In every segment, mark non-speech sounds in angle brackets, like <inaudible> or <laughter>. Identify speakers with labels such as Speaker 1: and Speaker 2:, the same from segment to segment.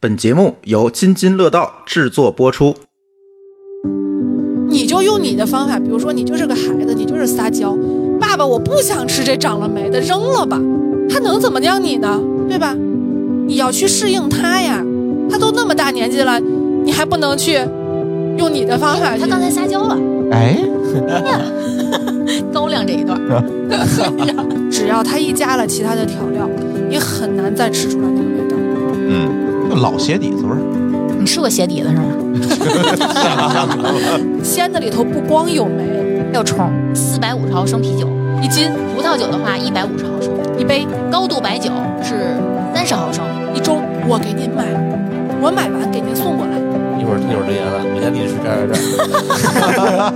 Speaker 1: 本节目由津津乐道制作播出。
Speaker 2: 你就用你的方法，比如说你就是个孩子，你就是撒娇，爸爸我不想吃这长了霉的，扔了吧，他能怎么样你呢？对吧？你要去适应他呀，他都那么大年纪了，你还不能去用你的方法去
Speaker 3: <laughs> 他刚才撒娇了，
Speaker 4: 哎，
Speaker 3: 高亮这一段，
Speaker 2: <laughs> 只要他一加了其他的调料，你很难再吃出来那个味道。
Speaker 1: 嗯，
Speaker 4: 就老鞋底子味儿，
Speaker 3: 你吃过鞋底子是吗？
Speaker 2: 鲜的里头不光有酶，
Speaker 3: 还有虫，四百五十毫升啤酒，
Speaker 2: 一斤、
Speaker 3: 葡萄酒的话一百五十毫升，
Speaker 2: 一杯、
Speaker 3: 高度白酒是三十毫升。
Speaker 2: 一盅，我给您买，我买完给您送过来。
Speaker 5: 一会儿一会儿留言了，每天必须是这儿这儿。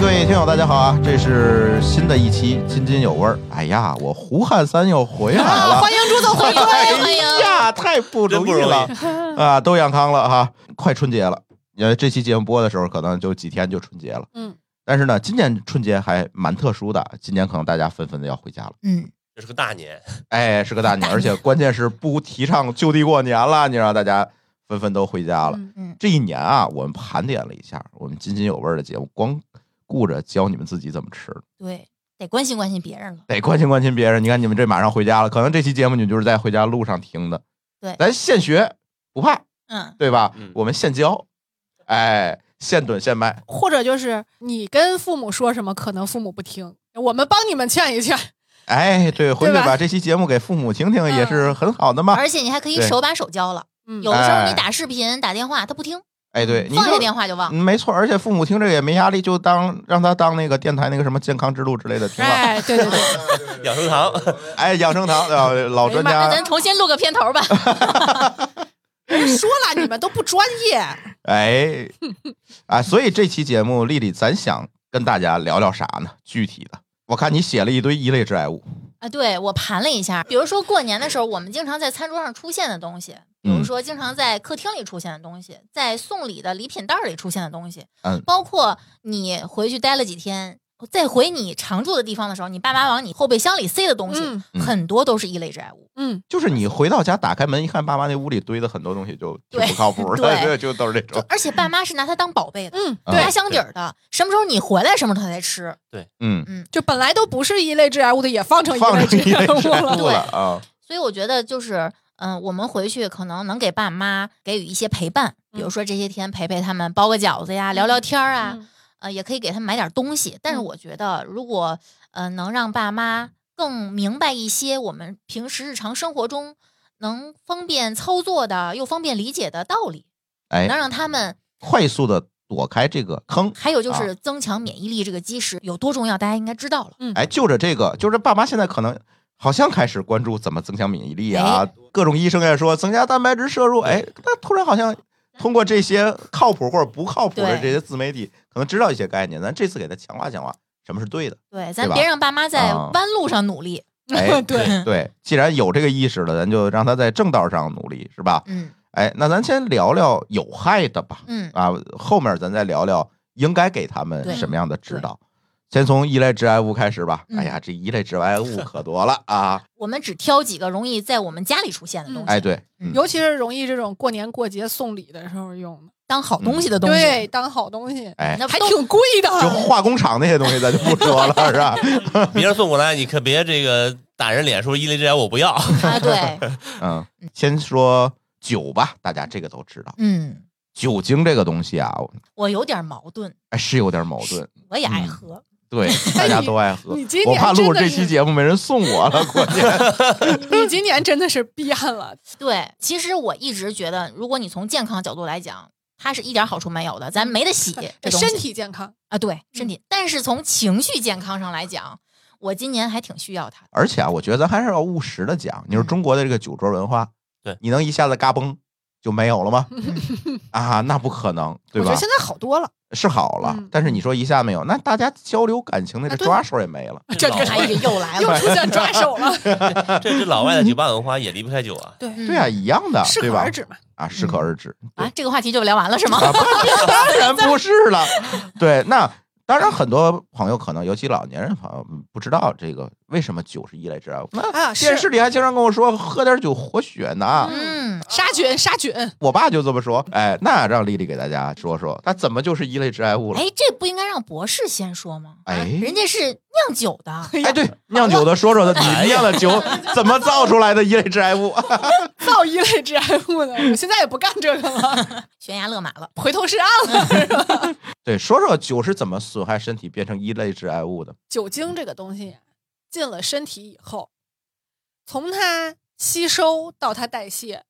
Speaker 4: 各位听友大家好啊，这是新的一期《津津有味儿》。哎呀，我胡汉三又回来 <laughs> 了，
Speaker 3: 哦迎朱总 <laughs> 回归，欢迎
Speaker 4: 哎呀，太不容易了啊！都阳康了哈，快春节了。呃，这期节目播的时候，可能就几天就春节了。
Speaker 2: 嗯，
Speaker 4: 但是呢，今年春节还蛮特殊的，今年可能大家纷纷的要回家了。
Speaker 3: 嗯，
Speaker 5: 这是个大年， <laughs>
Speaker 4: 哎，是个大年，而且关键是不提倡就地过年了，你让大家纷纷都回家了。
Speaker 2: 嗯
Speaker 3: 嗯
Speaker 4: 这一年啊，我们盘点了一下，我们津津有味儿的节目，光顾着教你们自己怎么吃，
Speaker 3: 对，得关心关心别人了。
Speaker 4: 得关心关心别人。你看你们这马上回家了，可能这期节目你们就是在回家路上听的。
Speaker 3: 对
Speaker 4: 咱现学不怕，
Speaker 3: 嗯，
Speaker 4: 对吧？
Speaker 5: 嗯
Speaker 4: 我们现教，哎，现炖现卖。
Speaker 2: 或者就是你跟父母说什么，可能父母不听，我们帮你们劝一
Speaker 4: <laughs>
Speaker 2: 劝。
Speaker 4: 哎，对，回去
Speaker 2: 对吧
Speaker 4: 把这期节目给父母听听也是很好的嘛。
Speaker 3: 嗯而且你还可以
Speaker 4: 对
Speaker 3: 手把手教了。
Speaker 2: 嗯，
Speaker 3: 有的时候
Speaker 4: 哎
Speaker 3: 你打视频、打电话，他不听，
Speaker 4: 哎，对，你
Speaker 3: 放下
Speaker 4: 就
Speaker 3: 电话就忘。
Speaker 4: 嗯没错，而且父母听这个也没压力，就当让他当那个电台那个什么健康之路之类的听了。
Speaker 2: 哎，对对对，
Speaker 5: 养生堂。 <laughs>
Speaker 4: 哎，养生堂对吧老专
Speaker 2: 哎
Speaker 3: 那
Speaker 4: 家
Speaker 3: 咱，重新录个片头吧。
Speaker 2: 人说了你们都不专
Speaker 4: <laughs>
Speaker 2: 业。
Speaker 4: 哎，啊，所以这期节目，丽丽，咱想跟大家聊聊啥呢？具体的，我看你写了一堆一类致癌物，
Speaker 3: 啊，对我盘了一下，比如说过年的时候，我们经常在餐桌上出现的东西，比如
Speaker 4: 嗯
Speaker 3: 说经常在客厅里出现的东西，在送礼的礼品袋儿里出现的东西，
Speaker 4: 嗯
Speaker 3: 包括你回去待了几天，再回你常住的地方的时候，你爸妈往你后备箱里塞的东西，
Speaker 2: 嗯
Speaker 4: 嗯
Speaker 3: 很多都是一类致癌物。
Speaker 2: 嗯，
Speaker 4: 就是你回到家打开门一看，爸妈那屋里堆的很多东西就挺
Speaker 3: 对
Speaker 4: 不靠谱的，
Speaker 3: 对
Speaker 4: 就都是这
Speaker 3: 就
Speaker 4: 种，
Speaker 3: 而且爸妈是拿它当宝贝的，
Speaker 2: 嗯，
Speaker 4: 啊
Speaker 2: 对
Speaker 3: 压，箱底儿的，什么时候你回来，什么时候他才吃。
Speaker 4: 嗯，
Speaker 2: 就本来都不是一类致癌物的，也放成一
Speaker 4: 放
Speaker 2: 类
Speaker 4: 着
Speaker 2: 致
Speaker 4: 一
Speaker 2: 癌
Speaker 4: 类致
Speaker 2: 物
Speaker 4: 癌
Speaker 2: 了。
Speaker 4: 物
Speaker 3: 对
Speaker 4: 了啊，
Speaker 3: 所以我觉得就是，嗯、我们回去可能能给爸妈给予一些陪伴，比如说这些天陪陪他们，包个饺子呀，聊聊天儿啊，
Speaker 2: 嗯
Speaker 3: 呃，也可以给他们买点东西。但是
Speaker 2: 嗯
Speaker 3: 我觉得，如果呃能让爸妈更明白一些我们平时日常生活中能方便操作的又方便理解的道理，能
Speaker 4: 哎，
Speaker 3: 让他们
Speaker 4: 快速的躲开这个坑。
Speaker 3: 还有就是增强免疫力这个基石有多重要，大家应该知道了。
Speaker 4: 哎，就着这个，就是爸妈现在可能好像开始关注怎么增强免疫力啊，
Speaker 3: 哎
Speaker 4: 各种医生也说增加蛋白质摄入，哎，那突然好像通过这些靠谱或者不靠谱的这
Speaker 3: 对
Speaker 4: 些自媒体，可能知道一些概念，咱这次给他强化强化，什么是对的。
Speaker 3: 对，咱
Speaker 4: 吧
Speaker 3: 别让爸妈在
Speaker 4: 啊
Speaker 3: 弯路上努力。
Speaker 4: 哎
Speaker 2: <laughs> 对，
Speaker 3: 嗯
Speaker 4: 对，既然有这个意识了，咱就让他在正道上努力，是吧？
Speaker 3: 嗯
Speaker 4: 哎，那咱先聊聊有害的吧，
Speaker 3: 嗯，
Speaker 4: 啊，后面咱再聊聊应该给他们
Speaker 3: 对
Speaker 4: 什么样的指导。先从一类致癌物开始吧。
Speaker 3: 嗯
Speaker 4: 哎呀，这一类致癌
Speaker 3: <laughs>
Speaker 4: 物可多了啊！
Speaker 3: 我们只挑几个容易在我们家里出现的东西。
Speaker 4: 哎，对，嗯
Speaker 2: 尤其是容易这种过年过节送礼的时候用的，
Speaker 3: 当
Speaker 4: 嗯
Speaker 3: 好东西的东西。
Speaker 2: 对，当好东西，
Speaker 4: 啊哎，
Speaker 3: 那
Speaker 2: 还
Speaker 3: 都
Speaker 2: 挺贵
Speaker 4: 就
Speaker 2: 的。
Speaker 4: 化工厂那些东西咱就不说了，是吧？嗯
Speaker 5: 别人送过来，你可别这个打人脸，说伊犁这家我不要。 <laughs>
Speaker 3: 啊，
Speaker 4: <laughs>
Speaker 3: 对，
Speaker 4: 嗯，先说酒吧，大家这个都知道，
Speaker 3: 嗯，
Speaker 4: 酒精这个东西啊，
Speaker 3: 我有点矛盾，
Speaker 4: 哎是有点矛盾。
Speaker 3: 我也爱喝，
Speaker 4: 对，大家都爱喝。
Speaker 2: 哎 <laughs> 你今
Speaker 4: 我
Speaker 2: 年
Speaker 4: 怕
Speaker 2: 真
Speaker 4: 录
Speaker 2: 的
Speaker 4: 这
Speaker 2: 是
Speaker 4: 期节目没人送我了，关键
Speaker 2: <laughs> 你今年真的是变了，
Speaker 3: 对，其实我一直觉得，如果你从健康角度来讲，它是一点好处没有的，咱没
Speaker 2: <laughs>
Speaker 3: 得洗这东西
Speaker 2: 身体健康。
Speaker 3: 啊，对身体。但是从情绪健康上来讲，我今年还挺需要它的。
Speaker 2: 嗯
Speaker 4: 而且啊，我觉得咱还是要务实的讲，你说中国的这个酒桌文化，
Speaker 5: 对
Speaker 4: 你能一下子嘎嘣就没有了吗？啊，那不可能，对
Speaker 2: 嗯我觉
Speaker 4: 吧
Speaker 2: 得？现在好多了，
Speaker 4: 是好了
Speaker 2: 嗯，
Speaker 4: 但是你说一下没有，那大家交流感情的这
Speaker 2: 啊对
Speaker 4: 抓手也没了。
Speaker 2: <laughs>
Speaker 5: 这老
Speaker 3: 哎
Speaker 5: 外
Speaker 3: 呀，又来
Speaker 2: 又
Speaker 3: 了，
Speaker 2: 出现抓手了。
Speaker 5: 这这老外的酒吧文化也离不开酒啊。
Speaker 2: 对，
Speaker 3: 嗯
Speaker 4: <laughs> 对啊，，一样的，
Speaker 2: 适
Speaker 4: 对
Speaker 2: 可
Speaker 4: 吧
Speaker 2: 而？止嘛。嗯
Speaker 4: 啊，适可而止。对
Speaker 3: 啊，这个话题就聊完了是 <laughs>
Speaker 4: <laughs>
Speaker 3: 吗？
Speaker 4: 啊，不当然不是
Speaker 3: <laughs>
Speaker 4: 了。对，那当然，很多朋友可能，尤其老年人朋友不知道这个为什么酒是依赖之药。那
Speaker 2: 啊，
Speaker 4: 电视
Speaker 2: 是
Speaker 4: 里还经常跟我说喝点酒活血呢，
Speaker 3: 嗯，
Speaker 2: 杀菌杀菌，
Speaker 4: 我爸就这么说。哎，那让丽丽给大家说说，他怎么就是一类致癌物了？
Speaker 3: 哎，这不应该让博士先说吗？啊
Speaker 4: 哎
Speaker 3: 人家是酿酒
Speaker 4: <laughs>
Speaker 3: 的，
Speaker 4: 哎，对，酿酒的说说
Speaker 3: <laughs>
Speaker 4: 他
Speaker 5: 哎呀
Speaker 4: 你酿的酒怎么造出来的一类致癌物？
Speaker 2: <laughs>
Speaker 3: 哎
Speaker 2: 造一类致癌物呢？我现在也不干这个了，
Speaker 3: 悬崖勒马了。
Speaker 2: <laughs> 回头是岸 <laughs> 了。
Speaker 4: 对，说说酒是怎么损害身体变成一类致癌物的？
Speaker 2: 酒精这个东西进了身体以后，从它吸收到它代谢，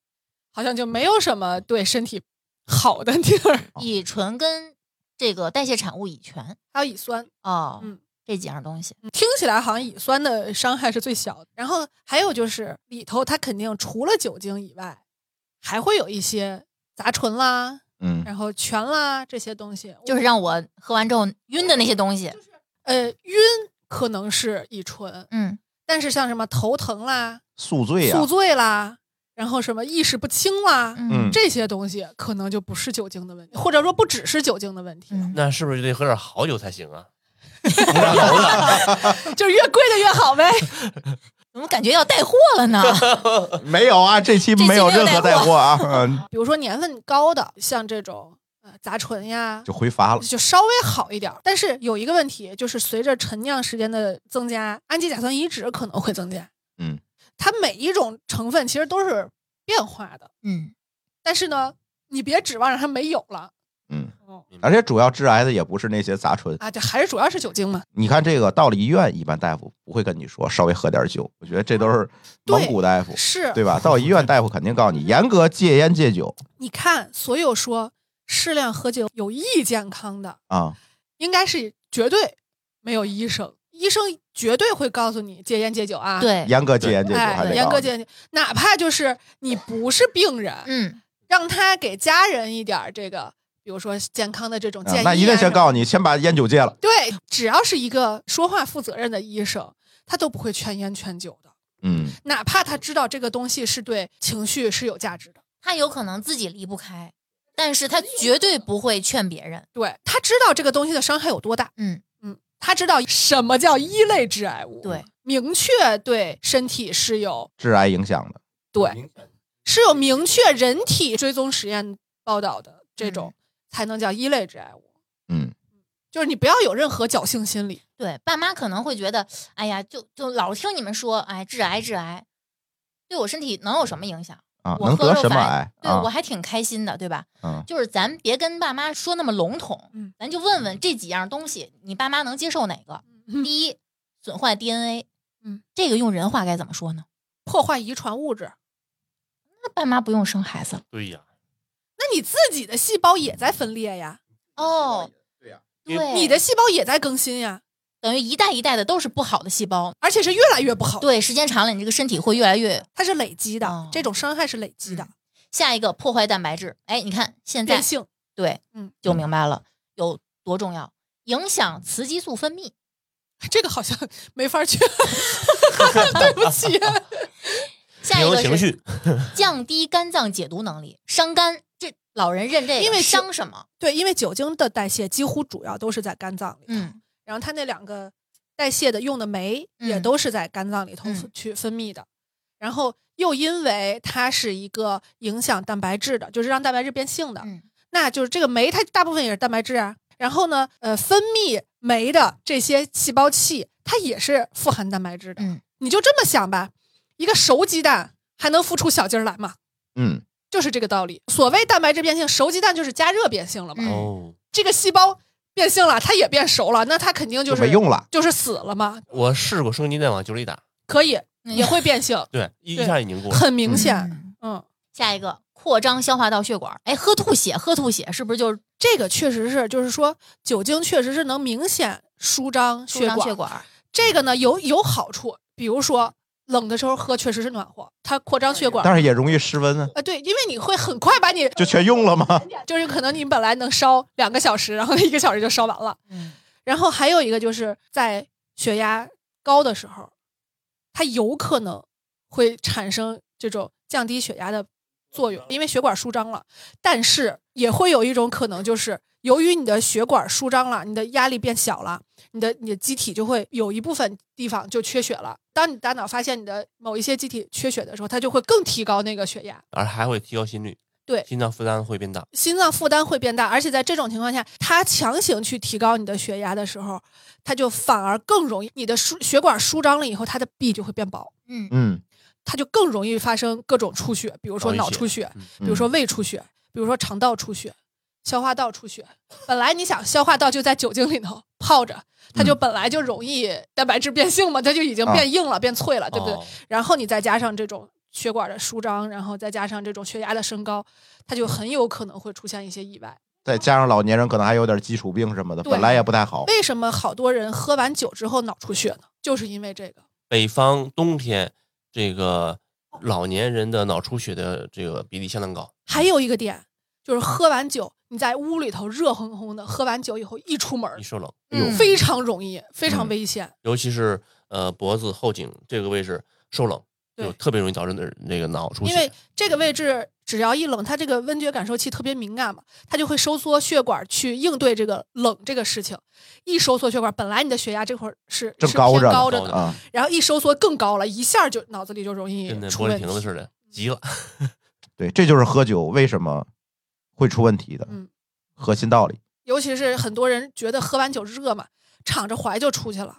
Speaker 2: 好像就没有什么对身体好的地儿。
Speaker 3: 乙醇跟这个代谢产物乙醛
Speaker 2: 还有乙酸，
Speaker 3: 哦，
Speaker 2: 嗯
Speaker 3: 这几样东西，
Speaker 2: 听起来好像乙酸的伤害是最小的。然后还有就是里头，它肯定除了酒精以外，还会有一些杂醇啦，
Speaker 4: 嗯，
Speaker 2: 然后醛啦这些东西。
Speaker 3: 就是让我喝完之后晕的那些东西。
Speaker 2: 呃晕可能是乙醇，
Speaker 3: 嗯，
Speaker 2: 但是像什么头疼啦、
Speaker 4: 宿醉啊呀、
Speaker 2: 宿醉啦，然后什么意识不清啦，
Speaker 4: 嗯
Speaker 2: 这些东西可能就不是酒精的问题，或者说不只是酒精的问题，
Speaker 3: 嗯
Speaker 5: 那是不是就得喝点好酒才行啊？不让楼了，
Speaker 2: <laughs> 就是越贵的越好呗。
Speaker 3: 怎么感觉要带货了呢？ <laughs>
Speaker 4: 没有啊，这期
Speaker 3: 这期
Speaker 4: 没有
Speaker 3: 没有
Speaker 4: 任何
Speaker 3: 带
Speaker 4: 带
Speaker 3: 货
Speaker 4: 货啊，嗯，
Speaker 2: 比如说年份高的，像这种呃杂醇呀，
Speaker 4: 就回乏了。
Speaker 2: 就稍微好一点儿。但是有一个问题，就是随着陈酿时间的增加，氨基甲酸乙酯可能会增加。
Speaker 4: 嗯，
Speaker 2: 它每一种成分其实都是变化的，
Speaker 3: 嗯，
Speaker 2: 但是呢，你别指望让它没有了。
Speaker 4: 嗯
Speaker 2: 哦，
Speaker 4: 而且主要致癌的也不是那些杂醇。
Speaker 2: 啊，这还是主要是酒精嘛。
Speaker 4: 你看这个到了医院，一般大夫不会跟你说稍微喝点酒，我觉得这都是蒙古大夫，
Speaker 2: 是，
Speaker 4: 对吧？到医院大夫肯定告诉你严格戒烟戒酒
Speaker 2: 你看，所有说适量喝酒有益健康的，
Speaker 4: 啊。
Speaker 2: 应该是绝对没有医生，医生绝对会告诉你戒烟戒酒啊。。
Speaker 3: 对，
Speaker 4: 严格戒烟戒酒还
Speaker 2: 哎，
Speaker 4: 得
Speaker 2: 严格
Speaker 4: 告诉你
Speaker 2: 戒，哪怕就是你不是病人，
Speaker 3: 嗯，
Speaker 2: 让他给家人一点儿这个，比如说健康的这种建议、
Speaker 4: 啊那一定先告。诉你，先把烟酒戒了。
Speaker 2: 对，只要是一个说话负责任的医生，他都不会劝烟劝酒的，
Speaker 4: 嗯，
Speaker 2: 哪怕他知道这个东西是对情绪是有价值的。
Speaker 3: 他有可能自己离不开，但是他绝对不会劝别人。
Speaker 2: 对他知道这个东西的伤害有多大，
Speaker 3: 嗯
Speaker 2: 嗯，他知道什么叫一类致癌物，
Speaker 3: 对，
Speaker 2: 明确对身体是有
Speaker 4: 致癌影响的，
Speaker 2: 对是有明确人体追踪实验报道的这
Speaker 3: 嗯
Speaker 2: 种，才能叫一类致癌物。
Speaker 4: 嗯，
Speaker 2: 就是你不要有任何侥幸心理，
Speaker 3: 对，爸妈可能会觉得，哎呀，就就老听你们说，哎，致癌致癌，对我身体能有什么影响？
Speaker 4: 啊，
Speaker 3: 我
Speaker 4: 能
Speaker 3: 喝
Speaker 4: 得
Speaker 3: 了
Speaker 4: 什么
Speaker 3: 反
Speaker 4: 癌
Speaker 3: 对、
Speaker 4: 啊
Speaker 3: 我？还挺开心的，对吧？
Speaker 4: 嗯
Speaker 3: 就是咱别跟爸妈说那么笼统，
Speaker 2: 嗯
Speaker 3: 咱就问问这几样东西，你爸妈能接受哪个？
Speaker 2: 嗯
Speaker 3: 第一，损坏 DNA，
Speaker 2: 嗯，
Speaker 3: 这个用人话该怎么说呢？
Speaker 2: 破坏遗传物质。
Speaker 3: 那爸妈不用生孩子了
Speaker 5: 对呀，
Speaker 2: 那你自己的细胞也在分裂呀，
Speaker 3: 哦，
Speaker 4: 对呀
Speaker 5: 因为
Speaker 3: 对，
Speaker 2: 你的细胞也在更新呀，
Speaker 3: 等于一代一代的都是不好的细胞，
Speaker 2: 而且是越来越不好，
Speaker 3: 对，时间长了，你这个身体会越来越。
Speaker 2: 它是累积的，
Speaker 3: 哦
Speaker 2: 这种伤害是累积的，
Speaker 3: 下一个破坏蛋白质，哎，你看现在
Speaker 2: 变性。
Speaker 3: 对，
Speaker 2: 嗯，
Speaker 3: 就明白了有多重要，影响雌激素分泌，
Speaker 2: 哎这个好像 <laughs> 没法去，对不起。 <laughs>
Speaker 3: 下
Speaker 5: 影
Speaker 3: 一
Speaker 5: 响
Speaker 3: 个
Speaker 5: 情
Speaker 3: 是
Speaker 5: 绪，
Speaker 3: 降低肝脏解毒能力，伤肝。这老人认这个，
Speaker 2: 因为是
Speaker 3: 伤什么？
Speaker 2: 对，因为酒精的代谢几乎主要都是在肝脏里头，
Speaker 3: 嗯
Speaker 2: 然后它那两个代谢的用的酶也
Speaker 3: 嗯
Speaker 2: 都是在肝脏里头
Speaker 3: 嗯
Speaker 2: 去分泌的，然后又因为它是一个影响蛋白质的，就是让蛋白质变性的，
Speaker 3: <laughs> 嗯
Speaker 2: 那就是这个酶它大部分也是蛋白质啊。然后呢，呃，分泌酶的这些细胞器，它也是富含蛋白质的。
Speaker 3: 嗯，
Speaker 2: 你就这么想吧，一个熟鸡蛋还能孵出小鸡儿来吗？
Speaker 4: 嗯，
Speaker 2: 就是这个道理。所谓蛋白质变性，熟鸡蛋就是加热变性了嘛。
Speaker 3: 嗯
Speaker 5: 哦，
Speaker 2: 这个细胞变性了，它也变熟了，那它肯定
Speaker 4: 就是没用了。
Speaker 2: 就是死了嘛。
Speaker 5: 我试过生鸡蛋往酒里打，
Speaker 2: 可以
Speaker 3: 嗯
Speaker 2: 也会变性，
Speaker 5: 对，一一下已经过了。
Speaker 2: 很明显。
Speaker 3: 嗯
Speaker 2: 嗯，
Speaker 3: 下一个扩张消化道血管，哎，喝吐血，喝吐血是不是就是
Speaker 2: 这个确实是，就是说酒精确实是能明显舒张
Speaker 3: 舒张血管？
Speaker 2: 这个呢有有好处，比如说冷的时候喝确实是暖和，它扩张血管。
Speaker 4: 但是也容易失温啊，
Speaker 2: 啊，对，因为你会很快把你
Speaker 4: 就全用了吗？
Speaker 2: 就是可能你本来能烧两个小时，然后那一个小时就烧完了。
Speaker 3: 嗯
Speaker 2: 然后还有一个就是在血压高的时候，它有可能会产生这种降低血压的作用，因为血管舒张了。但是也会有一种可能，就是由于你的血管舒张了，你的压力变小了，你的你的机体就会有一部分地方就缺血了。当你大脑发现你的某一些机体缺血的时候，它就会更提高那个血压。
Speaker 5: 而还会提高心率，
Speaker 2: 对
Speaker 5: 心脏负担会变大。
Speaker 2: 心脏负担会变大，而且在这种情况下，它强行去提高你的血压的时候，它就反而更容易，你的舒血管舒张了以后，它的壁就会变薄，
Speaker 3: 嗯
Speaker 4: 嗯，
Speaker 2: 它就更容易发生各种出血，比如说
Speaker 5: 脑溢
Speaker 2: 脑
Speaker 5: 血
Speaker 2: 出血，
Speaker 5: 嗯
Speaker 2: 比如说胃出血，比如说肠道出血，消化道出血。本来你想消化道就在酒精里头泡着，它
Speaker 5: 嗯
Speaker 2: 就本来就容易蛋白质变性嘛，它就已经
Speaker 4: 啊
Speaker 2: 变硬了、变脆了，对不对？
Speaker 5: 哦
Speaker 2: 然后你再加上这种血管的舒张，然后再加上这种血压的升高，它就很有可能会出现一些意外。
Speaker 4: 再加上老年人可能还有点基础病什么的，
Speaker 2: 对
Speaker 4: 本来也不太好。
Speaker 2: 为什么好多人喝完酒之后脑出血呢？就是因为这个。
Speaker 5: 北方冬天这个老年人的脑出血的这个比例相当高，
Speaker 2: 还有一个点就是喝完酒，你在屋里头热烘烘的，喝完酒以后一出门儿
Speaker 5: 一，受冷，
Speaker 3: 嗯，
Speaker 2: 非常容易，非常
Speaker 4: 嗯
Speaker 2: 危险。
Speaker 5: 尤其是呃脖子后颈这个位置受冷，
Speaker 2: 对
Speaker 5: 就特别容易导致那那个脑出
Speaker 2: 因为
Speaker 5: 血。
Speaker 2: 这个位置只要一冷，它这个温觉感受器特别敏感嘛，它就会收缩血管去应对这个冷这个事情。一收缩血管，本来你的血压这会儿是
Speaker 4: 正
Speaker 2: 是
Speaker 4: 高
Speaker 2: 偏
Speaker 4: 着呢
Speaker 2: 高着
Speaker 5: 高
Speaker 2: 呢
Speaker 5: 着，
Speaker 4: 啊，
Speaker 2: 然后一收缩更高了，一下就脑子里就容易
Speaker 5: 跟那
Speaker 2: 出
Speaker 5: 玻璃
Speaker 2: 问
Speaker 5: 瓶子
Speaker 2: 题。
Speaker 5: 似的，急了。
Speaker 4: 对，这就是喝酒为什么会出问题的
Speaker 2: 嗯
Speaker 4: 核心道理。
Speaker 2: 尤其是很多人觉得喝完酒热嘛，敞着怀就出去了，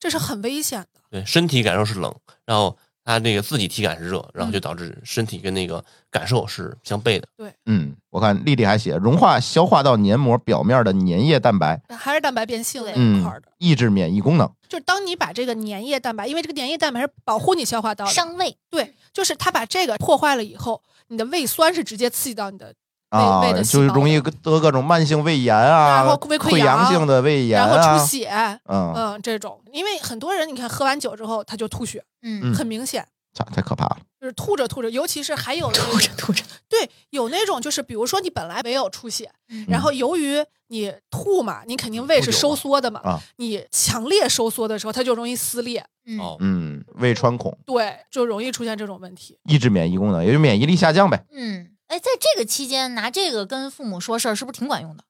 Speaker 2: 这是很危险的。
Speaker 5: 对，身体感受是冷，然后他那个自己体感是热，然后就
Speaker 2: 嗯
Speaker 5: 导致身体跟那个感受是相悖的。
Speaker 4: 嗯，我看丽丽还写融化消化道黏膜表面的粘液蛋白，
Speaker 2: 还是蛋白变性那一
Speaker 4: 嗯
Speaker 2: 块儿的，，
Speaker 4: 抑制免疫功能。
Speaker 2: 就是当你把这个粘液蛋白，因为这个粘液蛋白是保护你消化道的，
Speaker 3: 上位，
Speaker 2: 对，就是它把这个破坏了以后，你的胃酸是直接刺激到你的，胃胃
Speaker 4: 啊，
Speaker 2: 的细
Speaker 4: 就
Speaker 2: 胞
Speaker 4: 是容易得各种慢性胃炎啊，
Speaker 2: 然后胃溃
Speaker 4: 溃
Speaker 2: 疡
Speaker 4: 性的胃炎
Speaker 2: 然后
Speaker 4: 啊
Speaker 2: 出，血，
Speaker 4: 嗯，
Speaker 2: 嗯，这种，因为很多人你看喝完酒之后他就吐血，
Speaker 3: 嗯，
Speaker 4: 嗯
Speaker 2: 很明显。
Speaker 4: 操，太可怕了。
Speaker 2: 就是吐着吐着，尤其是还有那种
Speaker 3: 吐着吐着，
Speaker 2: 对，有那种就是，比如说你本来没有出血，
Speaker 3: 嗯
Speaker 2: 然后由于你吐嘛，你肯定胃是收缩的嘛，
Speaker 4: 吐酒嘛啊
Speaker 2: 你强烈收缩的时候，它就容易撕裂，
Speaker 3: 嗯
Speaker 5: 哦，
Speaker 4: 嗯，胃穿孔，
Speaker 2: 对，就容易出现这种问题。
Speaker 4: 抑制免疫功能，也就免疫力下
Speaker 2: <laughs>
Speaker 4: 降呗。
Speaker 3: 嗯，哎，在这个期间拿这个跟父母说事儿，是不是挺管用的？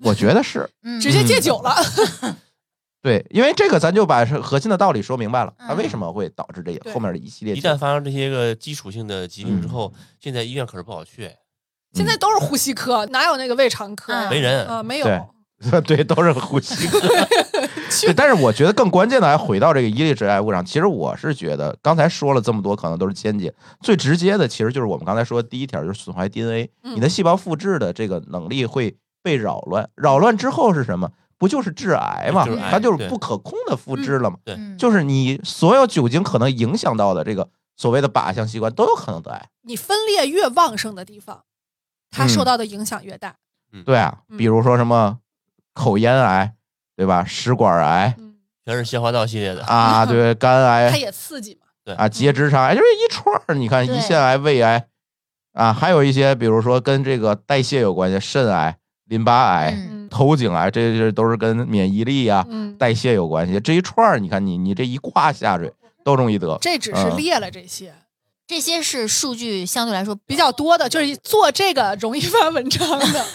Speaker 4: 我觉得是
Speaker 3: 嗯，
Speaker 2: 直接戒酒了，
Speaker 4: 对，因为这个咱就把是核心的道理说明白了，它
Speaker 3: 嗯
Speaker 4: 为什么会导致这个
Speaker 2: 对
Speaker 4: 后面的一系列疾
Speaker 5: 一旦
Speaker 4: 病。
Speaker 5: 发生这些个基础性的疾病
Speaker 4: 嗯
Speaker 5: 之后，现在医院可是不好去，哎
Speaker 2: 现在都是呼吸科，哪有那个胃肠科呀？
Speaker 3: 嗯
Speaker 5: 没人。
Speaker 2: 啊，没
Speaker 4: 对
Speaker 2: 有。
Speaker 4: <laughs> 对，都是呼吸科。对，但是我觉得更关键的，还回到这个伊利致癌物上。其实我是觉得，刚才说了这么多，可能都是间接，最直接的其实就是我们刚才说的第一条，就是损坏 DNA，、
Speaker 2: 嗯
Speaker 4: 你的细胞复制的这个能力会被扰乱，扰乱之后是什么？不就是致癌嘛？
Speaker 5: 哎就是癌
Speaker 4: 它就是
Speaker 5: 对
Speaker 4: 不可控的复制了嘛。
Speaker 3: 嗯，
Speaker 4: 就是你所有酒精可能影响到的这个所谓的靶向器官都有可能得癌。
Speaker 2: 你分裂越旺盛的地方，它
Speaker 4: 嗯
Speaker 2: 受到的影响越大。
Speaker 4: 对啊，
Speaker 2: 嗯
Speaker 4: 比如说什么口咽癌，对吧？食管癌
Speaker 2: 嗯，
Speaker 5: 全是消化道系列的，
Speaker 4: 啊，对，肝
Speaker 2: 它 <laughs>
Speaker 4: 癌
Speaker 2: 也刺激嘛。
Speaker 4: 啊，结直肠癌，就是一串儿。你看，
Speaker 3: 对
Speaker 4: 胰腺癌、胃癌啊，还有一些比如说跟这个代谢有关系，肾癌、淋巴癌、
Speaker 3: 嗯
Speaker 2: 嗯
Speaker 4: 头颈癌，这这都是跟免疫力啊、
Speaker 2: 嗯，
Speaker 4: 代谢有关系。这一串儿，你看你你这一挂下去都容易得。
Speaker 2: 这只是
Speaker 4: 嗯
Speaker 2: 列了这些
Speaker 3: 这些是数据相对来说
Speaker 2: 比较多的，就是做这个容易发文章的，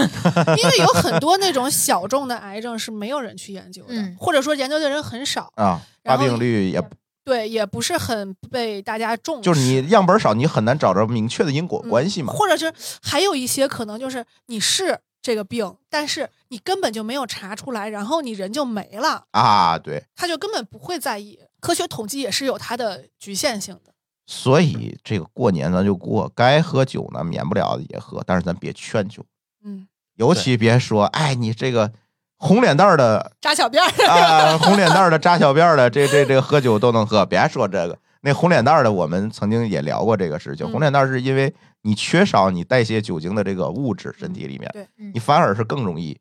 Speaker 2: 因为有很多那种小众的癌症是没有人去研究的
Speaker 3: 嗯，
Speaker 2: 或者说研究的人很少，
Speaker 4: 啊，
Speaker 2: 然
Speaker 4: 发
Speaker 2: 后
Speaker 4: 病率也
Speaker 2: 对，也不是很被大家重视。
Speaker 4: 就是你样本少，你很难找着明确的因
Speaker 2: 嗯
Speaker 4: 果关系嘛。
Speaker 2: 或者是还有一些可能就是你是这个病，但是你根本就没有查出来，然后你人就没了，
Speaker 4: 啊，对，
Speaker 2: 他就根本不会在意。科学统计也是有它的局限性的。
Speaker 4: 所以这个过年咱就过，该喝酒呢，免不了也喝，但是咱别劝酒，
Speaker 2: 嗯，
Speaker 4: 尤其别说，哎，你这个红脸蛋儿的
Speaker 2: 扎小辫儿，
Speaker 4: 啊，红脸蛋儿的扎小辫儿的，这这这个喝酒都能喝，别说这个。那红脸蛋儿的，我们曾经也聊过这个事情。
Speaker 3: 嗯
Speaker 4: 红脸蛋儿是因为你缺少你代谢酒精的这个物质，身体里面，
Speaker 2: 对
Speaker 3: 嗯
Speaker 4: 你反而是更容易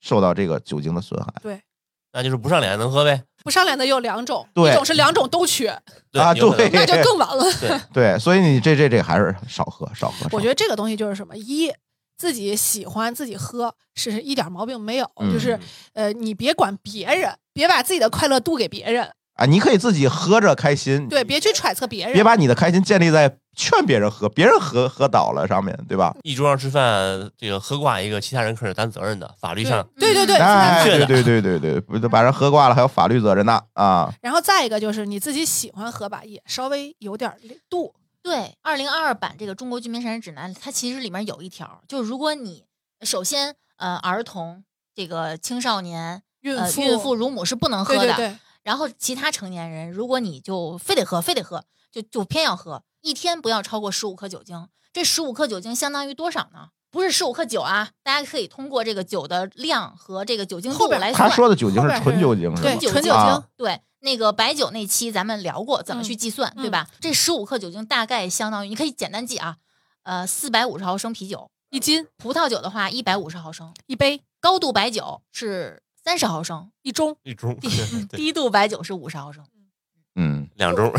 Speaker 4: 受到这个酒精的损害。
Speaker 5: 那就是不上脸能喝呗。
Speaker 2: 不上脸的有两种，
Speaker 4: 对
Speaker 2: 一种是两种都
Speaker 4: <laughs>
Speaker 2: 缺，
Speaker 4: 啊
Speaker 5: 有可
Speaker 4: 对
Speaker 5: 能
Speaker 2: 那就更完了。
Speaker 5: 对，
Speaker 4: 对，所以你这这这个还是少喝少喝。
Speaker 2: 我觉得
Speaker 4: 得
Speaker 2: 这个东西就是什么，一自己喜欢自己喝是一点毛病没有，
Speaker 4: 嗯
Speaker 2: 就是呃，你别管别人，别把自己的快乐度给别人，
Speaker 4: 啊，你可以自己喝着开心，
Speaker 2: 对，别去揣测别人，
Speaker 4: 别把你的开心建立在劝别人喝，别人喝喝倒了上面对吧？
Speaker 5: 一桌上吃饭，这个喝挂一个，其他人可是担责任的，法律上
Speaker 2: 对 <laughs> 对对对，
Speaker 4: 哎，
Speaker 5: 是
Speaker 4: 对
Speaker 5: 的
Speaker 4: 对对对对，不把人喝挂了还有法律责任呢啊！
Speaker 2: 然后再一个就是你自己喜欢喝吧，也稍微有点度，
Speaker 3: 对，二零二二版这个《中国居民膳食指南》，它其实里面有一条，就是如果你首先呃儿童、这个青少年、
Speaker 2: 孕
Speaker 3: 呃
Speaker 2: 妇、
Speaker 3: 孕妇、乳母是不能喝
Speaker 2: 对
Speaker 3: 的，
Speaker 2: 对对，
Speaker 3: 然后其他成年人，如果你就非得喝，非得喝，就就偏要喝，一天不要超过十五克酒精。这十五克酒精相当于多少呢？不是十五克酒啊，大家可以通过这个酒的量和这个酒精
Speaker 2: 哎后
Speaker 3: 度
Speaker 2: 边
Speaker 3: 来
Speaker 4: 他
Speaker 3: 算。
Speaker 4: 说的酒精
Speaker 2: 后
Speaker 4: 是
Speaker 2: 边
Speaker 4: 纯
Speaker 2: 是
Speaker 4: 酒精是
Speaker 2: 对
Speaker 4: 吧？
Speaker 2: 纯酒
Speaker 4: 啊
Speaker 2: 精，
Speaker 3: 对，那个白酒那期咱们聊过怎么去计算，
Speaker 2: 嗯
Speaker 3: 对吧？这十五克酒精大概相当于，你可以简单记啊，呃，四百五十毫升啤酒，
Speaker 2: 一斤
Speaker 3: 葡萄酒的话一百五十毫升，
Speaker 2: 一杯
Speaker 3: 高度白酒是三十毫升，
Speaker 2: 一盅，
Speaker 5: 一盅，对对，
Speaker 3: 低度白酒是五十毫升。
Speaker 4: 嗯，
Speaker 5: 两盅，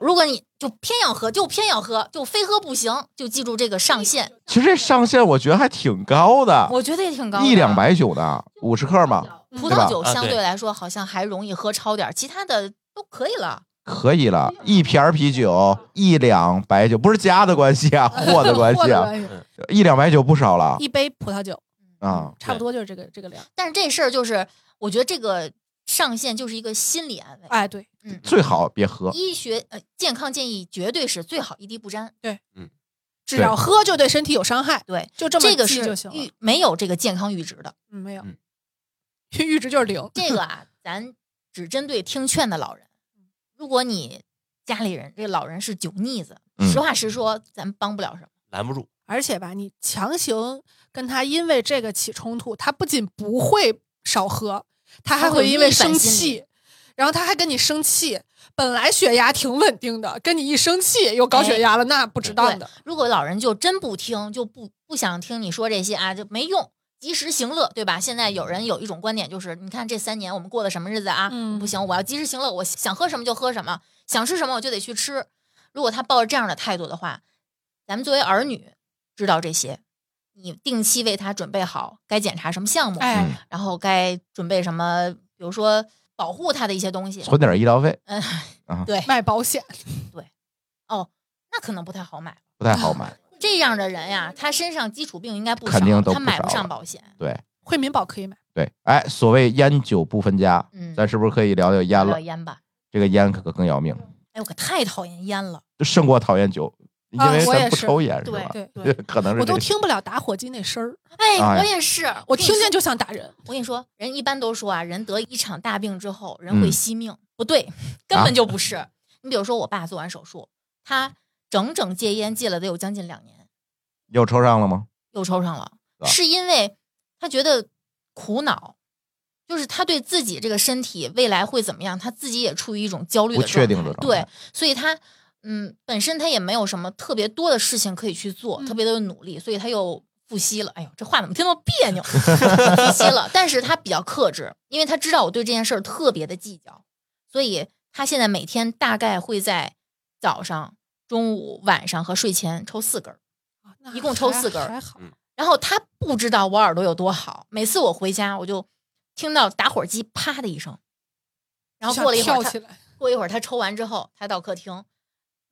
Speaker 3: 如果你就偏要喝，就偏要喝，就非喝不行，就记住这个上限，
Speaker 4: 其实这上限我觉得还挺高的，
Speaker 3: 我觉得也挺高的，
Speaker 4: 一两。百九呢，五十克嘛，
Speaker 3: 葡
Speaker 4: 对吧
Speaker 3: 萄酒
Speaker 5: 啊
Speaker 3: 相
Speaker 5: 对
Speaker 3: 对来说好像还容易喝超点儿，其他的都可以了。
Speaker 4: 可以了。一瓶儿啤酒，一两白酒，不是家的关系啊，货的关
Speaker 2: 货
Speaker 4: 系啊，
Speaker 2: 系
Speaker 4: 一两白酒不少了
Speaker 2: 一杯葡萄酒，
Speaker 4: 啊。
Speaker 2: 差不多就是这个这个量。
Speaker 3: 但是这事儿就是，我觉得这个上限就是一个心理安慰。
Speaker 2: 哎，对，
Speaker 3: 嗯，
Speaker 4: 最好别喝，
Speaker 3: 医学呃健康建议绝对是最好一滴不沾。
Speaker 2: 只要喝就对身体有伤害，
Speaker 3: 对，
Speaker 2: 就这么
Speaker 3: 这个
Speaker 2: 记
Speaker 3: 是
Speaker 2: 就行了。
Speaker 3: 阈没有这个健康阈值的。
Speaker 2: 嗯，没有 <laughs>
Speaker 5: 嗯，
Speaker 2: 阈值就是零。
Speaker 3: 这个啊，咱只针对听劝的老人。如果你家里人这老人是酒腻子，
Speaker 4: 嗯
Speaker 3: 实话实说，咱帮不了什么。
Speaker 5: <laughs> 拦不住，
Speaker 2: 而且吧，你强行跟他因为这个起冲突，他不仅不会少喝，他还会因为生
Speaker 3: 他会逆反心
Speaker 2: 气，然后他还跟你生气。本来血压挺稳定的，跟你一生气又
Speaker 3: 哎
Speaker 2: 高血压了，那不值当的。
Speaker 3: 如果老人就真不听，就不不想听你说这些啊，就没用。及时行乐，对吧？现在有人有一种观点，就是你看这三年我们过的什么日子啊？
Speaker 2: 嗯
Speaker 3: 不行，我要及时行乐，我想喝什么就喝什么，想吃什么我就得去吃。如果他抱着这样的态度的话，咱们作为儿女知道这些，你定期为他准备好该检查什么项目，
Speaker 2: 哎，
Speaker 4: 嗯
Speaker 3: 然后该准备什么，比如说保护他的一些东西。
Speaker 4: 存点医疗费
Speaker 3: 嗯，
Speaker 2: 卖保险， <laughs>
Speaker 3: 哦，那可能不太好买。
Speaker 4: 不太好买。
Speaker 3: 这样的人呀，他身上基础病应该不少，
Speaker 4: 肯定都不
Speaker 3: 他买不
Speaker 4: 少
Speaker 3: 上
Speaker 4: 了
Speaker 3: 保险。
Speaker 4: 对
Speaker 2: 惠民保可以买。
Speaker 4: 对，哎，所谓烟酒不分家，
Speaker 3: 嗯，
Speaker 4: 咱是不是可以聊聊烟
Speaker 3: 不
Speaker 4: 了
Speaker 3: 要？烟吧。
Speaker 4: 这个烟可更要命，
Speaker 3: 哎，我可太讨厌烟了。
Speaker 4: 就胜过讨厌酒，因
Speaker 2: 啊
Speaker 4: 为
Speaker 2: 我
Speaker 4: 咱
Speaker 2: 也
Speaker 4: 不
Speaker 2: 是
Speaker 4: 抽烟是
Speaker 3: 对
Speaker 4: 吧？
Speaker 2: 对，
Speaker 4: <laughs>
Speaker 3: 对
Speaker 4: 可能
Speaker 2: 我
Speaker 4: 是这
Speaker 2: 都
Speaker 4: 个
Speaker 2: 听不了打火机那声儿，
Speaker 3: 哎，
Speaker 4: 哎
Speaker 3: 我也是，
Speaker 2: 我
Speaker 3: 跟你
Speaker 2: 听
Speaker 3: 说
Speaker 2: 见就想打人。
Speaker 3: 我跟你说，人一般都说啊，人得一场大病之后，人会
Speaker 4: 嗯啊
Speaker 3: 惜命，不
Speaker 4: <laughs>
Speaker 3: 对，根本就不是。你比如说，我爸做完手术，他整整戒烟戒了得有将近两年，
Speaker 4: 又抽上了吗？
Speaker 3: 又抽上了，
Speaker 4: 啊
Speaker 3: 是因为他觉得苦恼。就是他对自己这个身体未来会怎么样，他自己也处于一种焦虑的
Speaker 4: 不确定
Speaker 3: 状态
Speaker 4: 的状
Speaker 3: 对
Speaker 4: 态，
Speaker 3: 所以他嗯，本身他也没有什么特别多的事情可以去做，
Speaker 2: 嗯
Speaker 3: 特别多的努力，所以他又复吸了。哎呦，这话怎么听那么别
Speaker 2: <laughs>
Speaker 3: 扭？复吸了，但是他比较克制，因为他知道我对这件事儿特别的计较，所以他现在每天大概会在早上、中午、晚上和睡前抽四根儿。
Speaker 2: 啊那
Speaker 3: 一共抽
Speaker 2: 还
Speaker 3: 四根儿
Speaker 2: 还好。
Speaker 4: 嗯
Speaker 3: 然后他不知道我耳朵有多好，每次我回家我就听到打火机啪的一声，然后
Speaker 2: 想
Speaker 3: 过了一会儿
Speaker 2: 跳
Speaker 3: 他啊
Speaker 2: 起来，
Speaker 3: 过一会儿他抽完之后，他到客厅，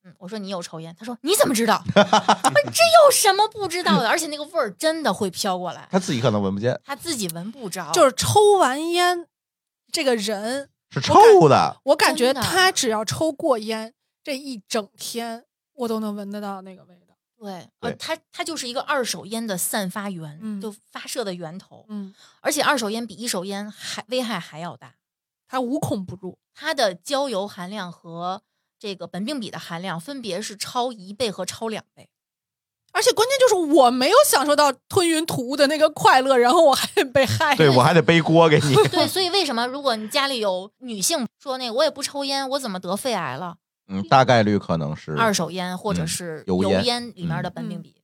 Speaker 3: 嗯，我说你有抽烟，他说你怎么知道？我说这有什么不知道的？而且那个味儿真的会飘过来，
Speaker 4: 他自己可能闻不见，
Speaker 3: 他自己闻不着，
Speaker 2: 就是抽完烟，这个人
Speaker 4: 是臭的。
Speaker 2: 我感觉
Speaker 3: 真的
Speaker 2: 他只要抽过烟，这一整天我都能闻得到那个味道。
Speaker 3: 对，
Speaker 4: 对
Speaker 3: 呃，它它就是一个二手烟的散发源，
Speaker 2: 嗯
Speaker 3: 就发射的源头，
Speaker 2: 嗯，
Speaker 3: 而且二手烟比一手烟还危害还要大，
Speaker 2: 他无孔不入。
Speaker 3: 它的焦油含量和这个苯并芘的含量分别是超一倍和超两倍。
Speaker 2: 而且关键就是我没有享受到吞云吐雾的那个快乐，然后 <laughs> 我还得被
Speaker 3: <laughs>
Speaker 2: 害。
Speaker 4: 对我还得背锅给你，
Speaker 3: 对，所以为什么如果你家里有女性说那个我也不抽烟，我怎么得肺癌了？
Speaker 4: 嗯，大概率可能是
Speaker 3: 二手烟或者
Speaker 4: 嗯
Speaker 3: 是
Speaker 4: 油
Speaker 3: 油
Speaker 4: 烟
Speaker 3: 烟里面的苯并
Speaker 2: 嗯
Speaker 3: 芘。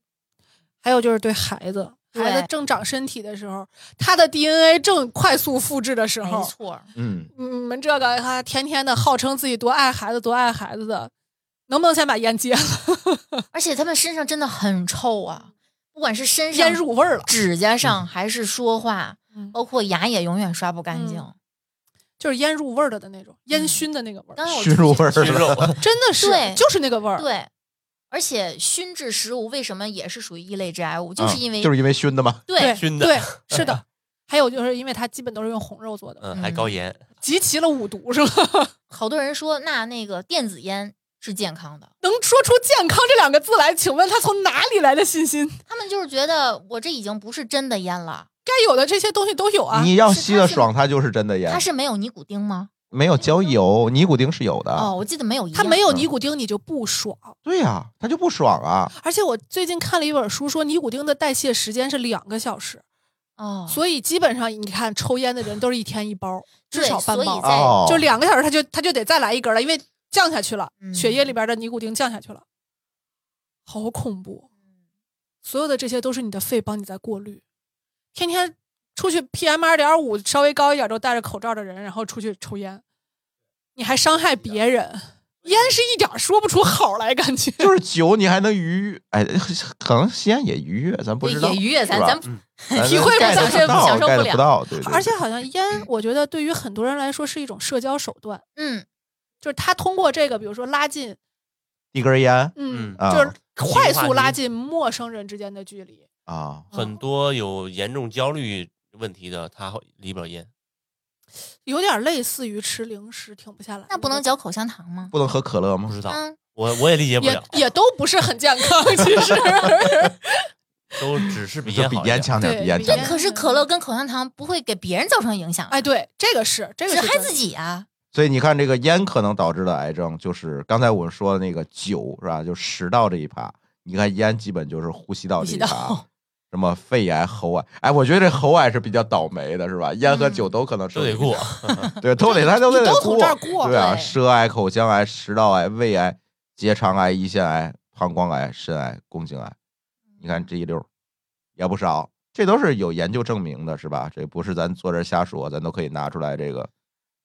Speaker 2: 还有就是对孩子，孩子
Speaker 3: 对
Speaker 2: 正长身体的时候，他的 DNA 正快速复制的时
Speaker 3: 没
Speaker 2: 候，
Speaker 3: 错儿，
Speaker 4: 嗯，
Speaker 2: 你们这个哈天天的号称自己多爱孩子多爱孩子的，能不能先把烟戒了？ <laughs>
Speaker 3: 而且他们身上真的很臭啊，不管是身上
Speaker 2: 烟入味儿了，
Speaker 3: 指甲
Speaker 4: 嗯
Speaker 3: 上还是说话，
Speaker 2: 嗯
Speaker 3: 包括牙也永远刷不干净。
Speaker 2: 就是烟入味儿了的那种，烟熏的那个味儿，
Speaker 3: 刚才我
Speaker 4: 熏入味儿
Speaker 5: 熏肉 <laughs>
Speaker 4: 了，，
Speaker 2: 嗯真的是
Speaker 3: 对
Speaker 2: 就是那个味儿。
Speaker 3: 对，而且熏制食物为什么也是属于一类致癌物，就是
Speaker 4: 嗯
Speaker 3: 因为、
Speaker 4: 就是因为熏的嘛，
Speaker 2: 对
Speaker 3: 对
Speaker 5: 熏的
Speaker 2: 对，是的。还有就是因为它基本都是用红肉做的，
Speaker 5: 嗯，还高盐，
Speaker 2: 集齐了五毒是吧？ <laughs>
Speaker 3: 好多人说那那个电子烟是健康的，
Speaker 2: 能说出“健康”这两个字来，请问他从哪里来的信心？
Speaker 3: 他们就是觉得我这已经不是真的烟了，
Speaker 2: 该有的这些东西都有啊。
Speaker 4: 你要
Speaker 3: 是
Speaker 4: 吸
Speaker 3: 它
Speaker 4: 的
Speaker 3: 是
Speaker 4: 爽，它就是真的
Speaker 3: 它
Speaker 4: 烟，
Speaker 3: 是没有尼古丁吗？
Speaker 4: 没有焦油，尼古丁是有的。
Speaker 3: 哦，我记得没有一
Speaker 2: 它
Speaker 3: 样，
Speaker 2: 没有尼古丁，你就不爽。
Speaker 4: 对呀，它就不爽啊。
Speaker 2: 而且我最近看了一本书，说尼古丁的代谢时间是两个小时，
Speaker 3: 哦，
Speaker 2: 所以基本上你看抽烟的人都是一天一包，至
Speaker 3: 对
Speaker 2: 少半
Speaker 3: 所以
Speaker 2: 包，
Speaker 3: 在
Speaker 4: 哦， <laughs>
Speaker 2: 就两个小时他就他就得再来一根了，因为降下去了，
Speaker 3: 嗯
Speaker 2: 血液里边的尼古丁降下去了，好恐怖！所有的这些都是你的肺帮你在过滤，天天出去 PM 二点五稍微高一点都戴着口罩的人，然后出去抽烟，你还伤害别人，烟是一点儿说不出好来，感觉。
Speaker 4: 就是酒，你还能愉悦？哎， <laughs> 可能吸烟也愉悦，咱不
Speaker 3: 对
Speaker 4: 知道，
Speaker 3: 也愉悦咱
Speaker 4: 是吧嗯
Speaker 3: 咱
Speaker 4: 咱
Speaker 2: 体会不
Speaker 4: get
Speaker 2: 享受
Speaker 4: 不到
Speaker 3: 享受不
Speaker 4: get
Speaker 3: 了
Speaker 4: 不到，对。对
Speaker 2: 而且
Speaker 4: 对
Speaker 2: 好像烟，我觉得对于很多人来说是一种社交手段，
Speaker 3: 嗯
Speaker 2: 就是他通过这个，比如说拉近，
Speaker 4: 一根烟
Speaker 2: 嗯，
Speaker 4: 嗯
Speaker 2: 就是快速拉
Speaker 5: 话
Speaker 2: 近陌生人之间的距离。
Speaker 4: 啊，
Speaker 5: 很多有严重焦虑问题的，他会离不了烟。
Speaker 2: 有点类似于吃零食停不下来，
Speaker 3: 那不能嚼口香糖吗？
Speaker 4: 不能喝可乐吗
Speaker 5: 不？知道，
Speaker 3: 嗯，
Speaker 5: 我我也理解不
Speaker 2: 也
Speaker 5: 了，
Speaker 2: 也都不是很健 <laughs> 康，其实
Speaker 5: 都
Speaker 4: <laughs>
Speaker 5: 只是比
Speaker 4: 就
Speaker 5: 烟
Speaker 4: 比
Speaker 5: 好一
Speaker 4: 烟
Speaker 5: 点。
Speaker 4: 强点儿，
Speaker 2: 对
Speaker 4: 比烟
Speaker 2: 比
Speaker 4: 强
Speaker 2: 烟
Speaker 4: 点儿。
Speaker 3: 可是可乐跟口香糖不会给别人造成影响，
Speaker 2: 哎，，对，这个是这个
Speaker 3: 只
Speaker 2: 是
Speaker 3: 害
Speaker 2: 真的
Speaker 3: 自，己啊。
Speaker 4: 所以你看，这个烟可能导致的癌症，就是刚才我们说的那个酒是吧？就食道这一趴，你看烟基本就是呼吸道这一
Speaker 3: 呼吸
Speaker 4: 趴
Speaker 3: 道，
Speaker 4: 什么肺癌、喉癌。哎，我觉得这喉癌是比较倒霉的，是吧？烟和
Speaker 3: 嗯
Speaker 4: 酒都可能受啊
Speaker 5: 都得
Speaker 4: 影
Speaker 5: 过
Speaker 4: 响，，对，都得他都
Speaker 2: 你
Speaker 4: 得
Speaker 2: 都从
Speaker 4: 过
Speaker 2: 这儿过
Speaker 4: 对啊，
Speaker 3: 对
Speaker 4: 舌癌、口腔癌、食道癌、胃癌、结肠癌、胰腺癌、膀胱癌、肾癌、宫颈癌，你看这一溜儿也不少，这都是有研究证明的，是吧？这不是咱坐这儿瞎说，咱都可以拿出来这个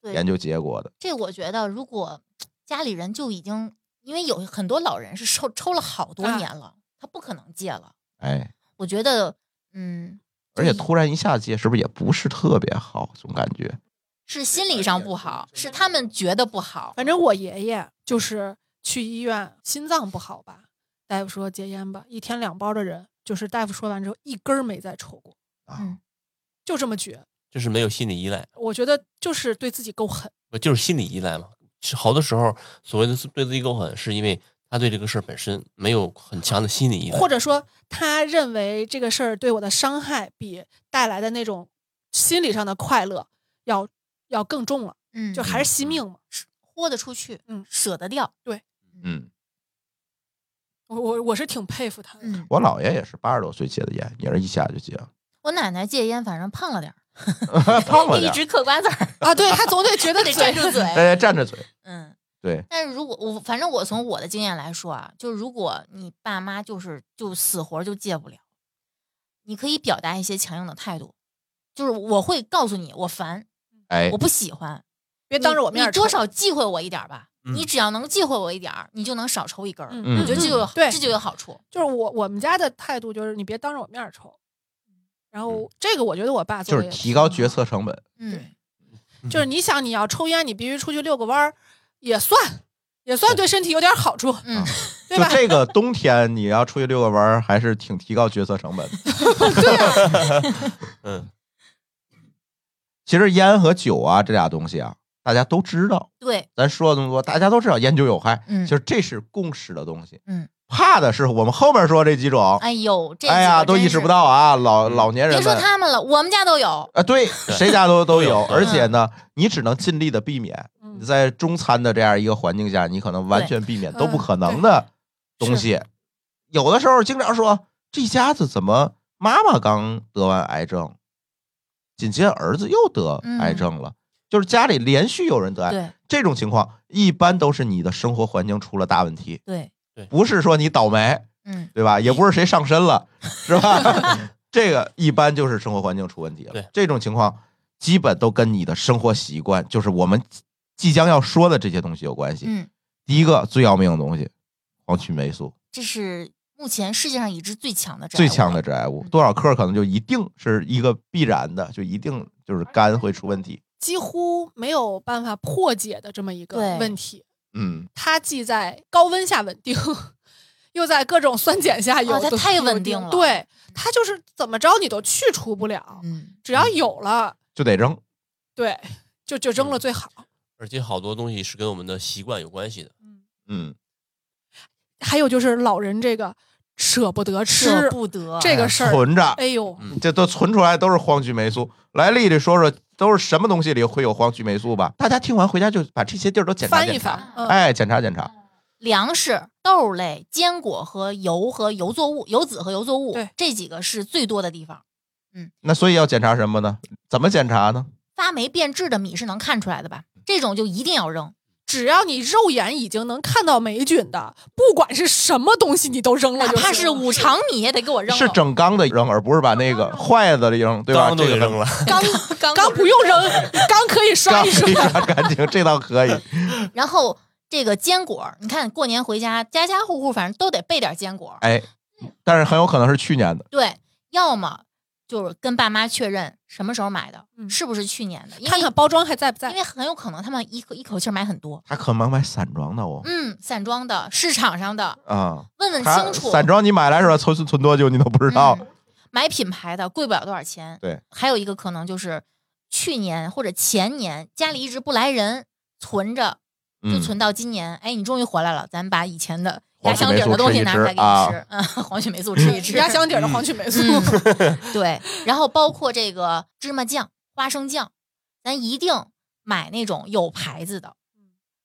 Speaker 3: 对
Speaker 4: 研究结果的。
Speaker 3: 这我觉得，如果家里人就已经，因为有很多老人是抽抽了好多
Speaker 2: 啊
Speaker 3: 年了，他不可能戒了。
Speaker 4: 哎，
Speaker 3: 我觉得，嗯，
Speaker 4: 而且突然一下戒，是不是也不是特别好？总感觉
Speaker 3: 是心理上不好，是他们觉得不好。
Speaker 2: 反正我爷爷就是去医院，心脏不好吧，大夫说戒烟吧，一天两包的人，就是大夫说完之后一根儿没再抽过，
Speaker 4: 啊
Speaker 3: 嗯，
Speaker 2: 就这么绝。
Speaker 5: 就是没有心理依赖，
Speaker 2: 我觉得就是对自己够狠，
Speaker 5: 不就是心理依赖嘛。是好多时候，所谓的对自己够狠，是因为他对这个事儿本身没有很强的心理依赖
Speaker 2: 或。者说他认为这个事儿对我的伤害比带来的那种心理上的快乐要要更重了，
Speaker 3: 嗯，
Speaker 2: 就还是惜命嘛。
Speaker 3: 豁得出去，
Speaker 2: 嗯
Speaker 3: 舍得掉。
Speaker 4: 嗯，
Speaker 2: 我我我是挺佩服他的。
Speaker 3: 嗯，
Speaker 4: 我姥爷也是八十多岁戒的烟，也是一下就戒了，
Speaker 3: 我奶奶戒烟，反正胖了点儿，
Speaker 4: <laughs> 胖了
Speaker 3: <laughs> 一
Speaker 4: 点儿，
Speaker 3: 直嗑瓜子儿，
Speaker 2: 啊，对他总得 <laughs> 觉得
Speaker 3: 得站住
Speaker 2: 嘴
Speaker 3: 嘴。
Speaker 4: 哎，站着嘴，
Speaker 3: 嗯，
Speaker 4: 对，
Speaker 3: 但是如果我，反正我从我的经验来说啊，就是如果你爸妈就是就死活就戒不了，你可以表达一些强硬的态度，就是我会告诉你我烦，
Speaker 4: 哎
Speaker 3: 我，不喜欢，
Speaker 2: 别哎当着我面
Speaker 3: 你
Speaker 2: 儿
Speaker 3: 你
Speaker 2: 抽
Speaker 3: 多少忌讳我一点儿吧。
Speaker 5: 嗯
Speaker 3: 你只要能忌讳我一点儿，你就能少抽一根儿。
Speaker 2: 嗯
Speaker 3: 我觉得这就有、
Speaker 2: 对
Speaker 3: 这就有好处。
Speaker 2: 就是我我们家的态度就是你别当着我面儿抽。然后这个我觉得我爸做的
Speaker 4: 就是
Speaker 2: 也
Speaker 4: 提
Speaker 2: 挺
Speaker 4: 高
Speaker 2: 好
Speaker 4: 决策，成本，
Speaker 3: 嗯，
Speaker 2: 就是你想你要抽烟，你必须出去遛个弯儿，也算也算对身体有点好处，
Speaker 3: 嗯，
Speaker 2: 对
Speaker 4: 就
Speaker 2: 吧？
Speaker 4: 这个冬天你要出去遛个弯儿，还是挺提高决策成 <laughs> 本的。啊 <laughs>
Speaker 5: 嗯，
Speaker 4: 其实烟和酒啊这俩东西啊，大家都知道。
Speaker 3: 对，
Speaker 4: 咱说了这么多，大家都知道烟酒有害，
Speaker 3: 嗯
Speaker 4: 其实这是共识的东西。
Speaker 3: 嗯，
Speaker 4: 怕的是我们后面说这几种，
Speaker 3: 哎呦，这
Speaker 4: 哎
Speaker 3: 几
Speaker 4: 呀，
Speaker 3: 个
Speaker 4: 都
Speaker 3: 真
Speaker 4: 意识
Speaker 3: 是
Speaker 4: 不。到啊，老
Speaker 5: 嗯
Speaker 4: 老年人
Speaker 3: 别说
Speaker 4: 们。
Speaker 3: 他们嗯了，我们家都有。
Speaker 4: 啊，对，谁家都都
Speaker 5: 都有
Speaker 4: 有，
Speaker 5: 对
Speaker 4: 而且呢，你只能尽力的避免。
Speaker 2: 嗯
Speaker 4: 你在中餐的这样一个环境下，你可能完
Speaker 3: 对
Speaker 4: 全避免
Speaker 2: 嗯
Speaker 4: 都不可能的东西。有的时候经常说，这家子怎么妈妈刚得完癌症，紧接着儿子又得癌症了，就是家里连续有人得癌。
Speaker 3: 嗯对
Speaker 4: 这种情况一般都是你的生活环境出了大问题，
Speaker 3: 对，
Speaker 4: 不是说你倒霉，
Speaker 3: 嗯，
Speaker 4: 对吧？也不是谁上身了，是吧？ <laughs> 这个一般就是生活环境出问题了。
Speaker 5: 对
Speaker 4: 这种情况基本都跟你的生活习惯，就是我们即将要说的这些东西有关系。
Speaker 3: 嗯，
Speaker 4: 第一个最要命的东西，黄曲霉素，
Speaker 3: 这是目前世界上已知最强的致癌
Speaker 4: 最
Speaker 3: 物
Speaker 4: 强的
Speaker 3: 了
Speaker 4: 致癌物
Speaker 3: 嗯，
Speaker 4: 多少克可能就一定是一个必然的，就一定就是肝会出问题。
Speaker 2: 几乎没有办法破解的这么一个
Speaker 3: 对
Speaker 2: 问题。
Speaker 4: 嗯，
Speaker 2: 它既在高温下稳定， <laughs> 又在各种酸碱下有
Speaker 3: 哦
Speaker 2: 的、
Speaker 3: 它太
Speaker 2: 有
Speaker 3: 稳定了
Speaker 2: 对，它就是怎么着你都去除不了，
Speaker 3: 嗯，
Speaker 2: 只要有了，
Speaker 4: 就得扔。
Speaker 2: 对，就就扔了最好。
Speaker 5: 而且好多东西是跟我们的习惯有关系的。
Speaker 4: 嗯，
Speaker 2: 还有就是老人这个舍不得吃，
Speaker 3: 舍不得
Speaker 2: 这个事儿，
Speaker 4: 存着，
Speaker 2: 哎呦，
Speaker 5: 嗯
Speaker 4: 这都存出来都是黄曲霉素。来，丽丽说说都是什么东西里会有黄曲霉素吧？大家听完回家就把这些地儿都检查
Speaker 2: 翻一
Speaker 4: 检查，
Speaker 2: 翻，嗯，
Speaker 4: 哎，检查检查。
Speaker 3: 粮食、豆类、坚果和油和油作物、油脂和油作物
Speaker 2: 对，
Speaker 3: 这几个是最多的地方。
Speaker 4: 那所以要检查什么呢？怎么检查呢？
Speaker 3: 发霉变质的米是能看出来的吧？
Speaker 4: 嗯
Speaker 3: 这种就一定要扔。
Speaker 2: 只要你肉眼已经能看到霉菌的，不管是什么东西，你都扔了
Speaker 3: 哪
Speaker 2: 就行了，
Speaker 3: 怕是五常米也得给我扔了。
Speaker 4: 是整缸的扔，而不是把那个坏的扔，对吧？
Speaker 5: 缸都给
Speaker 4: 这个
Speaker 5: 扔了，
Speaker 3: 刚刚
Speaker 2: 刚不用扔，刚可以
Speaker 4: <laughs> 缸
Speaker 2: 刷
Speaker 4: 可
Speaker 2: 一刷
Speaker 4: 以。刷干净，这倒
Speaker 3: <laughs>
Speaker 4: 可以。
Speaker 3: 然后这个坚果，你看过年回家，家家户户反正都得备点坚果。
Speaker 4: 哎，但是很有可能是去年的，
Speaker 3: 对，要么就是跟爸妈确认什么时候买的，
Speaker 2: 嗯
Speaker 3: 是不是去年的，因为
Speaker 2: 看看包装还在不
Speaker 3: 因
Speaker 2: 在。
Speaker 3: 为很有可能他们一口一口气儿买很多。
Speaker 4: 他可能买散装的哦。
Speaker 3: 嗯，散装的，市场上的，
Speaker 4: 啊，
Speaker 3: 问问
Speaker 4: 他
Speaker 3: 嗯清楚。
Speaker 4: 散装你买来时候存存多久你都不知道
Speaker 3: 嗯。买品牌的贵不了多少钱。
Speaker 4: 对，
Speaker 3: 还有一个可能就是去年或者前年家里一直不来人，存着就
Speaker 4: 嗯，
Speaker 3: 存到今年。哎，你终于回来了，咱把以前的压
Speaker 4: 黄曲
Speaker 3: 箱
Speaker 4: 霉
Speaker 3: 底儿
Speaker 4: 素
Speaker 3: 的东
Speaker 4: 吃
Speaker 3: 西
Speaker 4: 一
Speaker 3: 拿
Speaker 4: 吃
Speaker 3: 出来给
Speaker 4: 啊
Speaker 3: 你吃。嗯，黄曲霉
Speaker 4: <laughs>
Speaker 3: 素吃一吃。
Speaker 2: 压箱底儿的黄曲霉素，
Speaker 3: 嗯，
Speaker 2: <laughs>
Speaker 3: 对，然后包括这个芝麻酱、花生酱，咱一定买那种有牌子的，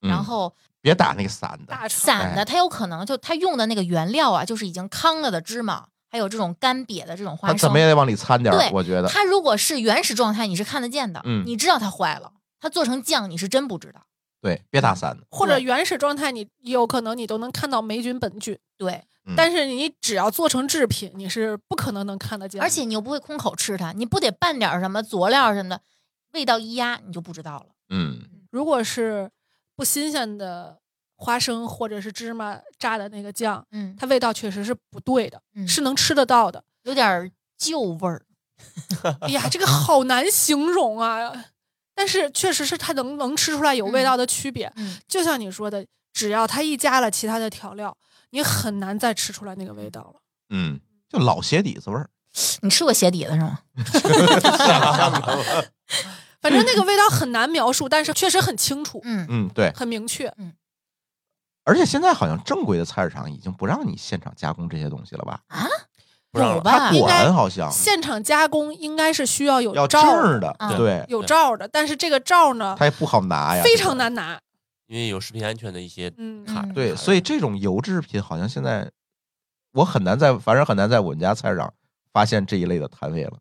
Speaker 4: 嗯
Speaker 3: 然后
Speaker 4: 别打那个散的。
Speaker 2: 大厂
Speaker 3: 散的它有可能就它用的那个原料啊，就是已经糠了的芝麻，还有这种干瘪的这种花
Speaker 4: 他怎
Speaker 3: 生
Speaker 4: 么，也得往里掺点儿
Speaker 3: 对，
Speaker 4: 我觉得。
Speaker 3: 它如果是原始状态，你是看得见的，
Speaker 4: 嗯
Speaker 3: 你知道它坏了，它做成酱你是真不知道，
Speaker 4: 对，别打散的。
Speaker 2: 或者
Speaker 3: 对
Speaker 2: 原始状态，你有可能你都能看到霉菌本菌，
Speaker 3: 对，
Speaker 4: 嗯
Speaker 2: 但是你只要做成制品，你是不可能能看得见的。
Speaker 3: 而且你又不会空口吃它，你不得拌点儿什么佐料什么的，味道一压你就不知道了。
Speaker 4: 嗯，
Speaker 2: 如果是不新鲜的花生或者是芝麻榨的那个酱，
Speaker 3: 嗯，
Speaker 2: 它味道确实是不对的，
Speaker 3: 嗯
Speaker 2: 是能吃得到的。
Speaker 3: 有点儿旧味儿，
Speaker 2: 哎呀，
Speaker 4: <laughs>
Speaker 2: 这个好难形容啊！但是确实是它能能吃出来有味道的区别。
Speaker 3: 嗯，
Speaker 2: 就像你说的，只要它一加了其他的调料，你很难再吃出来那个味道了。
Speaker 4: 嗯，就老鞋底子味儿。
Speaker 3: <sniffs> 你吃过鞋底子是吗？
Speaker 2: 反正那个味道很难描述，但是确实很清楚，
Speaker 3: 嗯，
Speaker 4: 嗯，对。
Speaker 2: 很明确。
Speaker 4: 而且现在好像正规的菜市场已经不让你现场加工这些东西了吧？
Speaker 5: 不让
Speaker 3: 有
Speaker 5: 了
Speaker 3: 吧
Speaker 4: 它？
Speaker 2: 应该
Speaker 4: 管好像
Speaker 2: 现场加工应该是需要有
Speaker 4: 要证
Speaker 2: 照
Speaker 4: 儿的，
Speaker 3: 嗯
Speaker 4: 对，
Speaker 2: 有照儿的，但是这个照儿呢
Speaker 4: 它也不好拿呀，
Speaker 2: 非
Speaker 4: 这个
Speaker 2: 常。难拿。
Speaker 5: 因为有食品安全的一些
Speaker 2: 嗯，
Speaker 5: 卡
Speaker 3: 嗯。
Speaker 4: 对，所以这种油制品好像现在我很难在，反正很难在我们家菜市场发现这一类的摊位了。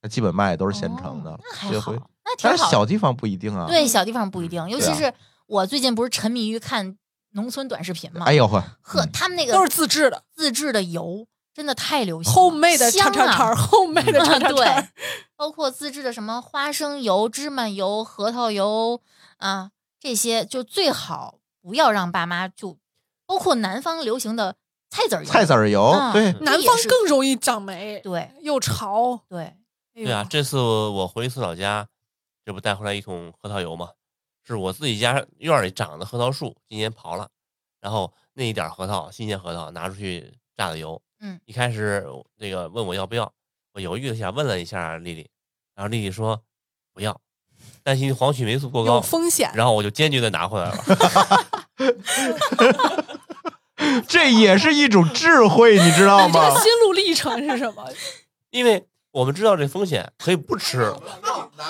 Speaker 4: 它基本卖的都是现成的
Speaker 3: 哦，那
Speaker 4: 这
Speaker 3: 还
Speaker 4: 回
Speaker 3: 好，那挺
Speaker 4: 但是
Speaker 3: 好的。
Speaker 4: 小地方不一定啊。，
Speaker 3: 对小地方不一定，尤
Speaker 4: 对
Speaker 3: 其
Speaker 4: 啊
Speaker 3: 是我最近不是沉迷于看农村短视频嘛，
Speaker 4: 哎呦呵，
Speaker 3: 呵，
Speaker 4: 嗯
Speaker 3: 他们那
Speaker 2: 都
Speaker 3: 个
Speaker 2: 是自制的
Speaker 3: 自制的油真的太流行了
Speaker 2: ，homemade 的
Speaker 3: 香
Speaker 2: 叉叉叉
Speaker 3: <laughs> 啊！
Speaker 2: ，homemade 的叉叉
Speaker 3: 对
Speaker 4: <laughs>
Speaker 2: 叉，，
Speaker 3: 包括自制的什么花生油、芝麻油、核桃油啊，这些就最好不要让爸妈就，包括南方流行的菜籽儿油，
Speaker 4: 菜籽儿油，
Speaker 3: 嗯
Speaker 4: 对，
Speaker 2: 南
Speaker 3: 这也
Speaker 2: 方
Speaker 3: 是
Speaker 2: 更容易长霉，
Speaker 3: 对
Speaker 2: 又潮。
Speaker 3: 对，
Speaker 2: 哎呦
Speaker 5: 对啊，这次我回一次老家，这不带回来一桶核桃油嘛，是我自己家院儿里长的核桃树，今年刨了，然后那一点儿核桃，新鲜核桃拿出去榨的油。
Speaker 3: 嗯，
Speaker 5: 一开始我那个问我要不要，我犹豫了一下，问了一下丽丽，然后丽丽说不要，担心黄曲霉素过
Speaker 2: 有
Speaker 5: 高，
Speaker 2: 风险，
Speaker 5: 然后我就坚决的拿回来了。
Speaker 4: 这也是一种智慧，你知道
Speaker 2: 你这
Speaker 4: 吗
Speaker 2: 个？心路历程是什
Speaker 4: <laughs>
Speaker 2: 么？
Speaker 5: 因为我们知道这风险，可以不吃，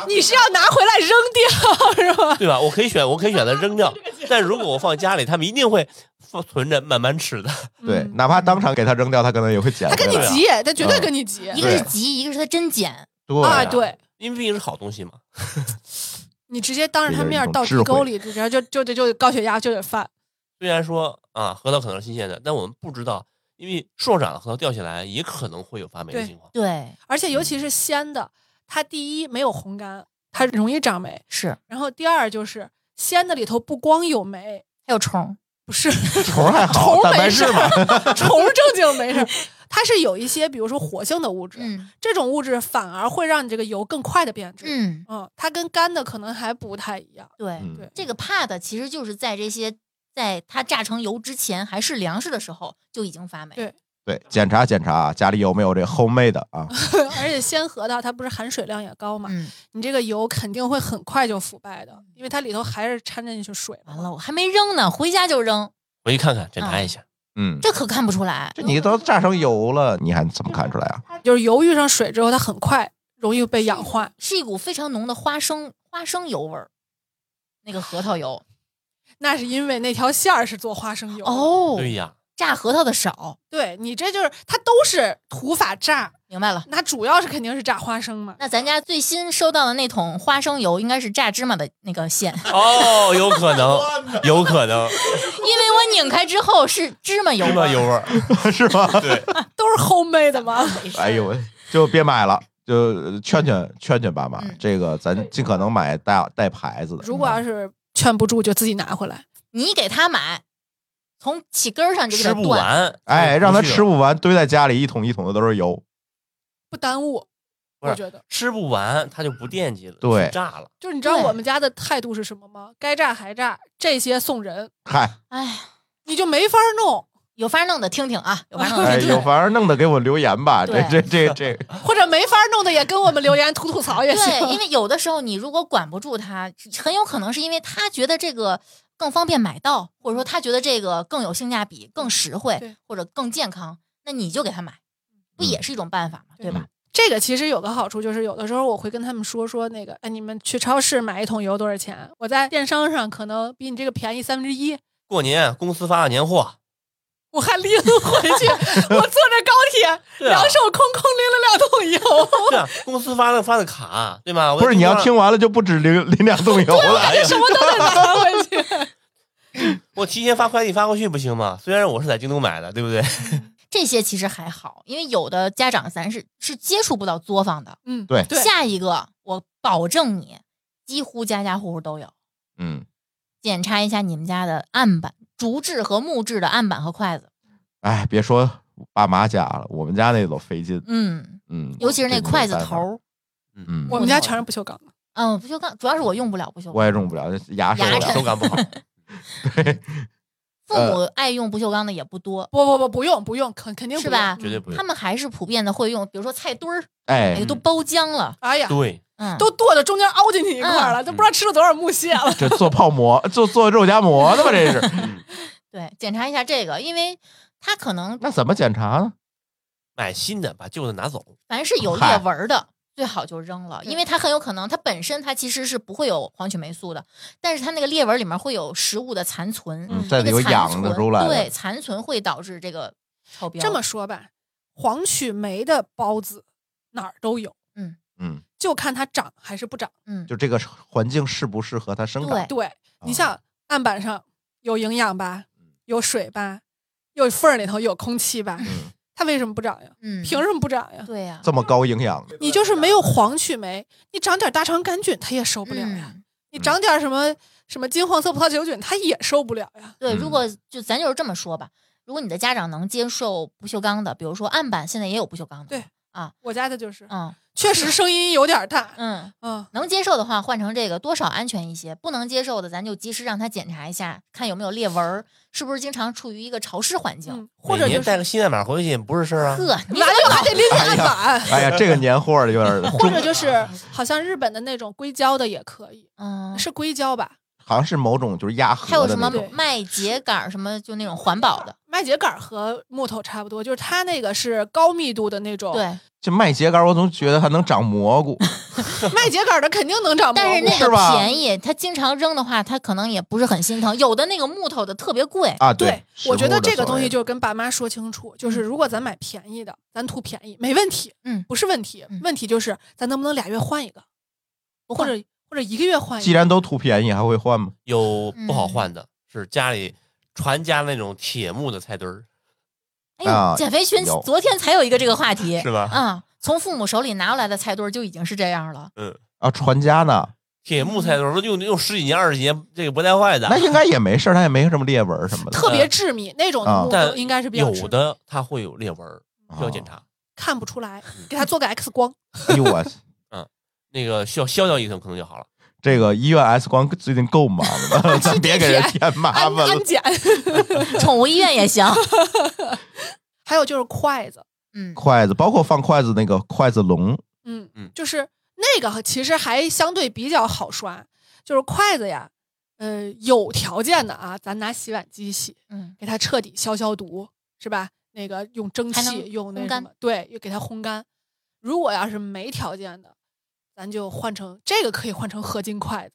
Speaker 2: 你是要拿回来扔掉是吧？
Speaker 5: 对吧？我可以选，我可以选择
Speaker 2: <laughs>
Speaker 5: 扔掉。但如果我放家里，他们一定会放存着慢慢吃的。
Speaker 4: 对，
Speaker 2: 嗯
Speaker 4: 哪怕当场给它扔掉，它可能也会捡
Speaker 2: 他
Speaker 4: 回
Speaker 2: 跟你
Speaker 4: 来。
Speaker 2: 急，他绝对跟你急
Speaker 3: 一个是
Speaker 4: 对
Speaker 3: 急，一个是它真碱，
Speaker 4: 对
Speaker 2: 啊！
Speaker 4: 啊，
Speaker 2: 对
Speaker 5: 因为毕竟是好东西嘛。
Speaker 2: 你直接当着他面倒
Speaker 4: 这就
Speaker 2: 地
Speaker 4: 是一种智慧
Speaker 2: 沟里，然后就就得就得高血压就得犯。
Speaker 5: 虽然说啊，核桃可能是新鲜的，但我们不知道因为树上长的核桃掉下来也可能会有发霉的
Speaker 2: 对
Speaker 5: 情况。
Speaker 3: 对，
Speaker 2: 而且尤其是鲜的，它第一没有烘干，它容易长霉。
Speaker 3: 是
Speaker 2: 然后第二就是鲜的里头不光有霉，
Speaker 3: 还有虫，
Speaker 2: 不是
Speaker 4: 虫儿还好，
Speaker 2: <laughs> 虫
Speaker 4: 蛋白
Speaker 2: 没
Speaker 4: 质
Speaker 2: 事
Speaker 4: 嘛
Speaker 2: 儿，，虫儿正经没事儿，它是有一些比如说活性的物质，
Speaker 3: 嗯
Speaker 2: 这种物质反而会让你这个油更快的变质。
Speaker 3: 嗯，
Speaker 2: 嗯它跟干的可能还不太一样。 <laughs>
Speaker 3: 对，
Speaker 4: 嗯
Speaker 2: 对
Speaker 3: 这个 pad 其实就是在这些在它榨成油之前还是粮食的时候就已经发霉。
Speaker 2: 对
Speaker 4: 对，检查检查啊，家里有没有这 homemade 啊？
Speaker 2: 而且鲜核桃它不是含水量也高嘛，
Speaker 3: 嗯，
Speaker 2: 你这个油肯定会很快就腐败的，因为它里头还是掺进去水嘛
Speaker 3: 完了，我还没扔呢，回家就扔，
Speaker 5: 回去看看，检
Speaker 3: 啊
Speaker 5: 查一下。
Speaker 3: <laughs>
Speaker 4: 嗯，
Speaker 3: 这可看不出来
Speaker 4: 这。你都榨成油了，你还怎么看出来啊？
Speaker 2: 就是油遇上水之后，它很快容易被氧化。
Speaker 3: 是一股非常浓的花生花生油味儿，那个核桃油
Speaker 2: 那是因为那条线儿是做花生油的，
Speaker 3: 哦，
Speaker 5: 对呀，
Speaker 3: 榨核桃的少，
Speaker 2: 对你这就是它都是土法榨，
Speaker 3: 明白了。
Speaker 2: 那主要是肯定是榨花生嘛。
Speaker 3: 那咱家最新收到的那桶花生油应该是榨芝麻的那个馅， <laughs>
Speaker 5: 哦，有可能，有可能，
Speaker 3: 因为我拧开之后是芝麻油
Speaker 5: 芝
Speaker 3: 味
Speaker 5: 麻
Speaker 3: 儿，
Speaker 5: 油味儿。
Speaker 4: 是吧？
Speaker 5: 对，
Speaker 2: 都是 homemade 的嘛，
Speaker 4: <laughs> 哎呦喂，就别买了，就劝劝劝劝爸妈
Speaker 3: 嗯，
Speaker 4: 这个咱尽可能买带带牌子的。嗯
Speaker 2: 如果
Speaker 5: 嗯
Speaker 2: 要是劝不住，就自己拿回来。
Speaker 3: 你给他买，从起根儿上就给
Speaker 5: 吃
Speaker 3: 他
Speaker 5: 不
Speaker 3: 断。
Speaker 5: 完，
Speaker 4: 哎，让他
Speaker 5: 出去
Speaker 4: 吃不完，堆在家里一桶一桶的都是油。
Speaker 2: 不耽误，
Speaker 5: 不是
Speaker 2: 我觉得。
Speaker 5: 吃不完，他就不惦记了，
Speaker 4: 对
Speaker 5: 去炸了。
Speaker 2: 就是你知道
Speaker 3: 对
Speaker 2: 我们家的态度是什么吗？该炸还炸，这些送人，
Speaker 3: <laughs>
Speaker 4: 嗨，
Speaker 3: 哎呀，
Speaker 2: 你就没法弄，
Speaker 3: 有法弄的听听啊，有法弄
Speaker 4: 哎，
Speaker 3: 的听
Speaker 4: 有
Speaker 3: 听。
Speaker 4: 反而弄得给我留言吧，这这
Speaker 3: 对
Speaker 4: 这这，
Speaker 2: 或者没法弄的也跟我们留言吐吐槽也
Speaker 3: 对，
Speaker 2: 行。
Speaker 3: 因为有的时候你如果管不住他，很有可能是因为他觉得这个更方便买到，或者说他觉得这个更有性价比、更实
Speaker 2: 对
Speaker 3: 惠或者更健康，那你就给他买，不
Speaker 4: 嗯
Speaker 3: 也是一种办法吗？对吧？
Speaker 2: 这个其实有个好处就是，有的时候我会跟他们说说那个，哎，你们去超市买一桶油多少钱？我在电商上可能比你这个便宜三分之一，
Speaker 5: 过年公司发的年货，
Speaker 2: 我还拎回去，我坐着高铁，
Speaker 5: <laughs> 对啊
Speaker 2: 两手空空拎了两桶油，
Speaker 5: 对啊，公司发的发的卡，对吧？我
Speaker 4: 不是
Speaker 5: 在
Speaker 4: 你要
Speaker 5: 公司
Speaker 4: 听完了就不止淋淋两桶油了。
Speaker 5: 哎呀
Speaker 2: 什么都得拿回去。
Speaker 5: 我提前发快递发过去不行吗？虽然我是在京东买的，对不对？
Speaker 3: 这些其实还好，因为有的家长咱是是接触不到作坊的。
Speaker 2: 嗯，
Speaker 4: 对
Speaker 2: 对，
Speaker 3: 下一个，我保证你，几乎家家户户都有。
Speaker 4: 嗯，
Speaker 3: 检查一下你们家的案板、竹制和木质的案板和筷子。
Speaker 4: 哎，别说爸妈家了，我们家那都费劲。
Speaker 3: 嗯，
Speaker 4: 嗯，
Speaker 3: 尤其是那
Speaker 4: 这没
Speaker 3: 筷子
Speaker 4: 办法
Speaker 3: 头。儿，
Speaker 4: 嗯，
Speaker 2: 我们家全是不锈钢的，
Speaker 3: 嗯，不锈钢，主要是我用不了不锈
Speaker 4: 我
Speaker 3: 钢。
Speaker 4: 也用不了，牙受
Speaker 3: 牙
Speaker 4: 不
Speaker 3: 碜
Speaker 4: 了
Speaker 5: 手。感不好，
Speaker 3: 父母
Speaker 4: 呃
Speaker 3: 爱用不锈钢的也不多，
Speaker 2: 不不不，不用不用，肯肯定不
Speaker 3: 是
Speaker 2: 用嗯
Speaker 3: 吧？
Speaker 5: 绝对不用
Speaker 3: 他们还是普遍的会用，比如说菜墩儿，
Speaker 4: 哎
Speaker 3: 哎，，都包浆了，
Speaker 2: 哎呀，
Speaker 5: 对，
Speaker 3: 嗯，
Speaker 2: 都剁的中间凹进去一块儿了，都不知道吃了多少木屑了。
Speaker 4: 这做泡馍，做做肉夹馍的吧？这是，
Speaker 3: <laughs> 对，检查一下这个，因为它可能
Speaker 4: 那怎么检查呢？
Speaker 5: 买新的把旧的拿走，
Speaker 3: 凡是有裂
Speaker 4: 嗨
Speaker 3: 纹儿的，最好就扔了，因为它很有可能它本身它其实是不会有黄曲霉素的，但是它那个裂纹里面会有食物的残存，
Speaker 2: 嗯
Speaker 4: 这
Speaker 3: 那
Speaker 4: 里有
Speaker 3: 个残
Speaker 4: 痒
Speaker 3: 存
Speaker 4: 的出来
Speaker 3: 对，
Speaker 4: 了，
Speaker 3: 残存会导致这个超
Speaker 2: <laughs>
Speaker 3: 标。
Speaker 2: 这么说吧，黄曲霉的孢子哪儿都有，
Speaker 4: 嗯，
Speaker 2: 就看它长还是不长。
Speaker 3: 嗯，
Speaker 4: 就这个环境适不适合它生长
Speaker 3: 对。
Speaker 2: 对你
Speaker 4: 啊
Speaker 2: 像案板上有营养吧，有水吧，有缝儿里头有空气吧，
Speaker 4: 嗯
Speaker 2: 它为什么不长呀？
Speaker 3: 嗯，
Speaker 2: 凭什么不长呀？
Speaker 3: 对呀、
Speaker 4: 这么高营养的，
Speaker 2: 你就是没有黄曲霉，你长点大肠杆菌它也受不了啊呀，
Speaker 3: 嗯
Speaker 2: 你长点什么什么金黄色葡萄球菌它也受不了呀。
Speaker 3: 对，如
Speaker 4: 嗯
Speaker 3: 果就咱就是这么说吧，如果你的家长能接受不锈钢的，比如说案板现在也有不锈钢的，
Speaker 2: 对我家的就是，
Speaker 3: 嗯
Speaker 2: 确实声音有点大，
Speaker 3: 嗯，
Speaker 2: 嗯，
Speaker 3: 能接受的话换成这个，多少安全一些；不能接受的，咱就及时让他检查一下，看有没有裂纹儿，是不是经常处于一个潮湿环境。
Speaker 2: 嗯或者
Speaker 5: 每
Speaker 2: 就
Speaker 5: 年带
Speaker 2: 是
Speaker 5: 个新的码回去也不是事儿啊。
Speaker 3: 呵，你
Speaker 2: 完了还得拎着案板。
Speaker 4: 哎呀，这个年货儿
Speaker 2: <laughs>
Speaker 4: 有点儿
Speaker 2: 或
Speaker 4: 中
Speaker 2: 者，就是好像日本的那种硅胶的也可以，
Speaker 3: 嗯，
Speaker 2: 是硅胶吧？
Speaker 4: 好像是某种就是压
Speaker 3: 还有
Speaker 4: 核的
Speaker 3: 什么
Speaker 4: 那种，
Speaker 3: 麦秸秆儿什么，就那种环保的，
Speaker 2: 麦秸秆儿和木头差不多，就是它那个是高密度的那种。，
Speaker 3: 对。
Speaker 4: 这麦秸秆儿我总觉得它能长蘑
Speaker 2: <laughs>
Speaker 4: 菇，
Speaker 2: 麦秸秆儿的肯定能长蘑菇。
Speaker 3: 但是那
Speaker 4: 是
Speaker 3: 个
Speaker 4: 吧
Speaker 3: 便宜，它经常扔的话，它可能也不是很心疼。有的那个木头的特别贵，
Speaker 4: 啊，
Speaker 2: 对，
Speaker 4: 石
Speaker 2: 我觉得
Speaker 4: 头
Speaker 2: 这
Speaker 4: 的
Speaker 2: 个
Speaker 4: 所
Speaker 2: 东
Speaker 4: 谓
Speaker 2: 西
Speaker 4: 的
Speaker 2: 就是跟爸妈说清楚，就是如果咱买便宜的，咱图便宜没问题，
Speaker 3: 嗯
Speaker 2: 不是问题，
Speaker 3: 嗯
Speaker 2: 问题就是咱能不能俩月换一个，
Speaker 3: 不
Speaker 2: 或
Speaker 3: 换
Speaker 2: 者或者一个月换一
Speaker 4: 既
Speaker 2: 个。
Speaker 4: 然都图便宜，还会换吗？
Speaker 2: 嗯
Speaker 5: 有不好换的，是家里传家那种铁木的菜墩儿，
Speaker 3: 哎呦，
Speaker 4: 啊
Speaker 3: 减肥群
Speaker 4: 有
Speaker 3: 昨天才有一个这个话
Speaker 4: <laughs>
Speaker 3: 题，
Speaker 5: 是吧？
Speaker 3: 嗯，从父母手里拿过来的菜墩儿就已经是这样了。
Speaker 4: 啊，传家
Speaker 2: <laughs>
Speaker 4: 呢，
Speaker 5: 铁木菜
Speaker 2: 嗯
Speaker 5: 头说用用十几年二十年，这个不带坏的
Speaker 4: 那。应该也没事儿，他也没什么裂纹什么的。
Speaker 2: 特别致密那种
Speaker 4: 啊
Speaker 2: 木头
Speaker 5: 但
Speaker 2: 应该是比较
Speaker 5: 有
Speaker 2: 致
Speaker 5: 的它会有裂纹儿，需要
Speaker 4: 啊
Speaker 5: 检查。
Speaker 2: 看不出来，给他做个 X 光。
Speaker 4: 哎呦我，
Speaker 5: 那个需要消消医生可能就好了。
Speaker 4: 这个医院 X 光最近够忙
Speaker 2: <laughs>
Speaker 4: 的，咱别给人添麻
Speaker 2: 安
Speaker 4: 烦了
Speaker 2: 安。检，
Speaker 3: 宠物医院也
Speaker 4: <laughs>
Speaker 3: 行，
Speaker 2: 还有就是筷子，
Speaker 3: 嗯，
Speaker 4: 筷子，包括放筷子那个筷子笼，
Speaker 2: 嗯
Speaker 5: 嗯
Speaker 2: 就是那个其实还相对比较好刷，就是筷子呀，呃，有条件的啊，咱拿洗碗机洗，
Speaker 3: 嗯，
Speaker 2: 给它彻底消消毒，是吧？那个用蒸
Speaker 3: 还能
Speaker 2: 汽，用那
Speaker 3: 烘
Speaker 2: 什
Speaker 3: 干
Speaker 2: 么，对，又给它烘干。如果要是没条件的，咱就换成这个可以换成合金筷子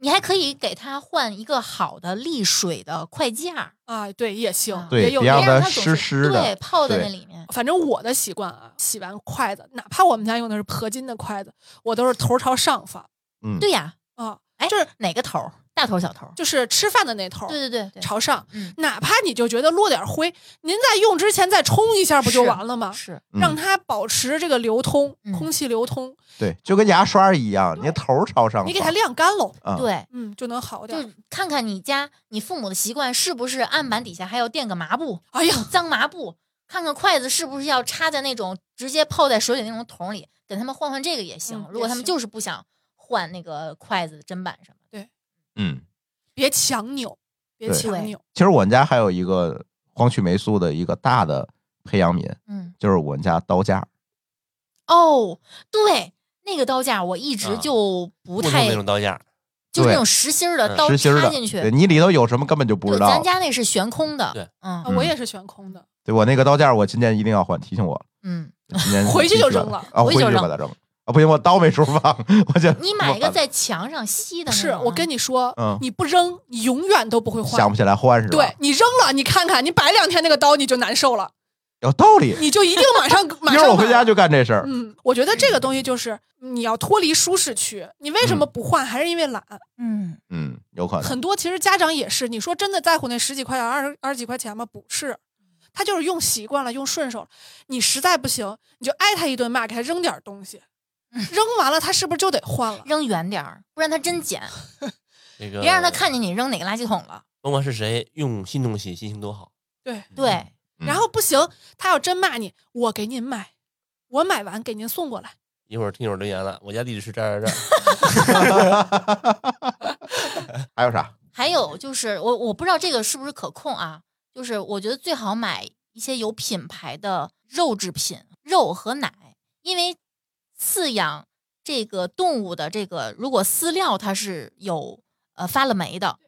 Speaker 3: 你还可以给它换一个好的沥水的筷架儿，
Speaker 2: 啊，对，也行
Speaker 3: 啊，
Speaker 4: 对
Speaker 2: 也有
Speaker 4: 别
Speaker 2: 那
Speaker 4: 让
Speaker 3: 别
Speaker 2: 样
Speaker 3: 让
Speaker 4: 它
Speaker 3: 总是
Speaker 4: 湿湿的
Speaker 3: 对，泡在
Speaker 4: 对
Speaker 3: 那里面。
Speaker 2: 反正我的习惯啊，洗完筷子，哪怕我们家用的是合金的筷子，我都是头朝上放
Speaker 4: 嗯，
Speaker 3: 对呀，
Speaker 2: 啊，
Speaker 3: 哎，
Speaker 2: 就是
Speaker 3: 哪个头儿？大头儿小头儿？
Speaker 2: 就是吃饭的那头
Speaker 3: 对对对对，
Speaker 2: 朝上。
Speaker 3: 嗯，
Speaker 2: 哪怕你就觉得落点灰，您在用之前再冲一下不就是完了吗？
Speaker 3: 是，
Speaker 4: 嗯
Speaker 2: 让它保持这个流通，
Speaker 3: 嗯
Speaker 2: 空气流通，
Speaker 4: 对，就跟牙刷一样，你头儿朝上放，
Speaker 2: 你给它晾干喽，
Speaker 4: 啊，
Speaker 3: 对，
Speaker 2: 嗯，就能好点
Speaker 3: 就
Speaker 2: 儿。
Speaker 3: 看看你家你父母的习惯是不是案板底下还要垫个麻布，
Speaker 2: 哎呀，
Speaker 3: 脏麻布，看看筷子是不是要插在那种直接泡在水里那种桶里，给他们换换这个也行。
Speaker 2: 嗯
Speaker 3: 如果他们
Speaker 2: 也行
Speaker 3: 就是不想换那个筷子砧板什么的，
Speaker 4: 嗯。
Speaker 2: 别强扭，别
Speaker 4: 对
Speaker 2: 强扭，
Speaker 4: 其实我们家还有一个荒曲霉素的一个大的培养皿，
Speaker 3: 嗯，
Speaker 4: 就是我们家刀架。
Speaker 3: 哦，对，那个刀架我一直
Speaker 5: 啊
Speaker 3: 就不
Speaker 5: 不
Speaker 3: 太，
Speaker 5: 用那种刀架，
Speaker 3: 就是那
Speaker 4: 对
Speaker 3: 种实心儿的
Speaker 5: 嗯
Speaker 3: 刀
Speaker 4: 实心儿
Speaker 3: 插
Speaker 4: 的，
Speaker 3: 进去。
Speaker 4: 对你里头有什么根本就不
Speaker 3: 对，
Speaker 4: 知道。
Speaker 3: 咱家那是悬空的。
Speaker 5: 对，
Speaker 2: 啊
Speaker 3: 嗯
Speaker 4: 嗯
Speaker 2: 我也是悬空的，
Speaker 4: 对我那个刀架，我今年一定要换，提醒我。
Speaker 3: 嗯，
Speaker 4: 今年
Speaker 2: 回去就扔了
Speaker 4: 啊，
Speaker 3: 回
Speaker 4: 回
Speaker 3: 去
Speaker 4: 去
Speaker 3: 就扔
Speaker 4: 把它扔了啊！不行，我刀没处放， <laughs> 我就
Speaker 3: 你买一个
Speaker 4: 我把
Speaker 3: 在墙上吸的那
Speaker 2: 是
Speaker 3: 种啊，
Speaker 2: 我跟你说，
Speaker 4: 嗯
Speaker 2: 你不扔，你永远都不会
Speaker 4: 想
Speaker 2: 换。
Speaker 4: 不起来换是吧？
Speaker 2: 对，你扔了，你看看，你摆两天那个刀你就难受了，
Speaker 4: 有道理。
Speaker 2: 你就一定马
Speaker 4: <laughs>
Speaker 2: 上马
Speaker 4: 一会
Speaker 2: 上
Speaker 4: 儿我回家
Speaker 2: 买
Speaker 4: 就干这事儿。
Speaker 2: 嗯，我觉得这个东西就是你要脱离舒适区，你为什么不换？还是因为懒。
Speaker 3: 嗯，
Speaker 4: 嗯，有
Speaker 2: <laughs>
Speaker 4: 可能。 <laughs>
Speaker 2: 很多其实家长也是，你说真的在乎那十几块钱、二十二十几块钱吗？不是，他就是用习惯了，用顺手了。你实在不行，你就挨他一顿骂，给他扔点东西，扔完了他是不是就得换
Speaker 4: <laughs>
Speaker 2: 了？
Speaker 3: 扔远点儿，不然他
Speaker 4: 嗯
Speaker 3: 真捡，
Speaker 5: 这个
Speaker 3: 别让他看见你扔哪个垃圾桶了。
Speaker 5: 甭管是谁，用心动心，心情都好。
Speaker 3: 对，
Speaker 4: 嗯
Speaker 2: 然后不行，他要真骂你，我给您买，我买完给您送过来。
Speaker 5: 一会儿听友留言了，我家地址是这儿这儿这儿。
Speaker 4: 还有啥？
Speaker 3: 还有就是，我我不知道这个是不是可控啊，就是我觉得最好买一些有品牌的肉制品，肉和奶，因为饲养这个动物的这个如果饲料它是有呃发了霉的，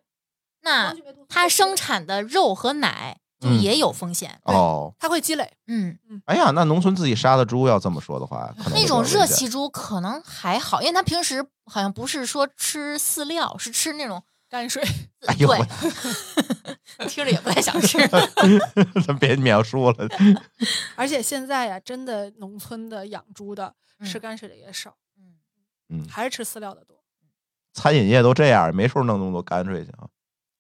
Speaker 3: 那它生产的肉和奶就
Speaker 4: 嗯
Speaker 3: 也有风险。
Speaker 4: 哦，
Speaker 2: 他会积累，
Speaker 3: 嗯，
Speaker 4: 哎呀，那农村自己杀的猪，要这么说的话，可能
Speaker 3: 那
Speaker 4: 就
Speaker 3: 种
Speaker 4: 比较
Speaker 3: 热
Speaker 4: 危险
Speaker 3: 气猪可能还好，因为它平时好像不是说吃饲料，是吃那种。
Speaker 2: 泔水。
Speaker 4: 哎呦
Speaker 3: 对， <laughs> 听着也不太想
Speaker 4: <laughs>
Speaker 3: 吃。
Speaker 4: 咱 <laughs> 别描述了。
Speaker 2: 而且现在呀，真的农村的养猪的吃
Speaker 3: 嗯
Speaker 2: 泔水的也少，
Speaker 3: 嗯
Speaker 4: 嗯，
Speaker 2: 还是吃饲料的多。
Speaker 4: 餐饮业都这样，没处弄那么多泔水去啊。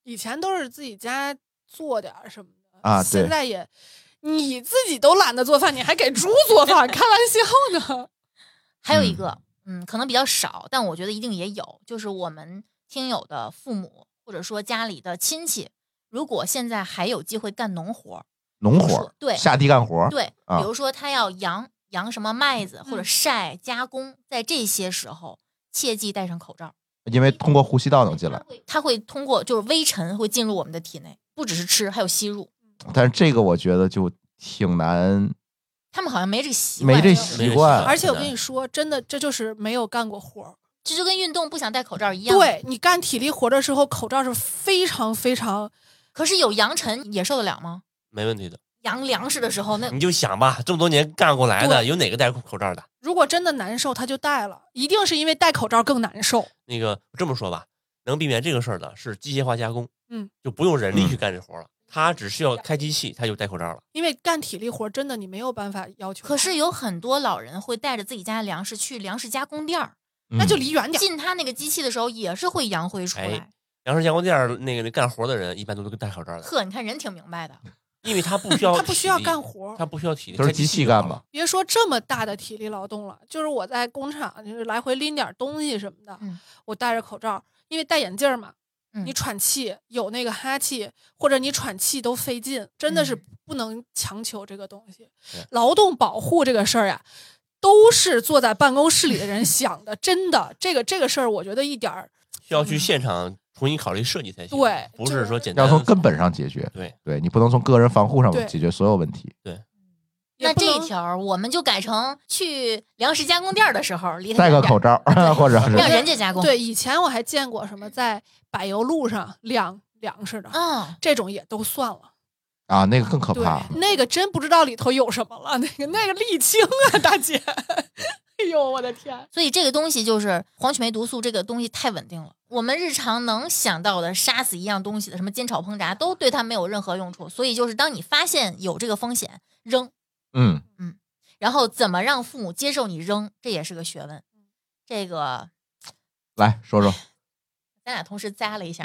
Speaker 2: 以前都是自己家做点儿什么的
Speaker 4: 啊对
Speaker 2: 现在也你自己都懒得做饭，你还给猪做饭，开玩笑
Speaker 4: <laughs>
Speaker 2: 呢。
Speaker 3: 还有一个，嗯可能比较少，但我觉得一定也有，就是我们听友的父母或者说家里的亲戚，如果现在还有机会干农活儿，
Speaker 4: 农
Speaker 3: 比如
Speaker 4: 活
Speaker 3: 说
Speaker 4: 儿，
Speaker 3: 对
Speaker 4: 下地干活儿，
Speaker 3: 对，
Speaker 4: 啊
Speaker 3: 比如说他要扬扬什么麦子或者
Speaker 2: 嗯
Speaker 3: 晒加工，在这些时候切记戴上口罩，
Speaker 4: 因为通过呼吸道能进来
Speaker 3: 它。会它会通过就是微尘会进入我们的体内，不只是吃，还有吸入。
Speaker 2: 嗯
Speaker 4: 但是这个我觉得就挺难，
Speaker 3: 他们好像没这个习惯，
Speaker 4: 没这
Speaker 3: 就
Speaker 4: 习惯。
Speaker 5: 啊
Speaker 2: 而且我
Speaker 5: 是的
Speaker 2: 跟你说，真的，这就是没有干过活儿。
Speaker 3: 这就跟运动不想戴口罩一样。，
Speaker 2: 对你干体力活的时候，口罩是非常非常
Speaker 3: 可是有扬尘也受得了吗？
Speaker 5: 没
Speaker 2: <laughs>
Speaker 5: 问题的，
Speaker 3: 扬粮食的时候，那
Speaker 5: 你就想吧，这么多年干过来的，有哪个戴口罩的？
Speaker 2: 如果真的难受，他就戴了，一定是因为戴口罩更难受。
Speaker 5: 那个这么说吧，能避免这个事儿的是机械化加工，
Speaker 2: 嗯，
Speaker 5: 就不用人力去干这活儿了，他只需要开机器，他就戴口罩了。
Speaker 2: 因为干体力活真的你没有办法要求他，
Speaker 3: 可是有很多老人会带着自己家的粮食去粮食加工店儿，
Speaker 4: 嗯
Speaker 2: 那就离远点儿。
Speaker 3: 进他那个机器的时候也是会扬灰出来。
Speaker 5: 哎粮食加工店儿那个干活的人一般都是戴口罩的，
Speaker 3: 呵，你看人挺明白的，
Speaker 5: 因为他不
Speaker 2: <laughs>
Speaker 5: 需要
Speaker 2: 他不需要
Speaker 5: 体力
Speaker 2: 干活儿
Speaker 5: 他不需要体力，
Speaker 4: 都
Speaker 5: 他
Speaker 4: 是机器干吧？？
Speaker 2: 别说这么大的体力劳动了，就是我在工厂，就是来回拎点东西什么的，
Speaker 3: 嗯
Speaker 2: 我戴着口罩，因为戴眼镜儿嘛，
Speaker 3: 嗯
Speaker 2: 你喘气有那个哈气，或者你喘气都费劲，真的是
Speaker 3: 嗯
Speaker 2: 不能强求这个东西。
Speaker 5: 对
Speaker 2: 劳动保护这个事儿呀，都是坐在办公室里
Speaker 3: <laughs>
Speaker 2: 的人想的，真的，这个这个事儿，我觉得一点儿
Speaker 5: 需要去现场重新考虑设计才
Speaker 2: 嗯
Speaker 5: 行。
Speaker 2: 对
Speaker 5: 不
Speaker 2: 就是
Speaker 5: 说简单
Speaker 4: 要从根本上解决。
Speaker 5: 对
Speaker 4: 对你不能从个人防护上
Speaker 2: 对
Speaker 4: 解决所有问题。
Speaker 2: 也
Speaker 3: 那
Speaker 2: 不
Speaker 3: 这一
Speaker 2: 能
Speaker 3: 条儿我们就改成去粮食加工店儿的时候离他
Speaker 4: 戴
Speaker 3: 远
Speaker 4: 个
Speaker 3: 点儿
Speaker 4: 口罩，或者
Speaker 3: 让
Speaker 2: <laughs>
Speaker 4: 是
Speaker 3: 人家加工。，
Speaker 2: 对，以前我还见过什么在柏油路上晾粮食的，
Speaker 3: 嗯，
Speaker 2: 这种也都算了。
Speaker 4: 啊，那个更可
Speaker 2: 对
Speaker 4: 怕。，
Speaker 2: 那个真不知道里头有什么了，那个那个沥青啊，大姐， <laughs> 哎呦我的天，
Speaker 3: 所以这个东西就是黄曲霉毒素这个东西太稳定了。我们日常能想到的杀死一样东西的，什么煎炒烹炸，都对它没有任何用处。所以就是当你发现有这个风险，扔，
Speaker 4: 嗯，
Speaker 3: 然后怎么让父母接受你扔，这也是个学问。这个
Speaker 4: 来说说，
Speaker 3: 咱俩同时咂了一下，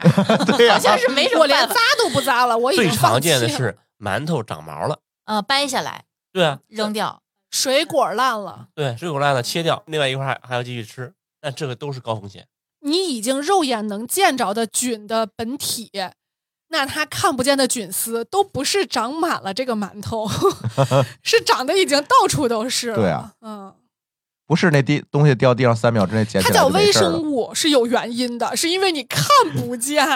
Speaker 4: 对呀
Speaker 3: 好像是没什
Speaker 2: 我
Speaker 3: 么
Speaker 2: 连
Speaker 3: 办
Speaker 2: 扎
Speaker 3: 法。
Speaker 2: 都不扎了，我已经
Speaker 5: 最常
Speaker 2: 放弃
Speaker 5: 见的
Speaker 2: 了
Speaker 5: 是馒头长毛了，
Speaker 3: 呃，掰下来
Speaker 5: 对啊，
Speaker 3: 扔掉，
Speaker 2: 水果烂了，
Speaker 5: 对，水果烂了切掉，另外一块还还要继续吃，但这个都是高风险。
Speaker 2: 你已经肉眼能见着的菌的本体。那它看不见的菌丝都不是长满了这个馒
Speaker 5: <laughs>
Speaker 2: 头，是长得已经到处都是了。
Speaker 4: 对啊，
Speaker 2: 嗯，
Speaker 4: 不是那地东西掉地上三秒之内捡
Speaker 2: 它
Speaker 4: 起来
Speaker 2: 叫
Speaker 4: 就没
Speaker 2: 微
Speaker 4: 事儿
Speaker 2: 生
Speaker 4: 了。
Speaker 2: 物是有原因的，是因为你看不见，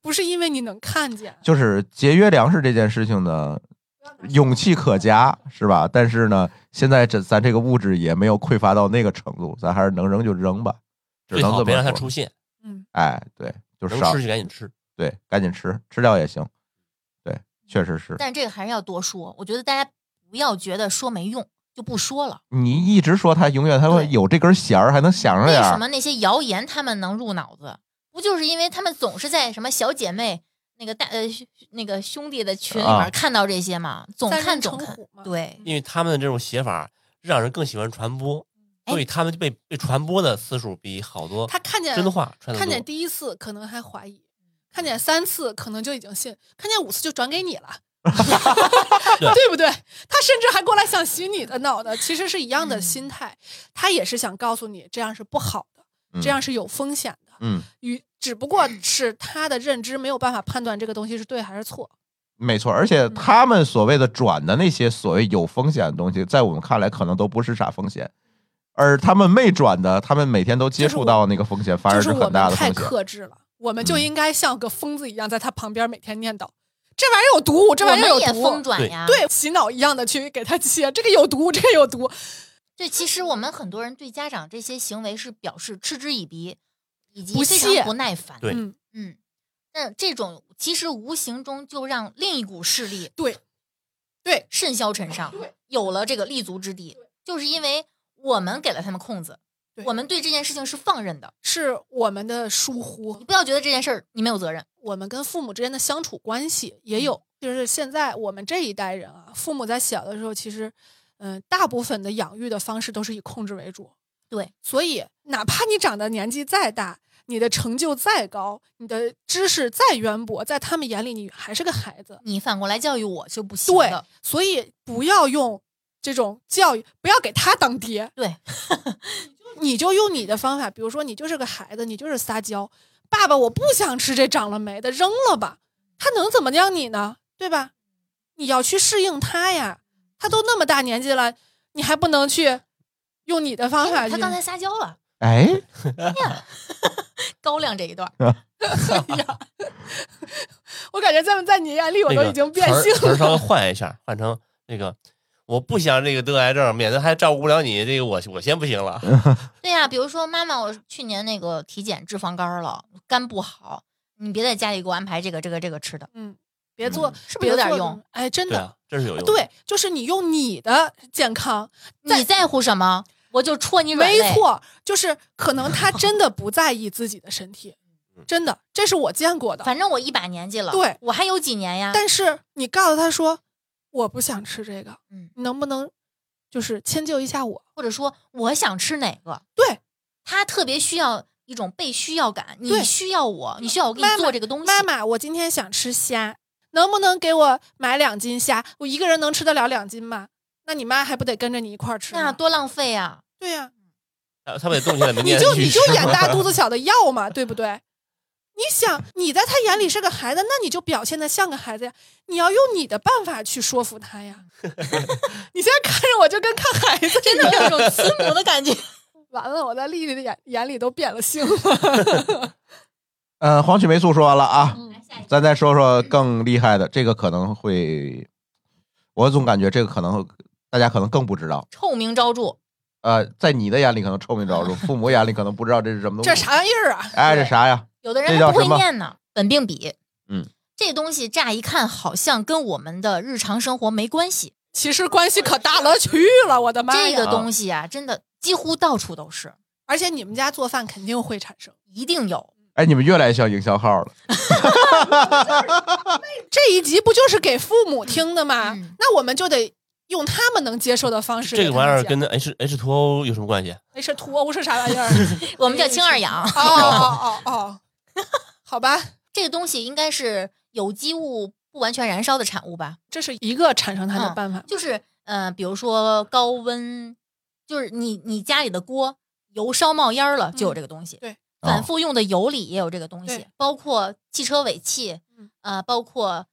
Speaker 2: 不是因为你能看见。
Speaker 4: 就是节约粮食这件事情呢，勇气可嘉，是吧？但是呢，现在这咱这个物质也没有匮乏到那个程度，咱还是能扔就扔吧，只
Speaker 5: 最
Speaker 4: 能
Speaker 5: 好
Speaker 4: 这
Speaker 5: 别让它
Speaker 4: 么
Speaker 5: 出
Speaker 4: 说。
Speaker 5: 现，
Speaker 2: 嗯，
Speaker 4: 哎，对，就
Speaker 5: 能
Speaker 4: 是少
Speaker 5: 吃就赶紧吃。
Speaker 4: 对，赶紧吃，吃掉也行。对，确实是。
Speaker 3: 但这个还是要多说。我觉得大家不要觉得说没用就不说了。
Speaker 4: 你一直说它永远它会
Speaker 3: 对
Speaker 4: 有这根弦儿，还能想着
Speaker 3: 为
Speaker 4: 点
Speaker 3: 什
Speaker 4: 儿。
Speaker 3: 么那些谣言他们能入脑子？不就是因为他们总是在什么小姐妹那个大呃兄那个兄弟的群里
Speaker 4: 啊
Speaker 3: 面看到这些嘛，总
Speaker 2: 三人
Speaker 3: 看总
Speaker 2: 成
Speaker 3: 看
Speaker 2: 虎。嘛，
Speaker 3: 对，
Speaker 5: 因为他们的这种写法让人更喜欢传播，
Speaker 3: 哎
Speaker 5: 所以他们被被传播的次数比好多
Speaker 2: 他看见
Speaker 5: 哦真话传的
Speaker 2: 看见
Speaker 5: 多。
Speaker 2: 第一次可能还怀疑，看
Speaker 4: 嗯
Speaker 2: 见三次可能就已经信，看见五次就转给你
Speaker 4: <laughs>
Speaker 2: 了，
Speaker 5: 对
Speaker 2: 对不对？他甚至还过来想洗你的脑袋，其实是一样
Speaker 4: 嗯
Speaker 2: 的心态，他也是想告诉你这样是不好的，
Speaker 4: 嗯
Speaker 2: 这样是有风险的。
Speaker 4: 嗯，
Speaker 2: 与只不过是他的认知没有办法判断这个东西是对还是错，
Speaker 4: 没错。而
Speaker 2: 嗯
Speaker 4: 且他们所谓的转的那些所谓有风险的东西，在我们看来可能都不是啥风险，而他们没转的，他们每天都接
Speaker 2: 就是
Speaker 4: 触
Speaker 2: 我
Speaker 4: 到那个风险，反
Speaker 2: 就
Speaker 4: 而
Speaker 2: 是我
Speaker 4: 很大
Speaker 2: 们
Speaker 4: 的
Speaker 2: 太
Speaker 4: 风险。
Speaker 2: 克制了，我们就
Speaker 4: 嗯
Speaker 2: 应该像个疯子一样在他旁边每天念叨，这玩意儿有毒，这
Speaker 3: 我
Speaker 2: 玩意儿
Speaker 3: 们
Speaker 2: 有
Speaker 3: 也疯啊
Speaker 2: 毒。
Speaker 3: 转
Speaker 5: 对
Speaker 3: 呀。，
Speaker 2: 对，洗脑一样的去给他切，这个有毒，这个有毒，
Speaker 3: 这其实我们很多人对家长这些行为是表示嗤之以鼻，以及
Speaker 2: 不
Speaker 3: 非
Speaker 2: 屑
Speaker 3: 常不耐烦。
Speaker 5: 对
Speaker 2: 嗯，
Speaker 3: 嗯，那这种其实无形中就让另一股势力
Speaker 2: 对，对，
Speaker 3: 甚嚣尘上，有了这个立足之地，就是因为我们给了他们空子，
Speaker 2: 对
Speaker 3: 我们对这件事情是放任的。
Speaker 2: 是我们的疏忽
Speaker 3: 你，不要觉得这件事儿你没有责任，
Speaker 2: 我们跟父母之间的相处关系也有，就是现在我们这一代人啊，父母在小的时候，其实，嗯、大部分的养育的方式都是以控制为主，
Speaker 3: 对，
Speaker 2: 所以哪怕你长得年纪再大，你的成就再高，你的知识再渊博，在他们眼里你还是个孩子，
Speaker 3: 你反过来教育我就不行
Speaker 2: 对
Speaker 3: 的。，
Speaker 2: 所以不要用这种教育，不要给他当爹，
Speaker 3: 对，
Speaker 2: <laughs> 你就用你的方法，比如说你就是个孩子，你就是撒娇，爸爸我不想吃这长了霉的，扔了吧，他能怎么样你呢？对吧？你要去适应他呀，他都那么大年纪了，你还不能去用你的方法
Speaker 3: 哎
Speaker 2: 去？
Speaker 3: 他刚才撒娇了，
Speaker 4: 哎，
Speaker 3: 高亮这一段儿，
Speaker 2: 我感觉在在你眼里我
Speaker 5: 那
Speaker 2: 都
Speaker 5: 个
Speaker 2: 已经变
Speaker 5: 词儿
Speaker 2: 性
Speaker 5: 词儿
Speaker 2: 了。
Speaker 5: 稍微换一下，换成那个我不想这个得癌症，免得还照顾不了你，这个我我先不
Speaker 4: <laughs>
Speaker 5: 行了。
Speaker 3: 对呀、比如说妈妈，我去年那个体检脂肪肝儿了，肝不好，你别在家里给我安排这个这个这个吃的，
Speaker 2: 嗯，别做，
Speaker 3: 是不
Speaker 2: 别
Speaker 3: 是有点
Speaker 2: 做
Speaker 3: 用？？
Speaker 2: 哎，真
Speaker 5: 对
Speaker 2: 的，
Speaker 5: 啊，这是有用的。
Speaker 2: 对，就是你用你的健康在
Speaker 3: 你在乎什么？我就戳你软
Speaker 2: 没
Speaker 3: 肋。
Speaker 2: 错，就是可能他真的不在意自己的身
Speaker 3: <laughs>
Speaker 2: 体，真的，这是我见过的。
Speaker 3: 嗯反正我一把年纪了，
Speaker 2: 对
Speaker 3: 我还有几年呀。
Speaker 2: 但是你告诉他说，我不想吃这个，
Speaker 3: 嗯，
Speaker 2: 你能不能就是迁就一下我？
Speaker 3: 或者说我想吃哪个，
Speaker 2: 对，
Speaker 3: 他特别需要一种被需要感，你
Speaker 2: 对
Speaker 3: 需要我，你需要我给你
Speaker 2: 妈妈
Speaker 3: 做这个东西。
Speaker 2: 妈妈，我今天想吃虾，能不能给我买两斤虾？我一个人能吃得了两斤吗？那你妈还不得跟着你一块儿吃吗？
Speaker 3: 那多浪费啊！
Speaker 2: 对呀、
Speaker 5: 他他们也
Speaker 2: <laughs>
Speaker 5: 动起来，明
Speaker 2: 你
Speaker 5: 年
Speaker 2: 就
Speaker 5: 继续
Speaker 2: 你就
Speaker 5: 吃
Speaker 2: 演大肚子小的要嘛，对不对？你想，你在他眼里是个孩子，那你就表现的像个孩子呀。你要用你的办法去说服他
Speaker 5: <laughs>
Speaker 2: 呀。你现在看着我就跟看孩子
Speaker 3: 真的有一种慈母的感觉。
Speaker 2: <laughs> 完了，我在丽丽的眼眼里都变了性了。
Speaker 4: 嗯，黄曲霉素说完了啊，
Speaker 2: 嗯
Speaker 4: 咱再说说更厉害的，这个可能会，我总感觉这个可能大家可能更不知道。
Speaker 3: 臭名昭著，
Speaker 4: 呃，在你的眼里可能臭
Speaker 2: <laughs>
Speaker 4: 名昭著，父母眼里可能不知道这是什么东西。
Speaker 2: 这啥？玩意儿啊？
Speaker 4: 哎，这啥呀？
Speaker 3: 有的
Speaker 4: 这
Speaker 3: 人
Speaker 4: 叫
Speaker 3: 还不会
Speaker 4: 什么
Speaker 3: 念呢。本病比，
Speaker 4: 嗯，
Speaker 3: 这东西乍一看好像跟我们的日常生活没关系，
Speaker 2: 其实关系可大了去了，我的妈
Speaker 3: 这
Speaker 2: 呀！
Speaker 3: 个东西啊，真的几乎到处都是，
Speaker 2: 而且你们家做饭肯定会产生
Speaker 3: 一定有。
Speaker 4: 哎，你们越来越像营销号了。
Speaker 2: 这一集，不就是给父母听的吗？
Speaker 3: 嗯
Speaker 2: 那我们就得用他们能接受的方式给他
Speaker 5: 这个
Speaker 2: 们讲。
Speaker 5: 玩意儿跟 H H 2 O 有什么关系？
Speaker 2: 没事土欧是啥玩意儿？ <laughs>
Speaker 3: 我们叫清二氧，
Speaker 2: 哦哦哦哦， <laughs> 好吧，
Speaker 3: 这个东西应该是有机物不完全燃烧的产物吧？
Speaker 2: 这是一个产生它的办法。
Speaker 3: 就是呃，比如说高温，就是你你家里的锅油烧冒烟儿了，就有这个东西。
Speaker 2: 嗯对，
Speaker 4: 哦
Speaker 3: 反复用的油里也有这个东西
Speaker 2: 对，
Speaker 3: 包括汽车尾气
Speaker 2: 嗯，
Speaker 3: 呃，包括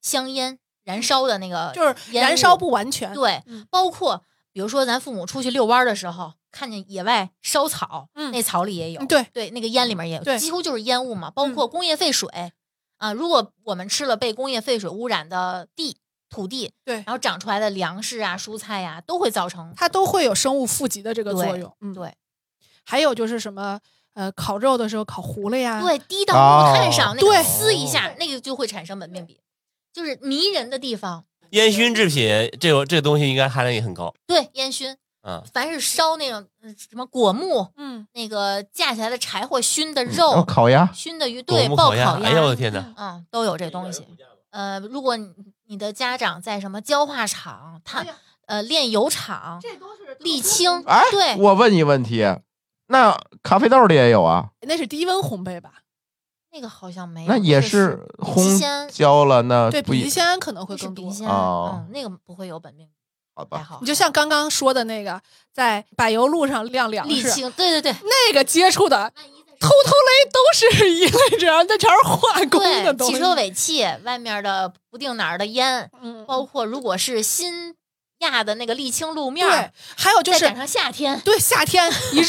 Speaker 3: 香烟燃烧的那个，
Speaker 2: 就是燃烧不完全。
Speaker 3: 呃对
Speaker 2: 嗯，
Speaker 3: 包括比如说咱父母出去遛弯儿的时候，看见野外烧草，
Speaker 2: 嗯
Speaker 3: 那草里也有，
Speaker 2: 对
Speaker 3: 对，那个烟里面也
Speaker 2: 对
Speaker 3: 有，几乎就是烟雾嘛。包
Speaker 2: 嗯
Speaker 3: 括工业废水啊，如果我们吃了被工业废水污染的地土地，
Speaker 2: 对
Speaker 3: 然后长出来的粮食啊、蔬菜呀，都会造成
Speaker 2: 它都会有生物负极的这个作
Speaker 3: 对
Speaker 2: 用。嗯，
Speaker 3: 对
Speaker 2: 还有就是什么呃，烤肉的时候烤糊了呀，，
Speaker 3: 对滴到木
Speaker 4: 哦
Speaker 3: 炭上，那个
Speaker 2: 啊对哦
Speaker 3: 撕一下，那个就会产生苯并芘，就是迷人的地方。
Speaker 5: 烟熏制品，这个这个东西应该含量也很高
Speaker 3: 对，烟熏，
Speaker 5: 啊。
Speaker 3: 凡是烧那种呃什么果木，
Speaker 2: 嗯，
Speaker 3: 那个架起来的柴火熏的
Speaker 4: 嗯
Speaker 2: 哦
Speaker 4: 然后
Speaker 3: 肉，
Speaker 4: 烤鸭，
Speaker 3: 熏的鱼，
Speaker 5: 果
Speaker 3: 对，
Speaker 5: 木
Speaker 3: 爆
Speaker 5: 烤
Speaker 3: 烤
Speaker 5: 鸭，
Speaker 3: 鸭，
Speaker 5: 哎呦我的天哪！
Speaker 3: 嗯，都有这东西。呃，如果你你的家长在什么焦化厂、
Speaker 2: 哎
Speaker 3: 碳
Speaker 2: 呀
Speaker 3: 呃炼油厂、
Speaker 2: 这都是
Speaker 3: 沥青，
Speaker 4: 哎，
Speaker 3: 对，
Speaker 4: 我问你问题，那咖啡豆里也有啊？
Speaker 2: 那是低温烘焙吧？
Speaker 3: 那个好像没有，
Speaker 4: 那也
Speaker 3: 确实
Speaker 4: 是
Speaker 3: 皮
Speaker 4: 烘
Speaker 3: 鲜
Speaker 4: 焦了，那
Speaker 2: 对，
Speaker 4: 不
Speaker 2: 丙
Speaker 4: 一
Speaker 2: 烯酰胺可能会
Speaker 3: 那是
Speaker 2: 更多
Speaker 3: 丙。酰胺，
Speaker 4: 哦
Speaker 3: 嗯，那个不会有苯并
Speaker 4: 好
Speaker 3: 芘，还
Speaker 4: 吧？
Speaker 3: 好。
Speaker 2: 你就像刚刚说的那个，在柏油路上晾粮
Speaker 3: 沥
Speaker 2: 食，
Speaker 3: 青，对对对，
Speaker 2: 那个接触的
Speaker 3: 万一在
Speaker 2: 偷偷勒都是一类这样，那全是化工的
Speaker 3: 对
Speaker 2: 东西。
Speaker 3: 汽车尾气外面的不定哪儿的烟，
Speaker 2: 嗯，
Speaker 3: 包括如果是新压的那个沥青路面
Speaker 2: 对
Speaker 3: 儿，，
Speaker 2: 还有就
Speaker 3: 再
Speaker 2: 是
Speaker 3: 赶上夏天，
Speaker 2: 对，夏天一热，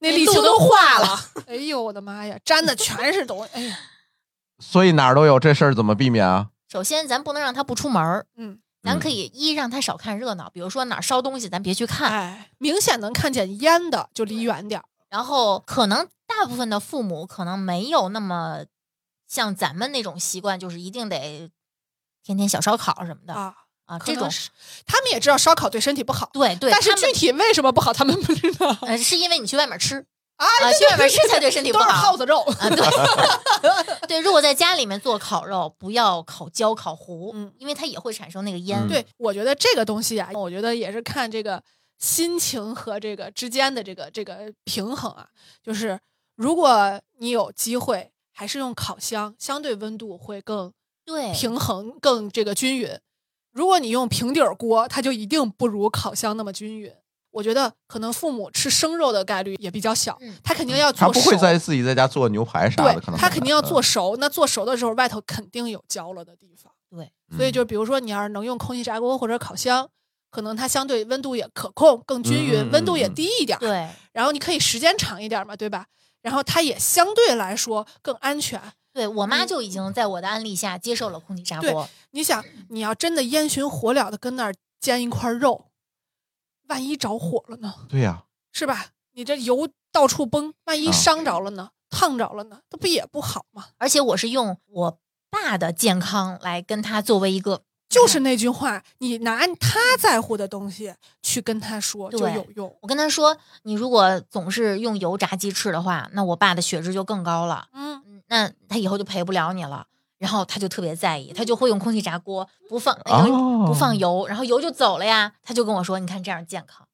Speaker 2: 那
Speaker 3: <laughs> 那
Speaker 2: 沥
Speaker 3: 肚
Speaker 2: 青
Speaker 3: 都
Speaker 2: 化
Speaker 3: 化
Speaker 2: 了。哎呦，我的妈呀，粘的全是东西。
Speaker 3: <laughs>
Speaker 2: 哎呀，
Speaker 4: 所以哪儿都有，这事儿怎么避免啊？
Speaker 3: 首先咱不能让他不出门儿，
Speaker 2: 嗯，
Speaker 3: 咱可以一让他少看热闹，比如说哪儿烧东西，咱别去看。
Speaker 2: 哎，明显能看见烟的就离远点儿。
Speaker 3: 然后可能大部分的父母可能没有那么像咱们那种习惯，就是一定得天天小烧烤什么的啊
Speaker 2: 啊，可
Speaker 3: 这
Speaker 2: 能
Speaker 3: 种
Speaker 2: 是他们也知道烧烤对身体不好，
Speaker 3: 对对，
Speaker 2: 但是
Speaker 3: 他们
Speaker 2: 具体为什么不好，他们不知道
Speaker 3: 呃是因为你去外面
Speaker 2: <laughs>
Speaker 3: 吃
Speaker 2: 啊
Speaker 3: 啊、去外面吃才对身体不
Speaker 2: 都是耗
Speaker 3: 好。
Speaker 2: 子肉。
Speaker 3: 啊，对 <laughs> 对，如果在家里面做烤肉，不要烤焦、烤糊，
Speaker 2: 嗯
Speaker 3: 因为它也会产生那个烟。
Speaker 4: 嗯
Speaker 2: 对，我觉得这个东西啊，我觉得也是看这个心情和这个之间的这个这个平衡啊。就是如果你有机会，还是用烤箱，相对温度会更
Speaker 3: 对
Speaker 2: 平衡更这个均匀。如果你用平底儿锅，它就一定不如烤箱那么均匀。我觉得可能父母吃生肉的概率也比较小，
Speaker 3: 嗯
Speaker 2: 他肯定要
Speaker 4: 他
Speaker 2: 做
Speaker 4: 不
Speaker 2: 熟。
Speaker 4: 会在自己在家做牛排啥的，可
Speaker 2: 对，
Speaker 4: 能嗯
Speaker 2: 他
Speaker 4: 很
Speaker 2: 肯定
Speaker 4: 难
Speaker 2: 要做，熟。那做熟的时候，外头肯定有焦了的地方。
Speaker 3: 对，
Speaker 4: 嗯
Speaker 2: 所以就比如说，你要是能用空气炸锅或者烤箱，可能它相对温度也可控，更均匀，
Speaker 4: 嗯嗯
Speaker 2: 温度也
Speaker 4: 嗯
Speaker 2: 低一点。，
Speaker 3: 对，
Speaker 2: 然后你可以时间长一点嘛，对吧？然后它也相对来说更安全。
Speaker 3: 对我妈就已经在我的安利下接受了空气炸
Speaker 2: 对
Speaker 3: 锅。
Speaker 2: 你想，你要真的烟熏火燎的跟那儿煎一块肉，万一着火了呢？
Speaker 4: 嗯对呀，
Speaker 2: 是吧？你这油到处崩，万一
Speaker 4: 啊
Speaker 2: 伤着了呢？烫着了呢？这不也不好吗？
Speaker 3: 而且我是用我爸的健康来跟他作为一个，
Speaker 2: 就是那句话，你拿他在乎的东西去跟他说就
Speaker 3: 对
Speaker 2: 有用。
Speaker 3: 我跟他说，你如果总是用油炸鸡翅的话，那我爸的血脂就更高了，
Speaker 2: 嗯，
Speaker 3: 嗯那他以后就陪不了你了。然后他就特别在意，他就会用空气炸锅不放那个、
Speaker 4: 哦
Speaker 3: 不放油，然后油就走了呀。他就跟我说，你看这样健康。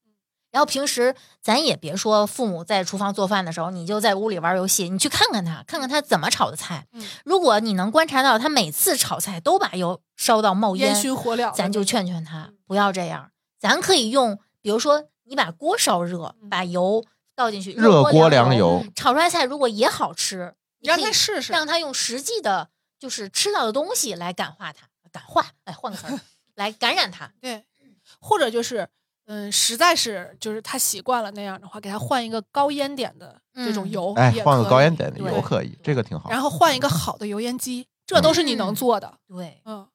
Speaker 3: 然后平时咱也别说父母在厨房做饭的时候，你就在屋里玩游戏，你去看看他，看看他怎么炒的菜。
Speaker 2: 嗯
Speaker 3: 如果你能观察到他每次炒菜都把油烧到冒
Speaker 2: 烟
Speaker 3: 烟，
Speaker 2: 熏火燎嗯的那种，
Speaker 3: 咱就劝劝他不要这样。咱可以用，比如说你把锅烧热，
Speaker 2: 嗯
Speaker 3: 把油倒进去，
Speaker 4: 热
Speaker 3: 锅
Speaker 4: 锅凉
Speaker 3: 油，
Speaker 4: 油，
Speaker 3: 炒出来菜如果也好吃，
Speaker 2: 你让
Speaker 3: 可以
Speaker 2: 他试试，
Speaker 3: 让他用实际的，就是吃到的东西来感化他，感化，哎，换个词儿，来感
Speaker 2: <laughs>
Speaker 3: 染他。
Speaker 2: 对，或者就是，嗯，实在是就是他习惯了那样的话，给他换一个高烟点的这种
Speaker 3: 嗯
Speaker 2: 油，
Speaker 4: 哎，换个高烟点的
Speaker 3: 对
Speaker 4: 油可以，这个挺好。
Speaker 2: 然后换一个好的油烟机，这都是你能
Speaker 3: 嗯
Speaker 2: 做的，
Speaker 3: 对，
Speaker 2: 嗯，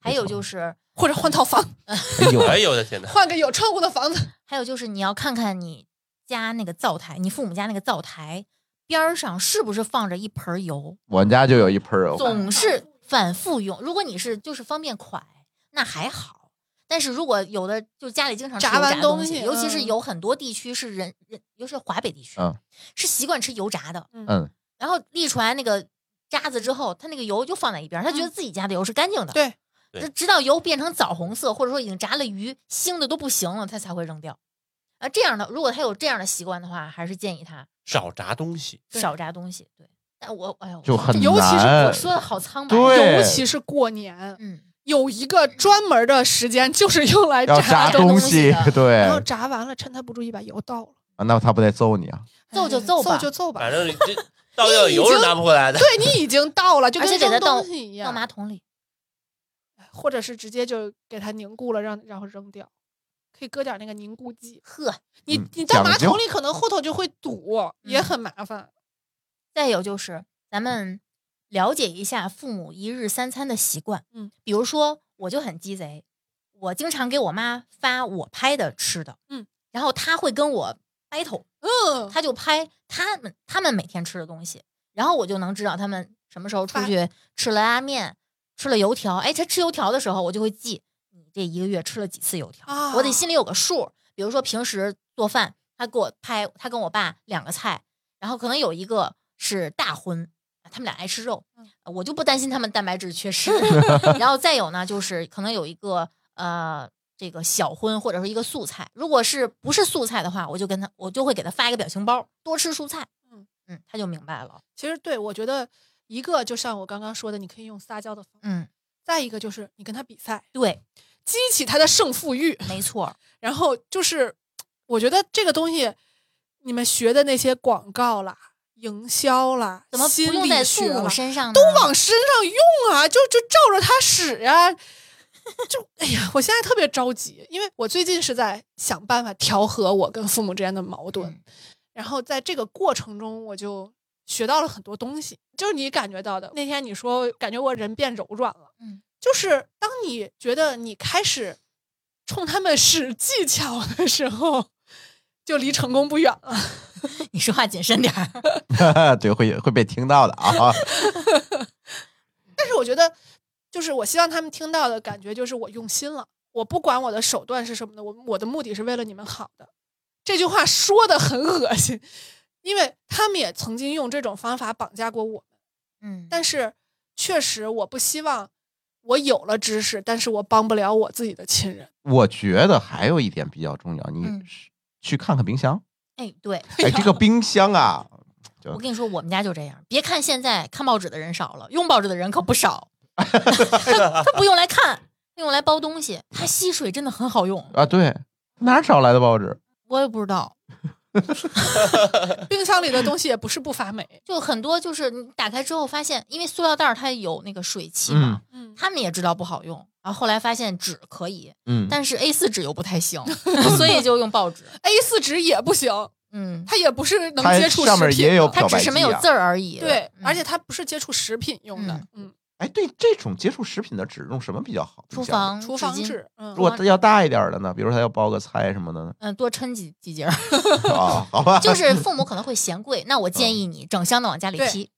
Speaker 3: 还有就是，
Speaker 2: 或者换套房，
Speaker 4: 哎呦，
Speaker 5: 哎呦我的天哪！
Speaker 2: 换个有窗户的房子，
Speaker 3: 还有就是你要看看你家那个灶台，你父母家那个灶台边儿上是不是放着一盆儿油，
Speaker 4: 我们家就有一盆儿油，
Speaker 3: 总是反复用。如果你是就是方便快，那还好。但是如果有的就家里经常吃
Speaker 2: 炸
Speaker 3: 油
Speaker 2: 完
Speaker 3: 炸
Speaker 2: 东
Speaker 3: 东
Speaker 2: 西
Speaker 3: 尤其是
Speaker 2: 嗯
Speaker 3: 有很多地区是人人，尤其是华北地区，
Speaker 4: 嗯
Speaker 3: 是习惯吃油炸的。
Speaker 4: 嗯，
Speaker 3: 然后沥出来那个渣子之后，他那个油就放在一边儿，他
Speaker 4: 嗯
Speaker 3: 觉得自己家的油是干净的。
Speaker 2: <laughs> 对
Speaker 5: 对
Speaker 3: 那直到油变成枣红色，或者说已经炸了鱼，腥的都不行了，他才会扔掉。啊，这样的，如果他有这样的习惯的话，还是建议他
Speaker 5: 少炸东西，
Speaker 2: 对
Speaker 3: 少炸东西。对，但我哎呦，
Speaker 4: 就很
Speaker 2: 尤其是
Speaker 4: 难
Speaker 3: 我。说的好苍白。
Speaker 4: 对
Speaker 2: 尤其是过年，
Speaker 3: 嗯，
Speaker 2: 有一个专门的时间就是用来
Speaker 4: 要
Speaker 2: 炸
Speaker 4: 炸
Speaker 2: 东
Speaker 4: 东
Speaker 2: 西
Speaker 4: <laughs> 西
Speaker 3: 炸东西的，
Speaker 4: 对
Speaker 2: 然，后炸完了，趁他不注意把油倒了，
Speaker 4: 啊那他不得揍你啊？
Speaker 3: 揍就
Speaker 2: 哎
Speaker 3: 揍吧
Speaker 2: 揍就揍吧 <laughs>
Speaker 5: 反，正这倒掉油是拿不回来的。
Speaker 2: 对你已经倒了，就
Speaker 3: 而
Speaker 2: 跟
Speaker 3: 且给他
Speaker 2: 扔
Speaker 3: 倒
Speaker 2: 东西一
Speaker 3: 倒马
Speaker 2: 样，
Speaker 3: 桶里。
Speaker 2: <laughs> 或者是直接就给它凝固了，让然后扔掉，可以搁点那个凝固剂。
Speaker 3: 呵，
Speaker 2: 你
Speaker 4: 嗯
Speaker 2: 你到马
Speaker 4: 讲究
Speaker 2: 桶里可能后头就会堵，也
Speaker 3: 嗯
Speaker 2: 很麻烦。
Speaker 3: 再有就是咱们了解一下父母一日三餐的习惯。
Speaker 2: 嗯，
Speaker 3: 比如说我就很鸡贼，我经常给我妈发我拍的吃的。
Speaker 2: 嗯，
Speaker 3: 然后她会跟我 battle，
Speaker 2: 嗯，
Speaker 3: 她就拍他们他们每天吃的东西，然后我就能知道他们什么时候出去吃了拉面，吃了油条。哎，他吃油条的时候，我就会记你这一个月吃了几次油条，
Speaker 2: 啊
Speaker 3: 我得心里有个数。比如说平时做饭，他给我拍，他跟我爸两个菜，然后可能有一个是大荤，啊他们俩爱吃肉，
Speaker 2: 嗯
Speaker 3: 啊我就不担心他们蛋白质
Speaker 2: <laughs>
Speaker 3: 缺失。然后再有呢，就是可能有一个呃。这个小荤或者是一个素菜，如果是不是素菜的话，我就跟他，我就会给他发一个表情包，多吃蔬菜。
Speaker 2: 嗯
Speaker 3: 嗯，他就明白了。
Speaker 2: 其实对我觉得一个就像我刚刚说的，你可以用撒娇的方法；
Speaker 3: 嗯，
Speaker 2: 再一个就是你跟他比赛，
Speaker 3: 对，
Speaker 2: 激起他的胜负欲。
Speaker 3: 没错儿。
Speaker 2: 然后就是，我觉得这个东西，你们学的那些广告啦、营销啦、
Speaker 3: 怎么不
Speaker 2: 心
Speaker 3: 用在
Speaker 2: 理
Speaker 3: 父
Speaker 2: 学
Speaker 3: 母
Speaker 2: 啦，
Speaker 3: 身上呢？
Speaker 2: 都往身上用啊，就就照着它使啊。 <laughs> 就哎呀，我现在特别着急，因为我最近是在想办法调和我跟父母之间的矛盾，
Speaker 3: 嗯
Speaker 2: 然后在这个过程中，我就学到了很多东西，就是你感觉到的。那天你说感觉我人变柔软了，
Speaker 3: 嗯，
Speaker 2: 就是当你觉得你开始冲他们使技巧的时候，就离成功不远了。
Speaker 3: <laughs> 你说话谨慎点儿。
Speaker 4: 啊 <laughs> 对，会会被听到的
Speaker 2: <laughs>
Speaker 4: 啊。
Speaker 2: 但是我觉得，就是我希望他们听到的感觉就是我用心了，我不管我的手段是什么的，我我的目的是为了你们好的。这句话说的很恶心，因为他们也曾经用这种方法绑架过我们，
Speaker 3: 嗯，
Speaker 2: 但是确实我不希望我有了知识，但是我帮不了我自己的亲
Speaker 3: <laughs>
Speaker 2: 人。
Speaker 4: 我觉得还有一点比较重要，你
Speaker 3: 嗯
Speaker 4: 是去看看冰箱。
Speaker 3: 哎，对，
Speaker 4: 哎，这个冰箱啊，
Speaker 3: 我跟你说，我们家就这样。别看现在看报纸的人少了，用报纸的人可不
Speaker 4: <laughs>
Speaker 3: 少。他他不用来看，他用来包东西。它吸水真的很好
Speaker 4: <laughs>
Speaker 3: 用，
Speaker 4: 啊，对，哪儿找来的报纸？
Speaker 3: 我也不知道。
Speaker 2: 冰箱里的东西也不是不发霉，
Speaker 3: 就很多就是你打开之后发现，因为塑料袋儿它有那个水汽嘛，
Speaker 2: 嗯，
Speaker 3: 他们也知道不好用，然后后来发现纸可以，
Speaker 4: 嗯，
Speaker 3: 但是 A 四纸又不太
Speaker 4: <laughs>
Speaker 3: 行，所以就用报纸。
Speaker 2: A 四纸也不行，
Speaker 4: <laughs>
Speaker 3: 嗯，
Speaker 2: 它也不是能
Speaker 4: 它
Speaker 2: 接触食品的，
Speaker 4: 上面也有
Speaker 3: 它
Speaker 4: 漂
Speaker 3: 只
Speaker 4: 白
Speaker 3: 是没
Speaker 4: 剂
Speaker 3: 有
Speaker 4: 啊
Speaker 3: 字儿而已。
Speaker 2: 对，
Speaker 3: 嗯
Speaker 2: 而且它不是接触食品用的，嗯，
Speaker 4: 哎，对，这种接触食品的纸用什么比较好？
Speaker 3: 厨
Speaker 4: 冰箱
Speaker 3: 房
Speaker 4: 里
Speaker 2: 厨房
Speaker 3: 纸巾，
Speaker 2: 纸，嗯
Speaker 4: 如，果要大一点儿的呢，比如说他要包个菜什
Speaker 3: <laughs>？
Speaker 4: 么的呢
Speaker 3: 嗯，多抻几几节儿。
Speaker 4: 啊，好吧， <laughs>
Speaker 3: 就是父母可能会嫌贵，那我
Speaker 4: 嗯
Speaker 3: 建议你整箱的往家里批，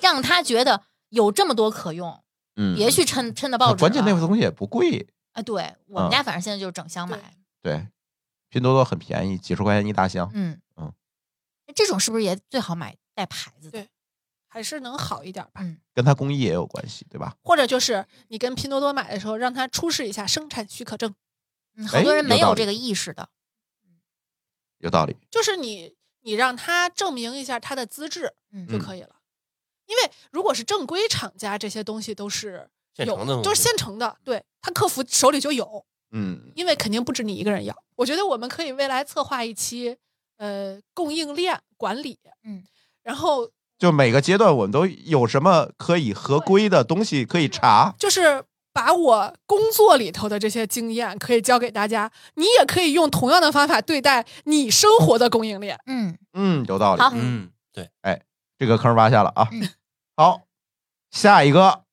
Speaker 3: 让他觉得有这么多可用，
Speaker 4: 嗯，
Speaker 3: 别去抻抻的报纸了。
Speaker 4: 关键那个东西也不贵，
Speaker 3: 啊，对我们
Speaker 4: 嗯
Speaker 3: 家反正现在就是整箱
Speaker 2: 对
Speaker 3: 买，
Speaker 4: 对，拼多多很便宜，几十块钱一大箱。
Speaker 3: 嗯
Speaker 4: 嗯，
Speaker 3: 这种是不是也最好买带牌子的？
Speaker 2: 对还是能好一点吧。
Speaker 3: 嗯，
Speaker 4: 跟它工艺也有关系，对吧？
Speaker 2: 或者就是你跟拼多多买的时候，让他出示一下生产许可证。
Speaker 3: 嗯好多人没
Speaker 4: 哎有道
Speaker 3: 有
Speaker 4: 理
Speaker 3: 这个意识的。
Speaker 4: 有道理。
Speaker 2: 就是你你让他证明一下他的资质
Speaker 3: 嗯
Speaker 2: 就可以了。因为如果是正规厂家，这些东西都是
Speaker 5: 现
Speaker 2: 有
Speaker 5: 成的东西
Speaker 2: 就是现成的，对他客服手里就有，
Speaker 4: 嗯，
Speaker 2: 因为肯定不止你一个人要。我觉得我们可以未来策划一期，呃，供应链管理，
Speaker 3: 嗯，
Speaker 2: 然后
Speaker 4: 就每个阶段我们都有什么可以合规的东西可以查，
Speaker 2: 就是把我工作里头的这些经验可以教给大家，你也可以用同样的方法对待你生活的供应链。
Speaker 3: 嗯，
Speaker 4: 嗯，有道理。
Speaker 3: 好，
Speaker 5: 嗯，对，
Speaker 4: 这个坑挖下了啊
Speaker 3: 嗯。
Speaker 4: 好，下一个，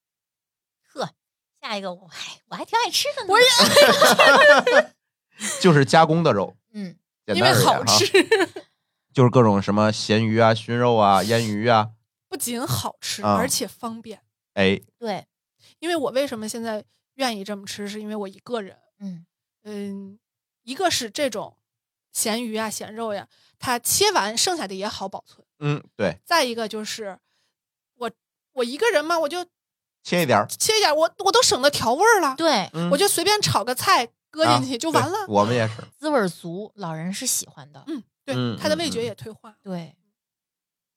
Speaker 3: 下一个我哎我还挺爱吃的呢，
Speaker 2: 我也
Speaker 4: 就是加工的肉，
Speaker 3: 嗯，
Speaker 4: 简
Speaker 2: 因为
Speaker 4: 单而言啊
Speaker 2: 好
Speaker 4: 哈，
Speaker 2: 吃， <laughs>
Speaker 4: 就是各种什么咸鱼啊、熏肉啊、腌鱼啊，
Speaker 2: 不仅好吃，
Speaker 4: 啊
Speaker 2: 而且方便。
Speaker 4: 哎，
Speaker 3: 对，
Speaker 2: 因为我为什么现在愿意这么吃，是因为我一个人，
Speaker 3: 嗯
Speaker 2: 嗯，一个是这种咸鱼啊、咸肉呀、它切完剩下的也好保存；
Speaker 4: 嗯，对，
Speaker 2: 再一个就是我我一个人嘛，我就
Speaker 4: 切一点儿，
Speaker 2: 切一点，我我都省得调味儿了，
Speaker 3: 对，
Speaker 4: 嗯
Speaker 2: 我就随便炒个菜搁进去
Speaker 4: 啊
Speaker 2: 就完
Speaker 4: 对
Speaker 2: 了。
Speaker 4: 我们也是，
Speaker 3: 滋味儿足，老人是喜欢的，
Speaker 2: 嗯，对，
Speaker 4: 嗯
Speaker 2: 它的
Speaker 4: 嗯
Speaker 2: 味觉
Speaker 4: 嗯
Speaker 2: 也退化。
Speaker 3: 对，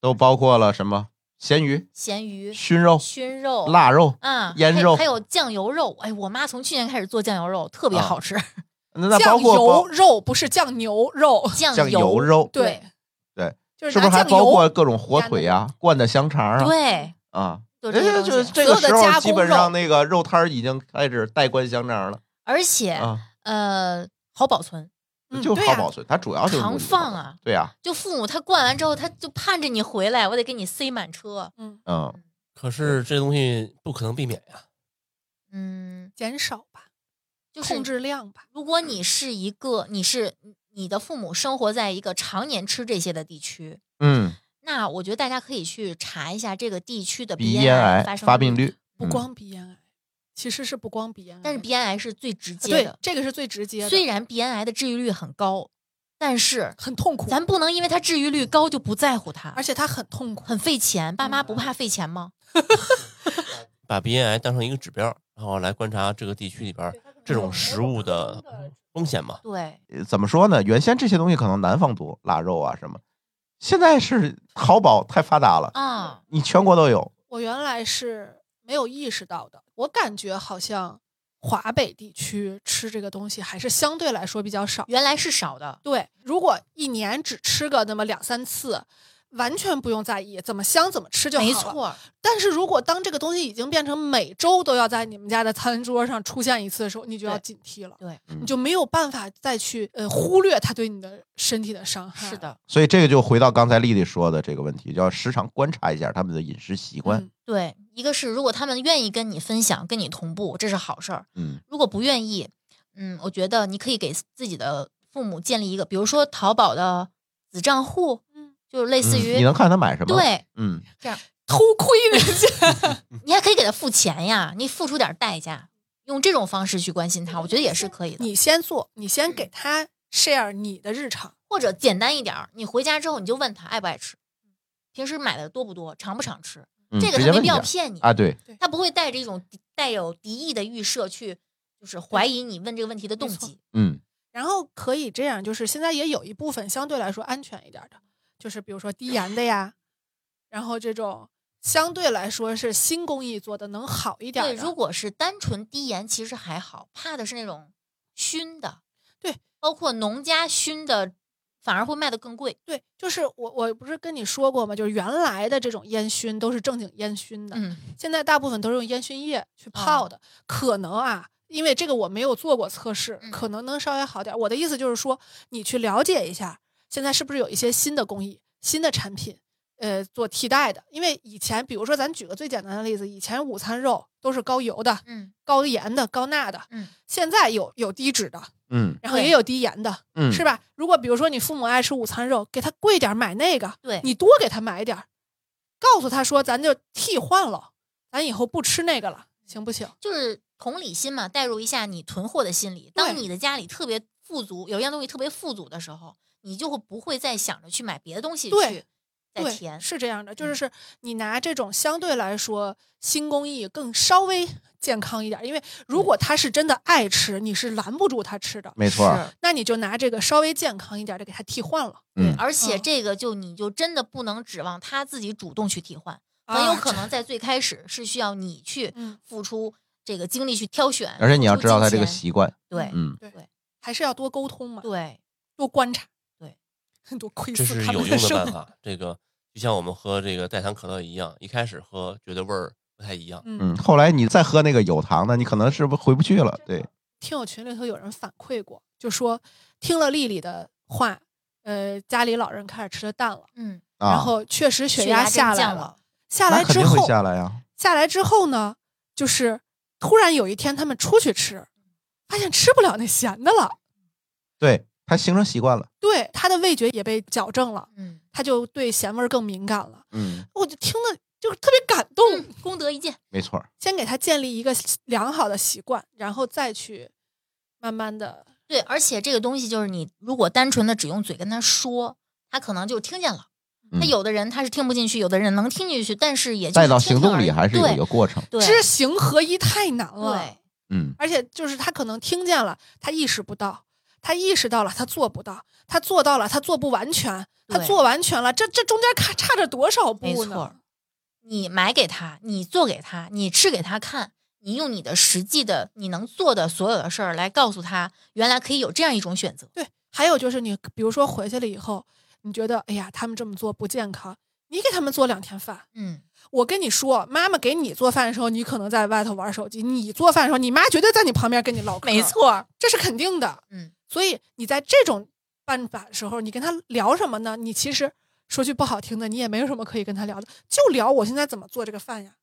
Speaker 4: 都包括了什么咸鱼、
Speaker 3: 咸鱼、
Speaker 4: 熏肉、
Speaker 3: 熏肉、
Speaker 4: 腊肉。
Speaker 3: 啊，
Speaker 4: 腌
Speaker 3: 还
Speaker 4: 肉
Speaker 3: 还有酱油肉，哎，我妈从去年开始做酱油肉，特别
Speaker 4: 啊
Speaker 3: 好吃，
Speaker 4: <laughs> 那那包
Speaker 2: 酱
Speaker 4: 括
Speaker 2: 油
Speaker 4: 包
Speaker 2: 肉不是酱牛肉， <laughs>
Speaker 4: 酱
Speaker 3: 酱
Speaker 4: 油肉，
Speaker 2: 对
Speaker 4: 对，
Speaker 2: 就是
Speaker 4: 是不
Speaker 2: 拿
Speaker 4: 是还
Speaker 2: 酱
Speaker 4: 包括
Speaker 2: 油。
Speaker 4: 各种火腿啊、灌的香肠啊？
Speaker 3: 对，
Speaker 4: 啊，
Speaker 3: 就这些
Speaker 4: 哎，
Speaker 3: 东
Speaker 4: 就
Speaker 3: 西
Speaker 4: 这
Speaker 2: 所
Speaker 4: 个
Speaker 2: 有
Speaker 4: 时
Speaker 2: 的加
Speaker 4: 候基
Speaker 2: 工
Speaker 4: 本
Speaker 2: 肉
Speaker 4: 上那个肉摊儿已经开始代灌香肠了
Speaker 3: 而且
Speaker 4: 啊，
Speaker 3: 呃好保存，
Speaker 2: 嗯
Speaker 4: 就
Speaker 2: 对
Speaker 4: 好
Speaker 2: 啊
Speaker 4: 保存，它主要就是
Speaker 3: 常
Speaker 4: 目的好
Speaker 3: 放
Speaker 4: 保
Speaker 3: 啊
Speaker 4: 存，对呀，
Speaker 3: 就父母他灌完之后，他就盼着你回来，我得给你塞满车，
Speaker 2: 嗯，
Speaker 4: 嗯，
Speaker 5: 可是这东西不可能避免呀，
Speaker 3: 嗯，
Speaker 2: 减少吧，
Speaker 3: 就是
Speaker 2: 控制量吧。
Speaker 3: 如果你是一个，你是你的父母生活在一个常年吃这些的地区，
Speaker 4: 嗯，
Speaker 3: 那我觉得大家可以去查一下这个地区的
Speaker 4: 鼻
Speaker 3: 咽
Speaker 2: 啊
Speaker 4: 咽癌
Speaker 3: 发生
Speaker 4: 发病率，
Speaker 2: 不
Speaker 4: 嗯
Speaker 2: 光鼻咽癌，其实是不光鼻咽癌，呃
Speaker 3: 但是鼻咽癌是最直接
Speaker 2: 啊对
Speaker 3: 的。
Speaker 2: 这个是最直接的，
Speaker 3: 虽然鼻咽癌的治愈率很高，但是
Speaker 2: 很痛苦，
Speaker 3: 咱不能因为它治愈率高就不在乎它
Speaker 2: 而，且嗯它很痛苦。
Speaker 3: 很费钱。爸妈不怕费钱吗？
Speaker 5: 把鼻咽癌当成一个指标，然后来观察这个地区里边这种食物的嗯风险嘛。
Speaker 3: 对，
Speaker 4: 呃怎么说呢？原先这些东西可能南方多，腊肉啊什么，现在是淘宝太发达了，
Speaker 3: 啊，
Speaker 4: 你全国都有，
Speaker 2: 我原来是没有意识到的，我感觉好像华北地区吃这个东西还是相对来说比较少。
Speaker 3: 原来是少的，
Speaker 2: 对，如果一年只吃个那么两三次，完全不用在意，怎么香怎么吃就好了。
Speaker 3: 没。错儿，
Speaker 2: 但是如果当这个东西已经变成每周都要在你们家的餐桌上出现一次的时候，你就要
Speaker 3: 对
Speaker 2: 警惕了，
Speaker 3: 对，
Speaker 2: 你就没有办法再去呃忽略它对你的身体的伤害。
Speaker 3: 是，的，
Speaker 4: 所以这个就回到刚才丽丽说的这个问题，就要时常观察一下他们的饮食习惯
Speaker 2: 嗯。
Speaker 3: 对。一个是如果他们愿意跟你分享、跟你同步，这是好事儿。
Speaker 4: 嗯
Speaker 3: 如果不愿意，嗯，我觉得你可以给自己的父母建立一个，比如说淘宝的子账户，
Speaker 2: 嗯，
Speaker 3: 就是类似于、
Speaker 4: 你能看他买什么？，
Speaker 3: 对，
Speaker 4: 嗯，
Speaker 2: 偷窥人家。
Speaker 3: <laughs> 你还可以给他付钱呀，你付出点代价，用这种方式去关心他，我觉得也是可以的。
Speaker 2: 你先做，你先
Speaker 3: 嗯
Speaker 2: 给他 share 你的日常。
Speaker 3: 或者简单一点儿，你回家之后你就问他爱不爱吃，平时买的多不多，常不常吃，
Speaker 4: 嗯
Speaker 3: 这个他
Speaker 4: 直接
Speaker 3: 没
Speaker 4: 问
Speaker 3: 必
Speaker 4: 一
Speaker 3: 要
Speaker 4: 下
Speaker 3: 骗你，
Speaker 4: 啊，对，
Speaker 3: 他不会带着一种敌带有敌意的预设去，就是怀疑你问这个问题的动
Speaker 2: 没错
Speaker 3: 机。
Speaker 4: 嗯
Speaker 2: 然后可以这样，就是现在也有一部分相对来说安全一点的，就是比如说低盐的呀，然后这种相对来说是新工艺做的能好一点
Speaker 3: 对，
Speaker 2: 的。
Speaker 3: 如果是单纯低盐，其实还好，怕的是那种熏的。
Speaker 2: 对，
Speaker 3: 包括农家熏的，反而会卖的更贵。
Speaker 2: 对，就是我我不是跟你说过吗？就是原来的这种烟熏都是正经烟熏的，
Speaker 3: 嗯，
Speaker 2: 现在大部分都是用烟熏液去
Speaker 3: 哦
Speaker 2: 泡的，可能啊。因为这个我没有做过测试，
Speaker 3: 嗯
Speaker 2: 可能能稍微好点儿。我的意思就是说，你去了解一下，现在是不是有一些新的工艺、新的产品，呃，做替代的？因为以前，比如说咱举个最简单的例子，以前午餐肉都是高油的、
Speaker 3: 嗯
Speaker 2: 高盐的、高钠的，
Speaker 3: 嗯，
Speaker 2: 现在有有低脂的，
Speaker 4: 嗯
Speaker 2: 然后
Speaker 3: 对
Speaker 2: 也有低盐的，
Speaker 4: 嗯，
Speaker 2: 是吧？如果比如说你父母爱吃午餐肉，给他贵点儿买那个，
Speaker 3: 对，
Speaker 2: 你多给他买点儿，告诉他说咱就替换了，咱以后不吃那个了，行不行？
Speaker 3: 就是同理心嘛，带入一下你囤货的心理。
Speaker 2: 对
Speaker 3: 当你的家里特别富足，有一样东西特别富足的时候，你就会不会再想着去买别的东西嗯
Speaker 2: 对
Speaker 3: 去带
Speaker 2: 对，
Speaker 3: 甜，
Speaker 2: 是这样的，就是是你拿这种相对来说新工艺更稍微健康一点，因为如果他是真的爱吃，你是拦不住他吃的，
Speaker 4: 没错儿，
Speaker 3: 是
Speaker 2: 那你就拿这个稍微健康一点的给他替换了，
Speaker 3: 对，
Speaker 4: 嗯
Speaker 3: 而且
Speaker 2: 嗯
Speaker 3: 这个就你就真的不能指望他自己主动去替换，很
Speaker 2: 啊
Speaker 3: 有可能在最开始是需要你去
Speaker 2: 嗯
Speaker 3: 付出这个精力去挑选，
Speaker 4: 而且你要
Speaker 3: 付出
Speaker 4: 知道他
Speaker 3: 金
Speaker 4: 这个
Speaker 3: 钱
Speaker 4: 习惯，
Speaker 3: 对
Speaker 4: 嗯，
Speaker 2: 还是要多沟通嘛，
Speaker 3: 对，
Speaker 2: 多观察，
Speaker 3: 对，
Speaker 2: <laughs> 多窥
Speaker 5: 这
Speaker 2: 视
Speaker 5: 是
Speaker 2: 他
Speaker 5: 有
Speaker 2: 们
Speaker 5: 用的
Speaker 2: 生
Speaker 5: 办
Speaker 2: 活，
Speaker 5: 法。这个就像我们喝这个代糖可乐一样，一开始喝觉得味儿不太一样，
Speaker 2: 嗯，
Speaker 4: 嗯，后来你再喝那个有糖的，你可能是不是回不去了，对，
Speaker 2: 听友群里头有人反馈过，就说听了丽丽的话，呃，家里老人开始吃的淡了，
Speaker 3: 嗯，
Speaker 4: 啊，
Speaker 2: 然后确实血
Speaker 3: 血
Speaker 2: 压
Speaker 3: 真
Speaker 2: 下来
Speaker 3: 降
Speaker 2: 了，
Speaker 3: 了，
Speaker 2: 下
Speaker 4: 那
Speaker 2: 来
Speaker 4: 肯
Speaker 2: 之
Speaker 4: 定会
Speaker 2: 后，
Speaker 4: 下来呀，
Speaker 2: 下来之后呢，就是突然有一天他们出去吃，发现吃不了那咸的了，
Speaker 4: 对，他形成习惯了，
Speaker 2: 对他的味觉也被矫正了，
Speaker 3: 嗯，
Speaker 2: 他就对咸味儿更敏感了。
Speaker 4: 嗯，
Speaker 2: 我就听了就是特别感动，
Speaker 3: 嗯功德一件，
Speaker 4: 没错儿，
Speaker 2: 先给他建立一个良好的习惯，然后再去慢慢的，
Speaker 3: 对，而且这个东西就是你如果单纯的只用嘴跟他说，他可能就听见了。他
Speaker 4: 嗯
Speaker 3: 有的人他是听不进去，有的人能听进去，但是也就
Speaker 4: 带
Speaker 3: 是
Speaker 4: 到
Speaker 3: 听
Speaker 4: 行
Speaker 3: 听
Speaker 4: 动
Speaker 3: 而
Speaker 4: 里
Speaker 3: 已
Speaker 4: 还是有一
Speaker 3: 对
Speaker 4: 个过程，
Speaker 3: 对
Speaker 2: 知行合一太难了。
Speaker 3: 对
Speaker 4: 嗯，
Speaker 2: 而且就是他可能听见了，他意识不到；他意识到了，他做不到；他做到了，他做不完全；他
Speaker 3: 对
Speaker 2: 做完全了，这这中间差差着多少
Speaker 3: 没
Speaker 2: 步
Speaker 3: 错
Speaker 2: 呢
Speaker 3: 儿？，你买给他，你做给他，你吃给他看，你用你的实际的你能做的所有的事儿来告诉他，原来可以有这样一种选择。
Speaker 2: 对，还有就是你，比如说回去了以后，你觉得哎呀，他们这么做不健康，你给他们做两天饭。
Speaker 3: 嗯，
Speaker 2: 我跟你说，妈妈给你做饭的时候，你可能在外头玩手机；你做饭的时候，你妈绝对在你旁边跟你唠嗑。
Speaker 3: 没，错，
Speaker 2: 这是肯定的。
Speaker 3: 嗯，
Speaker 2: 所以你在这种办法的时候，你跟他聊什么呢？你其实说句不好听的，你也没有什么可以跟他聊的，就聊我现在怎么做这个饭呀，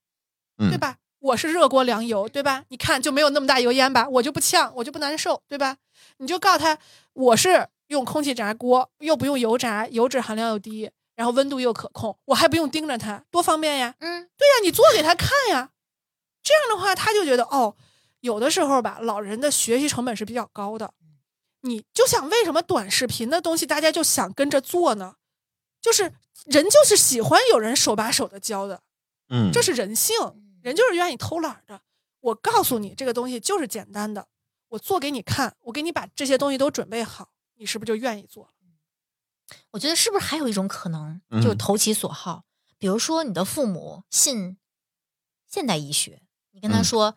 Speaker 4: 嗯
Speaker 2: 对吧？我是热锅凉油，对吧？你看就没有那么大油烟吧，我就不呛，我就不难受，对吧？你就告诉他，我是用空气炸锅，又不用油炸，油脂含量又低，然后温度又可控，我还不用盯着它，多方便呀！
Speaker 3: 嗯，
Speaker 2: 对呀，你做给他看呀。这样的话，他就觉得哦，有的时候吧，老人的学习成本是比较高的。你就想为什么短视频的东西大家就想跟着做呢？就是人就是喜欢有人手把手的教的，
Speaker 1: 嗯
Speaker 2: 这是人性，人就是愿意偷懒儿的。我告诉你，这个东西就是简单的，我做给你看，我给你把这些东西都准备好，你是不是就愿意做了？
Speaker 3: 我觉得是不是还有一种可能，
Speaker 4: 嗯
Speaker 3: 就是投其所好，比如说你的父母信现代医学，你跟他
Speaker 4: 嗯
Speaker 3: 说，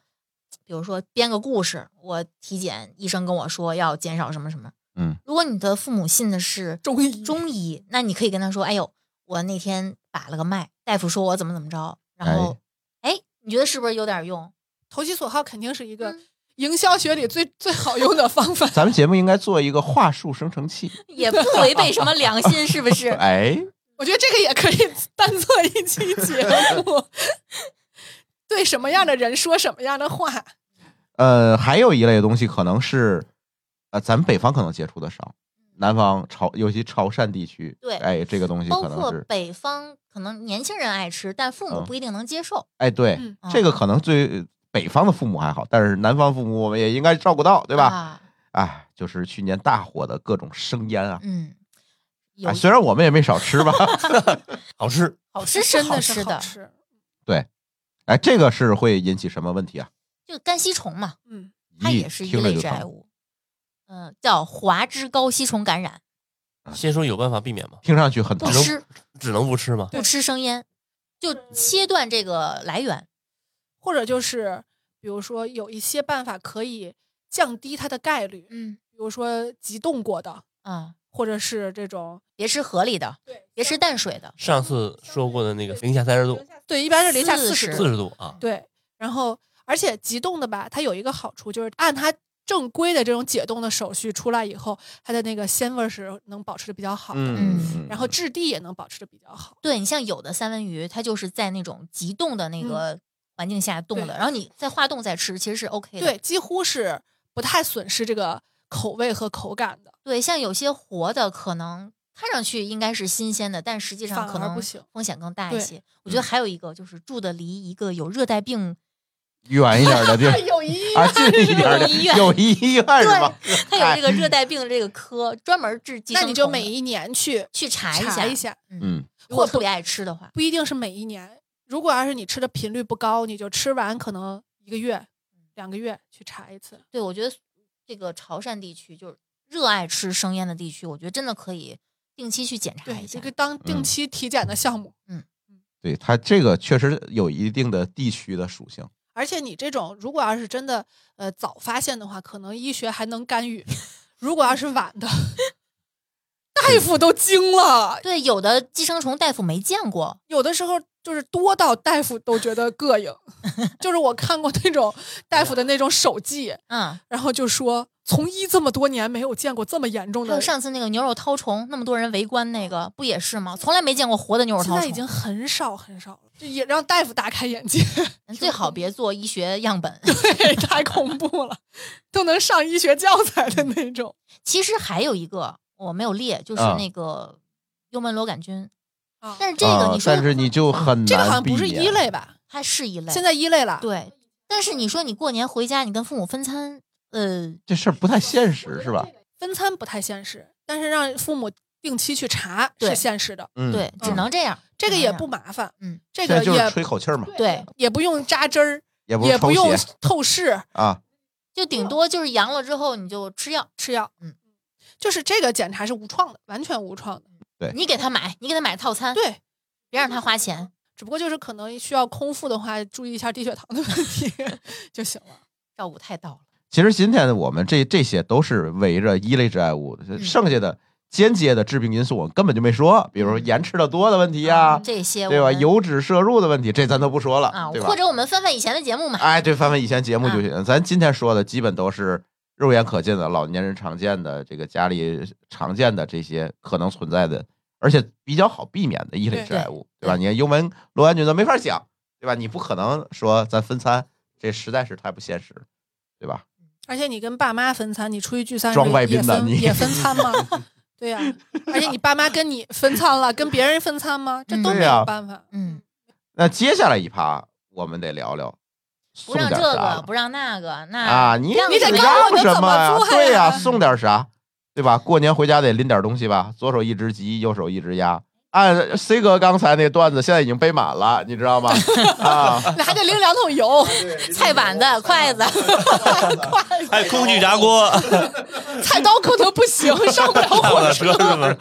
Speaker 3: 比如说编个故事，我体检医生跟我说要减少什么什么，
Speaker 4: 嗯，
Speaker 3: 如果你的父母信的是
Speaker 2: 中医
Speaker 3: 中医，那你可以跟他说：“哎呦，我那天把了个脉，大夫说我怎么怎么着。”然后，哎你觉得是不是有点用？ <laughs>
Speaker 2: 投其所好肯定是一个
Speaker 3: 嗯
Speaker 2: 营销学里最最好用的方法。
Speaker 4: 咱们节目应该做一个话术生成器，
Speaker 3: 也
Speaker 4: <laughs>
Speaker 3: 不违背什么良心，是不是？
Speaker 4: 哎，
Speaker 2: 我觉得这个也可以当做一期节目， <laughs> 对什么样的人说什么样的话。
Speaker 4: 呃，还有一类东西可能是，呃，咱们北方可能接触的少，南方潮，尤其潮汕地区，
Speaker 3: 对
Speaker 4: 哎，这个东西
Speaker 3: 包
Speaker 4: 可能
Speaker 3: 括
Speaker 4: 是，
Speaker 3: 北方，可能年轻人爱吃，但父母
Speaker 4: 嗯
Speaker 3: 不一定能接受。
Speaker 4: 哎，对，
Speaker 2: 嗯
Speaker 4: 这个可能最北方的父母还好，但是南方父母我们也应该照顾到，对吧？
Speaker 3: 啊，
Speaker 4: 哎，就是去年大火的各种生腌啊，
Speaker 3: 嗯，有
Speaker 4: 哎，虽然我们也没少
Speaker 3: <laughs>
Speaker 4: 吃吧，
Speaker 5: 好吃。
Speaker 3: 好吃是
Speaker 2: 真
Speaker 3: 好
Speaker 2: 的是
Speaker 3: 吃
Speaker 2: 好
Speaker 3: 的，
Speaker 2: 吃，
Speaker 4: 哎，这个是会引起什么问题啊？
Speaker 3: 就肝吸虫嘛，
Speaker 2: 嗯，
Speaker 3: 它
Speaker 4: 咦
Speaker 3: 也是一
Speaker 4: 听着
Speaker 3: 类
Speaker 4: 就
Speaker 3: 致癌
Speaker 4: 疼，
Speaker 3: 物，嗯，叫华枝高吸虫感染，
Speaker 5: 先说有办法避免吗？
Speaker 4: 听上去很
Speaker 3: 不
Speaker 2: 啊
Speaker 4: 疼，
Speaker 3: 吃
Speaker 5: 只能不吃吗？
Speaker 3: 不吃生腌，就切断这个来源。
Speaker 2: 或者就是比如说有一些办法可以降低它的概率，
Speaker 3: 嗯
Speaker 2: 比如说急冻过的，
Speaker 3: 啊。
Speaker 2: 或者是这种
Speaker 3: 别吃河里的，
Speaker 2: 对
Speaker 3: 别吃淡水的。
Speaker 5: 上次说过的那个零下三十度、
Speaker 2: 对，一般是零下
Speaker 3: 40
Speaker 2: 四十
Speaker 5: 四十度啊，
Speaker 2: 对，然后而且急冻的吧，它有一个好处就是按它正规的这种解冻的手续出来以后，它的那个鲜味儿是能保持的比较好的，
Speaker 4: 嗯，
Speaker 2: 然后质地也能保持的比较好。
Speaker 3: 对你像有的三文鱼，它就是在那种急冻的那个环境下冻的，
Speaker 2: 嗯对
Speaker 3: 然后你再化冻再吃，其实是 OK 的。
Speaker 2: 对，几乎是不太损失这个口味和口感的。
Speaker 3: 对像有些活的可能看上去应该是新鲜的，但实际上
Speaker 2: 反而
Speaker 3: 可能
Speaker 2: 不行
Speaker 3: 风险更大一
Speaker 2: 对嗯
Speaker 3: 些。我觉得还有一个就是住的离一个有热带病
Speaker 4: 远一点
Speaker 3: <laughs>
Speaker 4: 的地儿
Speaker 2: 有意义。
Speaker 4: 啊，近一点
Speaker 3: 有
Speaker 4: 的
Speaker 3: 医院
Speaker 4: 有哎医院是吧？
Speaker 3: 它有这个热带病的这个科，专门治寄生
Speaker 2: 那
Speaker 3: 虫的。
Speaker 2: 你就每一年去
Speaker 3: 去查
Speaker 2: 查
Speaker 3: 下，
Speaker 2: 一下，
Speaker 4: 嗯，
Speaker 3: 如果
Speaker 2: 或
Speaker 3: 特别爱吃的话，
Speaker 2: 不一定是每一年。如果要是你吃的频率不高，你就吃完可能一个月、
Speaker 3: 嗯
Speaker 2: 两个月去查一次。
Speaker 3: 对我觉得这个潮汕地区就是热爱吃生腌的地区，我觉得真的可以定期去检查
Speaker 2: 对，
Speaker 3: 一
Speaker 2: 这。
Speaker 3: 下
Speaker 2: 个
Speaker 4: 嗯
Speaker 2: 当定期体检的项目。
Speaker 4: 对，它这个确实有一定的地区的属性。
Speaker 2: 而且你这种如果要是真的呃早发现的话，可能医学还能干
Speaker 3: <laughs>
Speaker 2: 预；如果要是晚的， <laughs> 大夫都惊了，
Speaker 3: 对，有的寄生虫大夫没见过，
Speaker 2: 有的时候就是多到大夫都觉得膈
Speaker 3: <laughs>
Speaker 2: 应。就是我看过那种大
Speaker 3: 啊
Speaker 2: 夫的那种手记，
Speaker 3: 嗯，
Speaker 2: 然后就说从医这么多年没有见过这么严重
Speaker 3: 还
Speaker 2: 的
Speaker 3: 有，上次那个牛肉绦虫，那么多人围观那个，不也是吗？从来没见过活的牛肉绦
Speaker 2: 现
Speaker 3: 虫，
Speaker 2: 在已经很少很少了，就也让大夫大开眼界，
Speaker 3: 嗯最好别做医学样 <laughs> 本。
Speaker 2: 对，太恐怖了，都能上医学教材的那种。
Speaker 3: 其实还有一个我没有列，就是
Speaker 4: 啊
Speaker 3: 那个幽门螺杆菌，
Speaker 2: 啊，
Speaker 3: 嗯但是这个
Speaker 4: 啊
Speaker 3: 你说
Speaker 4: 但是你就很难
Speaker 2: 这个好像不是
Speaker 4: 避免
Speaker 2: 一类吧？
Speaker 3: 它是一类，
Speaker 2: 现在一类了。
Speaker 3: 对。但是你说你过年回家，你跟父母分餐，呃，
Speaker 4: 这事儿不太现实是吧？
Speaker 2: 分餐不太现实，但是让父母定期去查
Speaker 3: 对
Speaker 2: 是现实的，
Speaker 4: 嗯，
Speaker 3: 对，只
Speaker 4: 嗯
Speaker 3: 能这样。
Speaker 2: 这个
Speaker 3: 只能
Speaker 2: 也
Speaker 3: 样
Speaker 2: 不麻烦，
Speaker 3: 嗯，
Speaker 2: 这
Speaker 4: 现在
Speaker 2: 个
Speaker 4: 就是
Speaker 2: 也
Speaker 4: 吹口气儿嘛，
Speaker 3: 对，
Speaker 2: 也不用扎针儿，
Speaker 4: 也不
Speaker 2: 也
Speaker 4: 是
Speaker 2: 不
Speaker 4: 抽
Speaker 2: 用
Speaker 4: 血
Speaker 2: 透视
Speaker 4: 啊，
Speaker 3: 就顶多就是阳了之后你就吃药，
Speaker 2: 吃药，
Speaker 3: 嗯，
Speaker 2: 就是这个检查是无创的，完全无创的，
Speaker 4: 对
Speaker 3: 你给他买，你给他买套餐，
Speaker 2: 对，
Speaker 3: 别让他花钱。
Speaker 2: 只不过就是可能需要空腹的话，注意一下低血糖的问
Speaker 3: <laughs>
Speaker 2: 题就行了。
Speaker 3: 照顾太到了，
Speaker 4: 其实今天我们这这些都是围着一类致癌物，剩下的间接的致病因素我们根本就没说，比如说盐吃的多的问题啊，
Speaker 3: 这些
Speaker 4: 对
Speaker 3: 嗯我
Speaker 4: 吧？
Speaker 3: 们
Speaker 4: 油脂摄入的问题，这咱都不说了，
Speaker 3: 啊，
Speaker 4: 对
Speaker 3: 或
Speaker 4: 吧？
Speaker 3: 者我们翻翻以前的节目嘛，
Speaker 4: 哎，对，翻翻以前节目就
Speaker 3: 嗯
Speaker 4: 行。咱今天说的基本都是肉眼可见的、老年人常见的、这个家里常见的这些可能存在的，而且比较好避免的一类致癌物，对
Speaker 3: 对
Speaker 4: 吧？你看幽门螺杆菌都没法讲，对吧？你不可能说咱分餐，这实在是太不现实，对吧？
Speaker 2: 而且你跟爸妈分餐，你出去聚餐
Speaker 4: 装
Speaker 2: 时候
Speaker 4: 外
Speaker 2: 也
Speaker 4: 宾的
Speaker 2: 分
Speaker 4: 你
Speaker 2: 也分餐
Speaker 4: <laughs>
Speaker 2: 吗？对呀、而且你爸妈跟你分餐了，跟别人分餐吗？这都
Speaker 4: 嗯
Speaker 2: 没
Speaker 4: 对呀
Speaker 2: 有办法。 <laughs>
Speaker 3: 嗯，
Speaker 4: 那接下来一趴，我们得聊聊
Speaker 3: 不
Speaker 4: 送
Speaker 3: 让
Speaker 4: 点
Speaker 3: 这
Speaker 4: 啥
Speaker 3: 个，不让那个，那
Speaker 4: 啊？你
Speaker 3: 让
Speaker 2: 你得
Speaker 3: 什么
Speaker 2: 告诉我
Speaker 4: 让
Speaker 2: 们怎
Speaker 4: 什么
Speaker 2: 么
Speaker 4: 呀？
Speaker 2: 做
Speaker 4: 对呀，
Speaker 2: 呀
Speaker 4: 送点啥，对吧？过年回家得拎点东西吧，左手一只鸡，右手一只鸭。按 C 哥刚才那段子，现在已经背满了，你知
Speaker 3: <laughs>
Speaker 4: 道吗？啊，
Speaker 2: 你还得拎两桶油，
Speaker 3: 菜板子、筷
Speaker 2: <laughs>
Speaker 3: 子，
Speaker 2: 筷子
Speaker 5: 还有空气炸锅，
Speaker 2: 菜刀可能不行，上不了
Speaker 5: 上
Speaker 2: 火
Speaker 5: 了
Speaker 2: 车。
Speaker 5: 车是吗？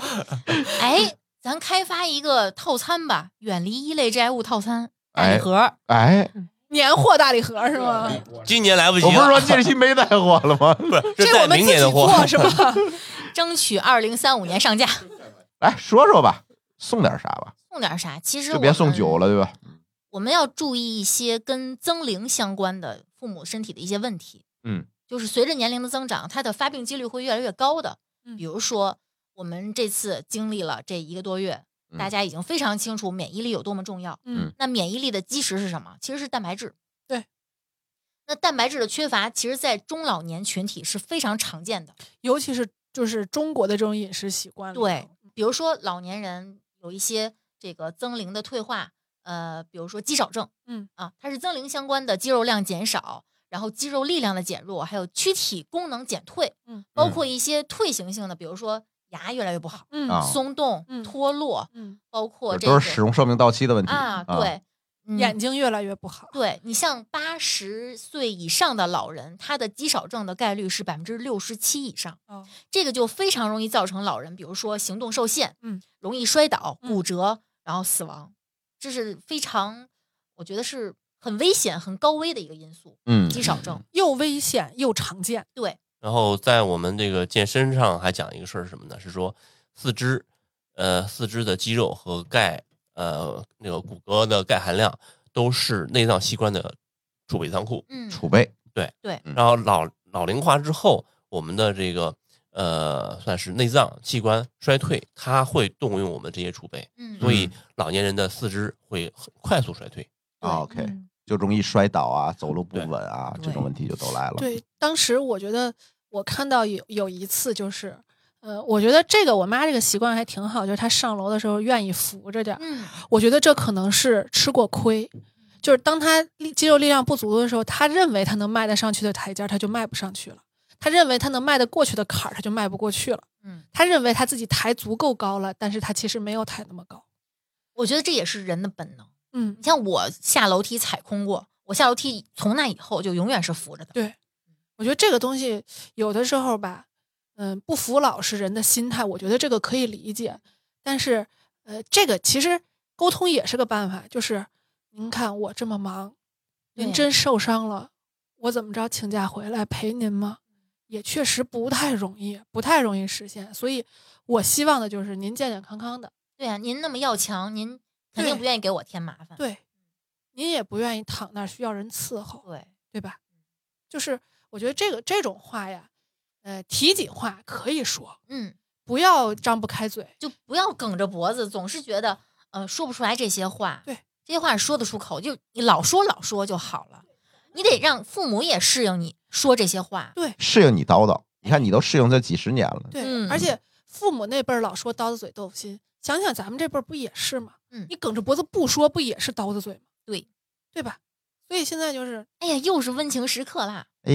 Speaker 3: 哎，咱开发一个套餐吧，远离一类致癌物套餐大
Speaker 4: 哎
Speaker 3: 礼盒，
Speaker 4: 哎，
Speaker 2: 年货大礼盒是吗？
Speaker 5: 今年来不及
Speaker 4: 我不是
Speaker 5: 了，
Speaker 4: 说这期没带货了吗？ <laughs>
Speaker 5: 不是
Speaker 2: 这
Speaker 5: 在
Speaker 2: 我们
Speaker 5: 明
Speaker 2: 自己
Speaker 5: 年的货，
Speaker 2: 做是吧？
Speaker 3: 争取二零三五年上架。
Speaker 4: 来说说吧，送点啥吧，
Speaker 3: 送点啥？其实
Speaker 4: 就别
Speaker 3: 我
Speaker 4: 送
Speaker 3: 们
Speaker 4: 酒了，对吧？
Speaker 3: 我们要注意一些跟增龄相关的父母身体的一些问题。
Speaker 4: 嗯，
Speaker 3: 就是随着年龄的增长，它的发病几率会越来越高的。
Speaker 2: 嗯
Speaker 3: 比如说，我们这次经历了这一个多月，
Speaker 4: 嗯
Speaker 3: 大家已经非常清楚免疫力有多么重要。
Speaker 2: 嗯
Speaker 3: 那免疫力的基石是什么？其实是蛋白质。
Speaker 2: 对。
Speaker 3: 那蛋白质的缺乏，其实在中老年群体是非常常见的。
Speaker 2: 尤其是就是中国的这种饮食习惯里头，
Speaker 3: 对，比如说老年人有一些这个增龄的退化，呃，比如说肌少症，
Speaker 2: 嗯
Speaker 3: 啊，它是增龄相关的肌肉量减少，然后肌肉力量的减弱，还有躯体功能减退，
Speaker 2: 嗯，
Speaker 3: 包括一些退行性的，比如说牙越来越不好，
Speaker 2: 嗯
Speaker 4: 啊
Speaker 3: 松动、
Speaker 2: 嗯
Speaker 3: 脱落，
Speaker 2: 嗯，
Speaker 3: 包括这
Speaker 4: 都
Speaker 3: 个
Speaker 4: 是使用寿命到期的问题
Speaker 3: 啊，对，嗯
Speaker 2: 眼睛越来越不好，
Speaker 3: 对你像八十岁以上的老人，他的肌少症的概率是百分之六十七以上，
Speaker 2: 哦
Speaker 3: 这个就非常容易造成老人，比如说行动受限，
Speaker 2: 嗯，
Speaker 3: 容易摔倒、
Speaker 2: 嗯
Speaker 3: 骨折，然后死亡，这是非常，我觉得是很危险、很高危的一个因素，
Speaker 4: 嗯，
Speaker 3: 肌少症。
Speaker 2: 又危险又常见。
Speaker 3: 对，
Speaker 5: 然后在我们这个健身上还讲一个事儿是什么呢？是说四肢，呃，四肢的肌肉和钙，呃，那个骨骼的钙含量都是内脏器官的储备仓库。
Speaker 3: 嗯，
Speaker 4: 储备，
Speaker 5: 然后老老龄化之后，我们的这个呃，算是内脏器官衰退，它会动用我们这些储备，
Speaker 3: 嗯，
Speaker 5: 所以老年人的四肢会很快速衰退。
Speaker 3: 对
Speaker 4: 啊，OK
Speaker 3: 嗯
Speaker 4: 就容易摔倒啊，走路不
Speaker 5: 对
Speaker 4: 稳啊，这
Speaker 3: 对
Speaker 4: 种问题就都来了。
Speaker 2: 对，当时我觉得我看到有有一次就是。呃，我觉得这个我妈这个习惯还挺好，就是她上楼的时候愿意扶着点儿。
Speaker 3: 嗯，
Speaker 2: 我觉得这可能是吃过亏，就是当他力肌肉力量不足的时候，他认为他能迈得上去的台阶儿，他就迈不上去了；他认为他能迈得过去的坎儿，他就迈不过去了。
Speaker 3: 嗯，
Speaker 2: 他认为他自己抬足够高了，但是他其实没有抬那么高。
Speaker 3: 我觉得这也是人的本能。
Speaker 2: 嗯
Speaker 3: 你，像我下楼梯踩空过，我下楼梯从那以后就永远是扶着的。
Speaker 2: 对，我觉得这个东西有的时候吧，嗯，不服老是人的心态，我觉得这个可以理解。但是，呃，这个其实沟通也是个办法，就是您看我这么忙，您
Speaker 3: 对
Speaker 2: 真受伤了，我怎么着请假回来陪您吗？也确实不太容易，不太容易实现。所以，我希望的就是您健健康康的，
Speaker 3: 对啊，您那么要强，您肯定
Speaker 2: 对
Speaker 3: 不愿意给我添麻烦。
Speaker 2: 对，您也不愿意躺那儿需要人伺候。
Speaker 3: 对
Speaker 2: 对吧？就是我觉得这个这种话呀，呃，体己话可以说，
Speaker 3: 嗯，
Speaker 2: 不要张不开嘴。
Speaker 3: 就不要梗着脖子，总是觉得呃说不出来这些话。
Speaker 2: 对，
Speaker 3: 这些话说得出口，就你老说老说就好了。你得让父母也适应你说这些话。
Speaker 4: 适应你叨叨，你看你都适应这几十年了，
Speaker 2: 对，
Speaker 3: 嗯
Speaker 2: 而且父母那辈儿老说刀子嘴豆腐心，想想咱们这辈儿不也是吗？
Speaker 3: 嗯
Speaker 2: 你梗着脖子不说，不也是刀子嘴吗？
Speaker 3: 对，
Speaker 2: 对吧？所以现在就是
Speaker 3: 哎呀，又是温情时刻啦。 <laughs>
Speaker 4: 哎，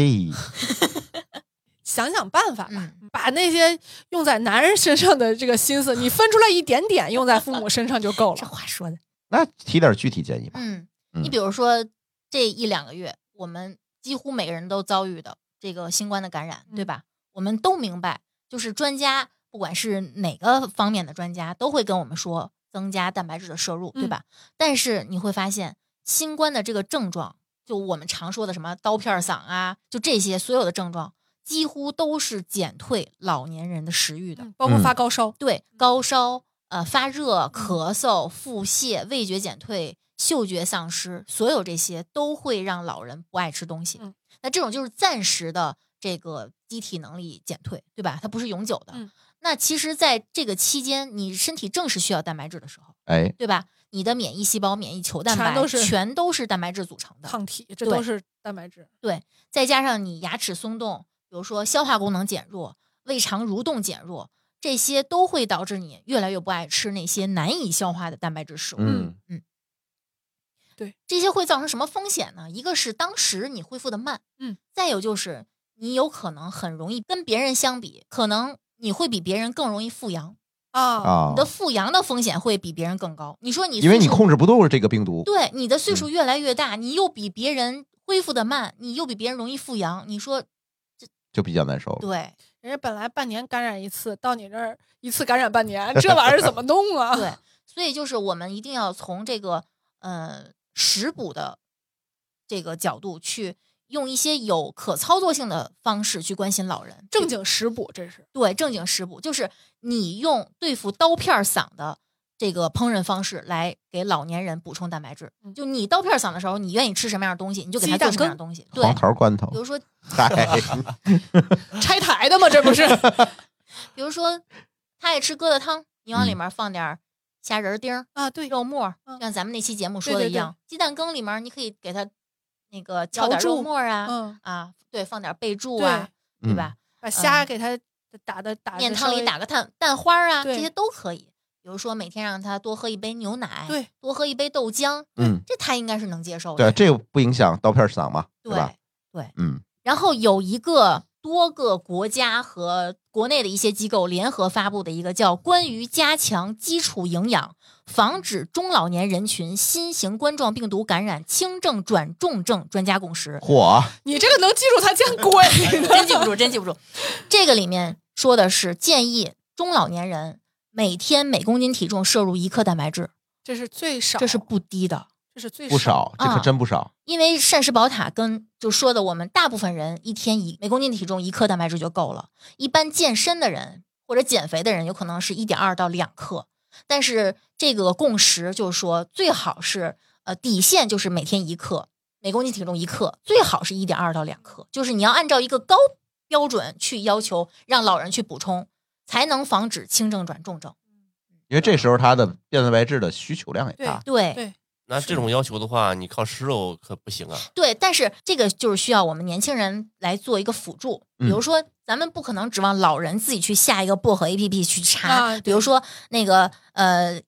Speaker 2: 想想办法吧，
Speaker 3: 嗯
Speaker 2: 把那些用在男人身上的这个心思，你分出来一点点用在父母身上就
Speaker 3: <laughs>
Speaker 2: 够
Speaker 3: 这
Speaker 2: 了。
Speaker 3: 话说的，
Speaker 4: 那提点具体建议吧。
Speaker 3: 嗯，
Speaker 4: 嗯
Speaker 3: 你比如说这一两个月，我们几乎每个人都遭遇的这个新冠的感染，对
Speaker 2: 嗯
Speaker 3: 吧？我们都明白，就是专家，不管是哪个方面的专家，都会跟我们说增加蛋白质的摄入，对
Speaker 2: 嗯
Speaker 3: 吧？但是你会发现，新冠的这个症状，就我们常说的什么刀片嗓啊，就这些所有的症状，几乎都是减退老年人的食欲的。
Speaker 2: 嗯，包括
Speaker 4: 嗯
Speaker 2: 发高烧，
Speaker 3: 对，高烧、呃发热、
Speaker 2: 嗯
Speaker 3: 咳嗽、腹泻、味觉减退、嗅觉丧失，所有这些都会让老人不爱吃东西。
Speaker 2: 嗯
Speaker 3: 那这种就是暂时的这个机体能力减退，对吧？它不是永久的。
Speaker 2: 嗯
Speaker 3: 那其实，在这个期间，你身体正是需要蛋白质的时候，
Speaker 4: 哎，
Speaker 3: 对吧？你的免疫细胞、免疫球蛋
Speaker 2: 全
Speaker 3: 白
Speaker 2: 都是
Speaker 3: 全都是蛋白质组成的，
Speaker 2: 抗体，这
Speaker 3: 对
Speaker 2: 都是蛋白质。
Speaker 3: 再加上你牙齿松动，比如说消化功能减弱、胃肠蠕动减弱，这些都会导致你越来越不爱吃那些难以消化的蛋白质食物。
Speaker 4: 嗯
Speaker 3: 这些会造成什么风险呢？一个是当时你恢复的慢，
Speaker 2: 嗯，
Speaker 3: 再有就是你有可能很容易跟别人相比，可能你会比别人更容易复阳，
Speaker 2: 啊，
Speaker 4: 啊
Speaker 3: 哦你的，复阳的风险会比别人更高。你说你
Speaker 4: 因为你
Speaker 3: 岁数
Speaker 4: 控制嗯不住这个病毒，
Speaker 3: 对你的岁数越来越大，你又比别人恢复的慢，你又比别人容易复阳，你说
Speaker 4: 就比较难受。
Speaker 3: 对？
Speaker 2: 人家本来半年感染一次，到你这儿一次感染半年，这玩意儿怎么弄啊？ <laughs>
Speaker 3: 对，所以就是我们一定要从这个呃食补的这个角度去用一些有可操作性的方式去关心老人。
Speaker 2: 正经食补，这
Speaker 3: <laughs>
Speaker 2: 是
Speaker 3: 对正经食补，就是你用对付刀片儿嗓的这个烹饪方式来给老年人补充蛋白质
Speaker 2: 嗯。
Speaker 3: 就你刀片儿嗓的时候，你愿意吃什么样的东西，你就给
Speaker 2: 鸡
Speaker 3: 他做
Speaker 2: 蛋
Speaker 3: 什么样
Speaker 2: 羹
Speaker 3: 的东西。对，
Speaker 4: 黄桃罐头
Speaker 3: 比，如说
Speaker 4: 嗨，
Speaker 2: 拆台的吗？这
Speaker 3: <laughs>
Speaker 2: 不是？
Speaker 3: 比如说他爱吃疙瘩汤，你往里面放点儿虾仁儿丁儿。
Speaker 2: 嗯啊，对，
Speaker 3: 肉末儿，
Speaker 2: 嗯
Speaker 3: 像咱们那期节目
Speaker 2: 对
Speaker 3: 说的
Speaker 2: 对
Speaker 3: 一
Speaker 2: 对
Speaker 3: 样，鸡蛋羹里面儿你可以给它那个
Speaker 2: 熬
Speaker 3: 敲点儿肉
Speaker 2: 住
Speaker 3: 末儿啊，
Speaker 2: 嗯，
Speaker 3: 啊，对，放点儿备注
Speaker 2: 对，
Speaker 3: 啊，对
Speaker 4: 嗯
Speaker 3: 吧？
Speaker 2: 把虾给它打的打得
Speaker 3: 面
Speaker 2: 稍
Speaker 3: 汤里
Speaker 2: 微
Speaker 3: 打个蛋蛋花儿啊，这
Speaker 2: 对
Speaker 3: 些都可以。比如说每天让他多喝一杯牛奶，
Speaker 2: 对，
Speaker 3: 多喝一杯豆浆，
Speaker 4: 嗯，
Speaker 3: 这他应该是能接受
Speaker 4: 对，
Speaker 3: 的。
Speaker 4: 这个不影响刀片嗓嘛，对吧
Speaker 3: 对？，
Speaker 4: 嗯，》，
Speaker 3: 然后有一个多个国家和国内的一些机构联合发布的一个叫《关于加强基础营养，防止中老年人群新型冠状病毒感染轻症转重症专家共识
Speaker 4: 嚯，
Speaker 2: 你这个能记住它见鬼 <laughs>
Speaker 3: 真记不住，真记不住。这个里面说的是建议中老年人每天每公斤体重摄入一克蛋白质，
Speaker 2: 这是最少，
Speaker 3: 这是不低的。
Speaker 2: 这是最
Speaker 4: 不少，这可
Speaker 3: 啊
Speaker 4: 真不少。
Speaker 3: 因为膳食宝塔跟就说的，我们大部分人一天一每公斤体重一克蛋白质就够了。一般健身的人或者减肥的人，有可能是一点二到两克。但是这个共识就是说，最好是呃底线就是每天一克，每公斤体重一克，最好是一点二到两克。就是你要按照一个高标准去要求，让老人去补充，才能防止轻症转重症。
Speaker 4: 因为这时候它的蛋白质的需求量也大，
Speaker 3: 对
Speaker 2: 对
Speaker 5: 那这种要求的话，你靠吃肉可不行啊。
Speaker 3: 对，但是这个就是需要我们年轻人来做一个辅助，比如
Speaker 4: 嗯
Speaker 3: 说咱们不可能指望老人自己去下一个薄荷 A P P 去查，
Speaker 2: 啊
Speaker 3: 比如说那个呃，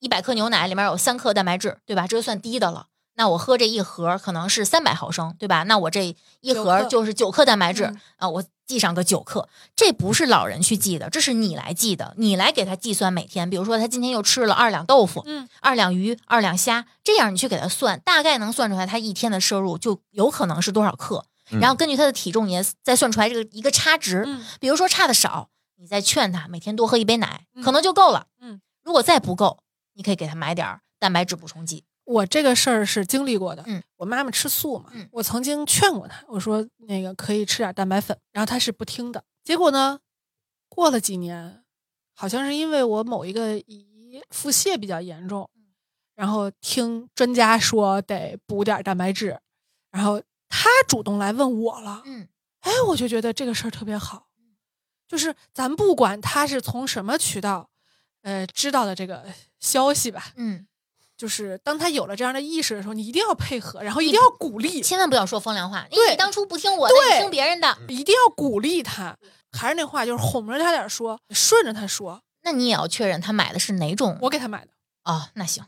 Speaker 3: 一百克牛奶里面有三克蛋白质，对吧？这就算低的了。那我喝这一盒可能是三百毫升，对吧？那我这一
Speaker 2: 九
Speaker 3: 盒
Speaker 2: 克
Speaker 3: 就是九克蛋白质
Speaker 2: 嗯
Speaker 3: 啊，我记上个九克。这不是老人去记的，这是你来记的，你来给他计算每天。比如说他今天又吃了二两豆腐，
Speaker 2: 嗯，
Speaker 3: 二两鱼、二两虾，这样你去给他算，大概能算出来他一天的摄入就有可能是多少克，
Speaker 4: 嗯
Speaker 3: 然后根据他的体重，你也再算出来这个一个差值。
Speaker 2: 嗯
Speaker 3: 比如说差的少，你再劝他每天多喝一杯奶，
Speaker 2: 嗯
Speaker 3: 可能就够了。
Speaker 2: 嗯，
Speaker 3: 如果再不够，你可以给他买点儿蛋白质补充剂。
Speaker 2: 我这个事儿是经历过的。
Speaker 3: 嗯，
Speaker 2: 我妈妈吃素嘛，
Speaker 3: 嗯
Speaker 2: 我曾经劝过她，我说那个可以吃点蛋白粉，然后她是不听的。结果呢，过了几年，好像是因为我某一个姨腹泻比较严重，
Speaker 3: 嗯
Speaker 2: 然后听专家说得补点蛋白质，然后她主动来问我了。
Speaker 3: 嗯
Speaker 2: 哎，我就觉得这个事儿特别好，就是咱不管他是从什么渠道，呃，知道的这个消息吧，
Speaker 3: 嗯，
Speaker 2: 就是当他有了这样的意识的时候，你一定要配合，然后
Speaker 3: 嗯
Speaker 2: 一定要鼓励，
Speaker 3: 千万不要说风凉话，因为
Speaker 2: 对
Speaker 3: 你当初不听我的，你
Speaker 2: 对
Speaker 3: 听别人的，
Speaker 2: 一定要鼓励他。
Speaker 3: 嗯
Speaker 2: 还是那话，就是哄着他点儿说，顺着他说。
Speaker 3: 那你也要确认他买的是哪种
Speaker 2: 我给他买的，
Speaker 3: 啊、那行，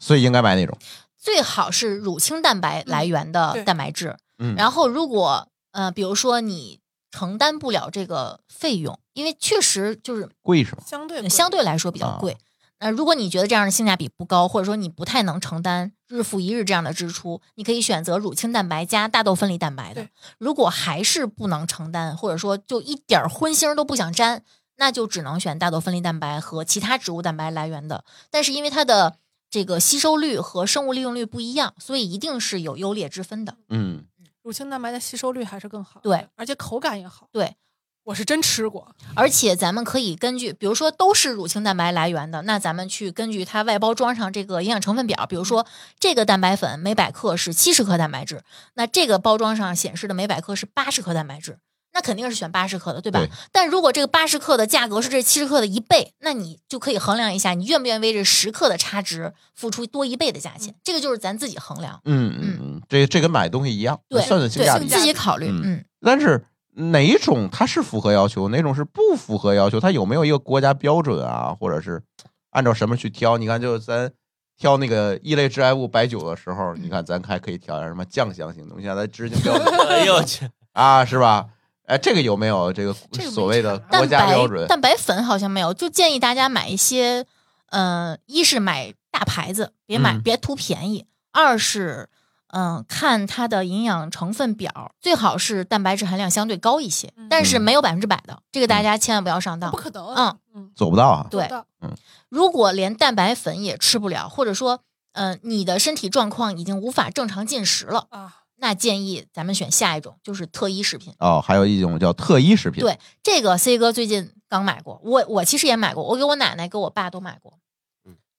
Speaker 4: 所以应该买哪种？
Speaker 3: 最好是乳清蛋白来源
Speaker 2: 嗯
Speaker 3: 的
Speaker 2: 对
Speaker 3: 蛋白质。
Speaker 4: 嗯
Speaker 3: 然后如果呃，比如说你承担不了这个费用，因为确实就是
Speaker 4: 贵是吧？
Speaker 2: 相对
Speaker 3: 呃
Speaker 2: 贵
Speaker 3: 相对来说比较
Speaker 4: 啊
Speaker 3: 贵。那、如果你觉得这样的性价比不高，或者说你不太能承担日复一日这样的支出，你可以选择乳清蛋白加大豆分离蛋白的
Speaker 2: 对。
Speaker 3: 如果还是不能承担，或者说就一点儿荤腥儿都不想沾，那就只能选大豆分离蛋白和其他植物蛋白来源的。但是因为它的这个吸收率和生物利用率不一样，所以一定是有优劣之分的。
Speaker 4: 嗯，
Speaker 2: 乳清蛋白的吸收率还是更好的，
Speaker 3: 对，
Speaker 2: 而且口感也好。
Speaker 3: 对，
Speaker 2: 我是真吃过，
Speaker 3: 而且咱们可以根据，比如说都是乳清蛋白来源的，那咱们去根据它外包装上这个营养成分表，比
Speaker 4: 嗯
Speaker 3: 如说这个蛋白粉每百克是七十克蛋白质，那这个包装上显示的每百克是八十克蛋白质，那肯定是选八十克的，对吧？
Speaker 4: 对
Speaker 3: 但如果这个八十克的价格是这七十克的一倍，那你就可以衡量一下，你愿不愿意为这十克的差值付出多一倍的价钱，这个就是咱自己衡量，
Speaker 4: 嗯嗯嗯，这这跟买东西一样，
Speaker 3: 对，
Speaker 4: 算算性价
Speaker 3: 对
Speaker 4: 比。
Speaker 3: 自己考虑，
Speaker 4: 嗯
Speaker 3: 嗯
Speaker 4: 但是哪种它是符合要求，哪种是不符合要求？它有没有一个国家标准啊？或者是按照什么去挑？你看，就咱挑那个一类致癌物白酒的时候，你看咱还可以挑点什么酱香型东西啊，咱直接标准
Speaker 5: <laughs> 哎呦我去，
Speaker 4: 啊，是吧？哎，这个有没有这个
Speaker 2: 这个没
Speaker 4: 所谓的
Speaker 2: 查
Speaker 4: 国
Speaker 3: 蛋
Speaker 4: 家
Speaker 3: 白
Speaker 4: 标准？
Speaker 3: 蛋白粉好像没有，就建议大家买一些，呃，一是买大牌子，别买、
Speaker 4: 嗯
Speaker 3: 别图便宜；二是，嗯、看它的营养成分表，最好是蛋白质含量相对高一些，
Speaker 2: 嗯
Speaker 3: 但是
Speaker 4: 嗯
Speaker 3: 没有百分之百的，这个大家千万不要上当
Speaker 2: 不。可能。
Speaker 3: 嗯
Speaker 2: 嗯，
Speaker 4: 做不到啊。
Speaker 3: 对
Speaker 2: 做不到
Speaker 3: 如果连蛋白粉也吃不了，或者说，呃，你的身体状况已经无法正常进食了，
Speaker 2: 啊，
Speaker 3: 那建议咱们选下一种，就是特一食品。
Speaker 4: 哦，还有一种叫特一食品。
Speaker 3: 对这个 C 哥最近刚买过，我我其实也买过，我给我奶奶、给我爸都买过。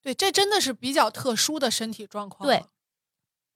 Speaker 2: 对，这真的是比较特殊的身体状况。
Speaker 3: 对，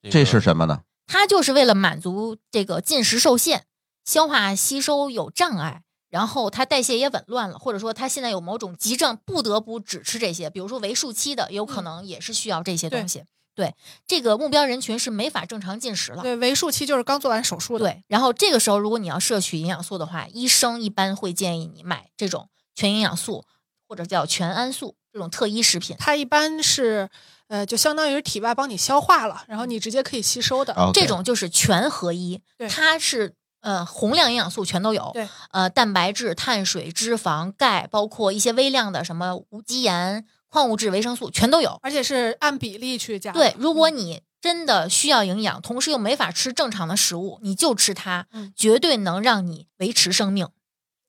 Speaker 4: 这
Speaker 5: 个
Speaker 4: 是什么呢？
Speaker 3: 它就是为了满足这个进食受限、消化吸收有障碍，然后它代谢也紊乱了，或者说它现在有某种急症，不得不只吃这些，比如说为数期的，有
Speaker 2: 嗯
Speaker 3: 可能也是需要这些东西。对，这个目标人群是没法正常进食了。
Speaker 2: 对，为数期就是刚做完手术的。
Speaker 3: 对，然后这个时候如果你要摄取营养素的话，医生一般会建议你买这种全营养素或者叫全氨素这种特一食品。
Speaker 2: 它一般是，呃，就相当于是体外帮你消化了，然后你直接可以吸收的。
Speaker 4: 啊，
Speaker 3: 这种就是全合一
Speaker 2: 对，
Speaker 3: 它是呃宏量营养素全都有，
Speaker 2: 对，
Speaker 3: 呃蛋白质、碳水、脂肪、钙，包括一些微量的什么无机盐、矿物质、维生素全都有。
Speaker 2: 而且是按比例去加的。
Speaker 3: 对，如果
Speaker 2: 啊嗯
Speaker 3: 你真的需要营养，同时又没法吃正常的食物，你就吃它，
Speaker 2: 嗯
Speaker 3: 绝对能让你维持生命。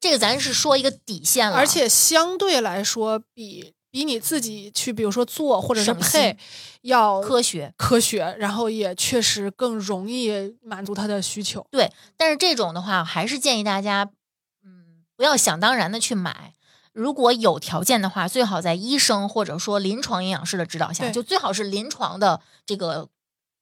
Speaker 3: 这个咱是说一个底线了，
Speaker 2: 而且相对来说比比你自己去，比如说做或者是
Speaker 3: 省
Speaker 2: 配
Speaker 3: 心，
Speaker 2: 要
Speaker 3: 科学。
Speaker 2: 科学，然后也确实更容易满足他的需求。
Speaker 3: 但是这种的话，还是建议大家，嗯，不要想当然的去买。如果有条件的话，最好在医生或者说临床营养师的指导下，
Speaker 2: 对
Speaker 3: 就最好是临床的这个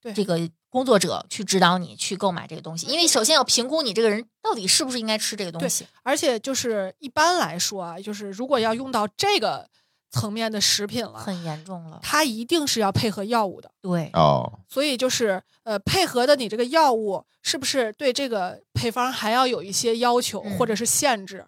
Speaker 2: 对
Speaker 3: 这个工作者去指导你去购买这个东西，因为首先要评估你这个人到底是不是应该吃这个东
Speaker 2: 对
Speaker 3: 西。
Speaker 2: 而且就是一般来说啊，就是如果要用到这个层面的食品了，
Speaker 3: 很严重了，
Speaker 2: 它一定是要配合药物的。
Speaker 3: 对，
Speaker 4: 哦，
Speaker 2: 所以就是呃，配合的你这个药物是不是对这个配方还要有一些要求
Speaker 3: 嗯
Speaker 2: 或者是限制，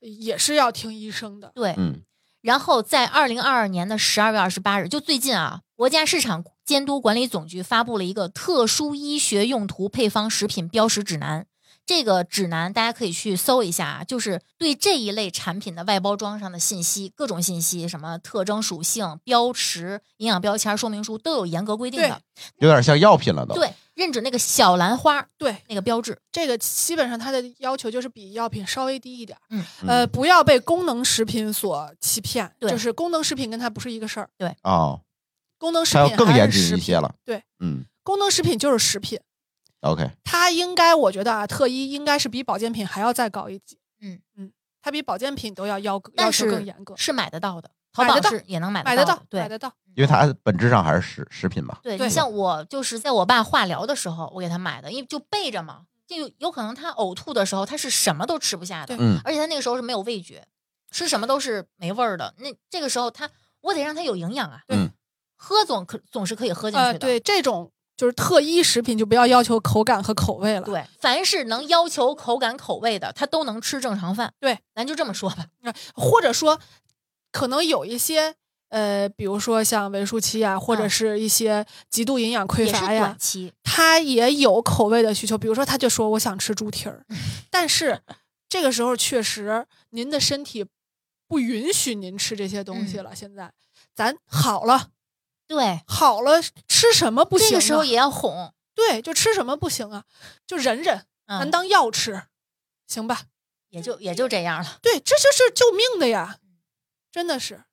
Speaker 2: 也是要听医生的。
Speaker 3: 对，
Speaker 4: 嗯
Speaker 3: 然后在二零二二年的十二月二十八日，就最近啊，博国家市场监督管理总局发布了一个特殊医学用途配方食品标识指南。这个指南大家可以去搜一下啊，就是对这一类产品的外包装上的信息，各种信息，什么特征属性、标识、营养标签、说明书都有严格规定的。
Speaker 4: 有点像药品了都。
Speaker 3: 对，认准那个小兰花
Speaker 2: 对，
Speaker 3: 那个标志。
Speaker 2: 这个基本上它的要求就是比药品稍微低一点儿，
Speaker 3: 嗯
Speaker 2: 呃，不要被功能食品所欺骗，
Speaker 3: 对
Speaker 2: 就是功能食品跟它不是一个事儿，
Speaker 4: 哦，
Speaker 2: 功能呃食
Speaker 4: 它要
Speaker 2: 品
Speaker 4: 更
Speaker 2: 还
Speaker 4: 严
Speaker 2: 是食
Speaker 4: 谨一
Speaker 2: 品，
Speaker 4: 些了。
Speaker 2: 对，
Speaker 4: 嗯
Speaker 2: 功能食品就是食品，
Speaker 4: ，OK，
Speaker 2: 它应该我觉得啊，特一应该是比保健品还要再高一级，
Speaker 3: 嗯
Speaker 2: 嗯，它比保健品都要要要
Speaker 3: 但
Speaker 2: 求
Speaker 3: 是
Speaker 2: 更严格，
Speaker 3: 是买得到的，淘
Speaker 2: 买得
Speaker 3: 宝
Speaker 2: 到
Speaker 3: 是也能买
Speaker 2: 买
Speaker 3: 得
Speaker 2: 得
Speaker 3: 到
Speaker 2: 到
Speaker 3: 的，，
Speaker 2: 买
Speaker 3: 对。
Speaker 2: 得到，
Speaker 4: 因为它本质上还是食食品吧。
Speaker 3: 对
Speaker 2: 对
Speaker 3: 你像我就是在我爸化疗的时候，我给他买的，因为就备着嘛，就有有可能他呕吐的时候，他是什么都吃不下的
Speaker 2: 对，
Speaker 4: 嗯，
Speaker 3: 而且他那个时候是没有味觉，吃什么都是没味儿的。那这个时候他，我得让他有营养啊，
Speaker 2: 对
Speaker 4: 嗯
Speaker 3: 喝总可总是可以喝进去的。
Speaker 2: 呃，对这种就是特一食品就不要要求口感和口味了，
Speaker 3: 对凡是能要求口感口味的，他都能吃正常饭。
Speaker 2: 对，
Speaker 3: 咱就这么说吧。
Speaker 2: 或者说，可能有一些呃，比如说像维舒期啊，或者
Speaker 3: 嗯
Speaker 2: 是一些极度营养匮
Speaker 3: 也是
Speaker 2: 乏呀
Speaker 3: 短，期，
Speaker 2: 他也有口味的需求。比如说，他就说我想吃猪蹄儿，
Speaker 3: 嗯
Speaker 2: 但是这个时候确实您的身体不允许您吃这些东西
Speaker 3: 嗯
Speaker 2: 了。现在咱好了，
Speaker 3: 对，
Speaker 2: 好了，吃什么不行、啊？
Speaker 3: 这个时候也要哄，
Speaker 2: 对，就吃什么不行啊？就忍忍，咱
Speaker 3: 嗯，
Speaker 2: 当药吃，行吧？
Speaker 3: 也就也就这样了。
Speaker 2: 对，这就是救命的呀，真的是，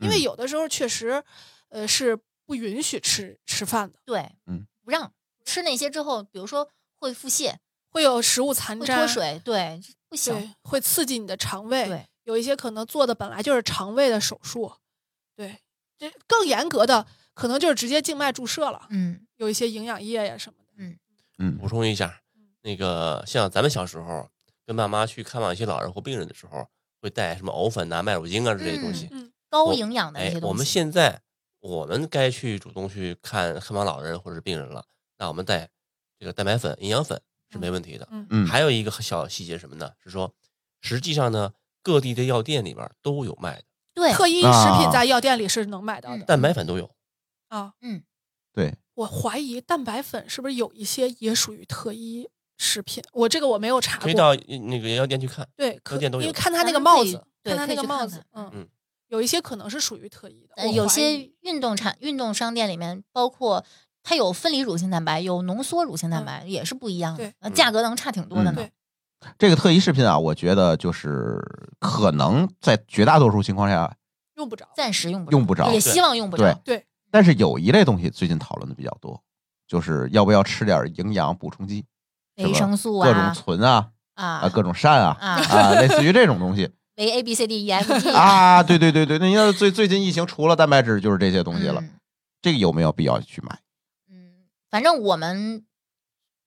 Speaker 2: 因为
Speaker 4: 嗯
Speaker 2: 有的时候确实，呃，是不允许吃吃饭的，
Speaker 3: 对，
Speaker 4: 嗯，
Speaker 3: 不让吃那些之后，比如说会腹泻、
Speaker 2: 会有食物残
Speaker 3: 会
Speaker 2: 渣，
Speaker 3: 脱水，对，不行。
Speaker 2: 对，会刺激你的肠胃，
Speaker 3: 对，
Speaker 2: 有一些可能做的本来就是肠胃的手术，对，这更严格的可能就是直接静脉注射了，
Speaker 3: 嗯，
Speaker 2: 有一些营养液呀什么的，
Speaker 4: 嗯
Speaker 5: 补充一下，那个像咱们小时候跟爸妈去看望一些老人或病人的时候，会带什么藕粉呐、麦乳精啊之类的东西。
Speaker 2: 嗯，
Speaker 3: 高
Speaker 5: 我
Speaker 3: 营养的那
Speaker 5: 哎
Speaker 3: 些，东西。
Speaker 5: 我们现在我们该去主动去看看望老人或者是病人了，那我们带这个蛋白粉、营养粉是没问题的。
Speaker 2: 嗯
Speaker 4: 嗯，
Speaker 5: 还有一个小细节是什么呢？是说，实际上呢，各地的药店里边儿都有卖的，
Speaker 3: 对，
Speaker 2: 特一食品
Speaker 4: 啊
Speaker 2: 在药店里是能买到的
Speaker 3: 嗯
Speaker 5: 蛋白粉都有。
Speaker 2: 啊，
Speaker 4: 对，
Speaker 2: 我怀疑蛋白粉是不是有一些也属于特一食品？我这个我没有查过，
Speaker 5: 可以到那个药店去看。
Speaker 2: 对，可
Speaker 5: 店都
Speaker 2: 因
Speaker 5: 有
Speaker 2: 为
Speaker 5: 的
Speaker 2: 看他
Speaker 3: 咱
Speaker 2: 那个
Speaker 3: 们
Speaker 2: 帽
Speaker 3: 可以
Speaker 2: 子，
Speaker 3: 对
Speaker 2: 看他
Speaker 3: 可
Speaker 2: 那
Speaker 3: 以
Speaker 2: 个
Speaker 3: 去
Speaker 2: 帽
Speaker 3: 看
Speaker 2: 子
Speaker 3: 看，
Speaker 2: 嗯
Speaker 5: 嗯
Speaker 2: 有一些可能是属于特异的，
Speaker 3: 呃，
Speaker 2: 我
Speaker 3: 有
Speaker 2: 怀
Speaker 3: 些
Speaker 2: 疑
Speaker 3: 运动产运动商店里面，包括它有分离乳清蛋白，有浓缩乳清蛋
Speaker 2: 嗯
Speaker 3: 白，也是不一样的
Speaker 2: 对，
Speaker 4: 嗯
Speaker 3: 呃价格能差挺多的呢
Speaker 2: 对。
Speaker 4: 这个特异视频啊，我觉得就是可能在绝大多数情况下
Speaker 2: 用不着，
Speaker 3: 暂时用不
Speaker 4: 用不着
Speaker 3: 也
Speaker 5: 对
Speaker 3: 希望用不
Speaker 4: 对
Speaker 3: 着。
Speaker 2: 对，
Speaker 4: 但是有一类东西最近讨论的比较多，就是要不要吃点营养补充剂，什
Speaker 3: 维
Speaker 4: 么
Speaker 3: 生素
Speaker 4: 各种
Speaker 3: 啊
Speaker 4: 醇啊啊，
Speaker 3: 啊
Speaker 4: 各种膳啊
Speaker 3: 啊，
Speaker 4: 啊，类似于这种
Speaker 3: <laughs>
Speaker 4: 东西
Speaker 3: 维 A B C D E F G
Speaker 4: 啊，对对对对，那你要最最近疫情除了蛋白质就是这些东西了，
Speaker 3: 嗯
Speaker 4: 这个有没有必要去买？
Speaker 3: 嗯，反正我们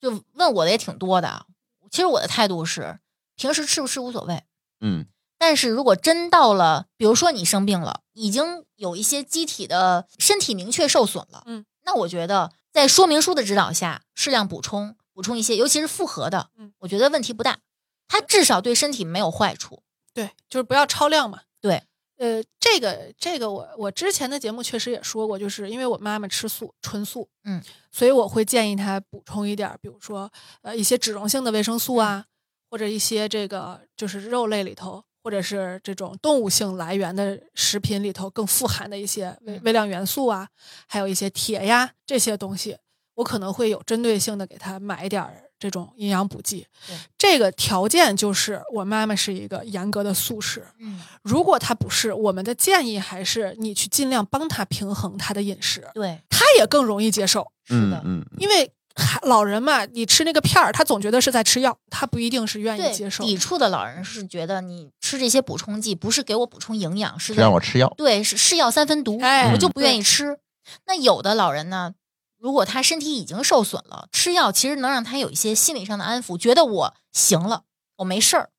Speaker 3: 就问我的也挺多的啊。其实我的态度是，平时吃不吃无所谓。
Speaker 4: 嗯
Speaker 3: 但是如果真到了，比如说你生病了，已经有一些机体的身体明确受损了，
Speaker 2: 嗯，
Speaker 3: 那我觉得在说明书的指导下，适量补充，补充一些，尤其是复合的，
Speaker 2: 嗯，
Speaker 3: 我觉得问题不大，它至少对身体没有坏处。
Speaker 2: 对，就是不要超量嘛。
Speaker 3: 对，
Speaker 2: 呃，这个这个我我之前的节目确实也说过，就是因为我妈妈吃素，纯素，
Speaker 3: 嗯，
Speaker 2: 所以我会建议她补充一点儿，比如说呃一些脂溶性的维生素
Speaker 3: 嗯
Speaker 2: 啊，或者一些这个就是肉类里头。或者是这种动物性来源的食品里头更富含的一些微
Speaker 3: 嗯
Speaker 2: 微量元素啊，还有一些铁呀这些东西，我可能会有针对性的给她买一点儿这种营养补剂
Speaker 3: 对。
Speaker 2: 这个条件就是我妈妈是一个严格的素食，
Speaker 3: 嗯，
Speaker 2: 如果他不是，我们的建议还是你去尽量帮他平衡他的饮食，
Speaker 3: 对，
Speaker 2: 他也更容易接受。
Speaker 3: 是
Speaker 4: 嗯
Speaker 3: 的，
Speaker 4: 嗯，
Speaker 2: 因为孩老人嘛，你吃那个片儿，他总觉得是在吃药，他不一定是愿意接
Speaker 3: 对，
Speaker 2: 受。
Speaker 3: 抵触的老人是觉得你吃这些补充剂不是给我补充营养，是
Speaker 4: 是
Speaker 3: 在
Speaker 4: 让我吃药，
Speaker 3: 对，是是药三分毒，
Speaker 2: 哎
Speaker 3: 我就不愿
Speaker 2: 对
Speaker 3: 意吃。那有的老人呢，如果他身体已经受损了，吃药其实能让他有一些心理上的安抚，觉得我行了，我没事儿，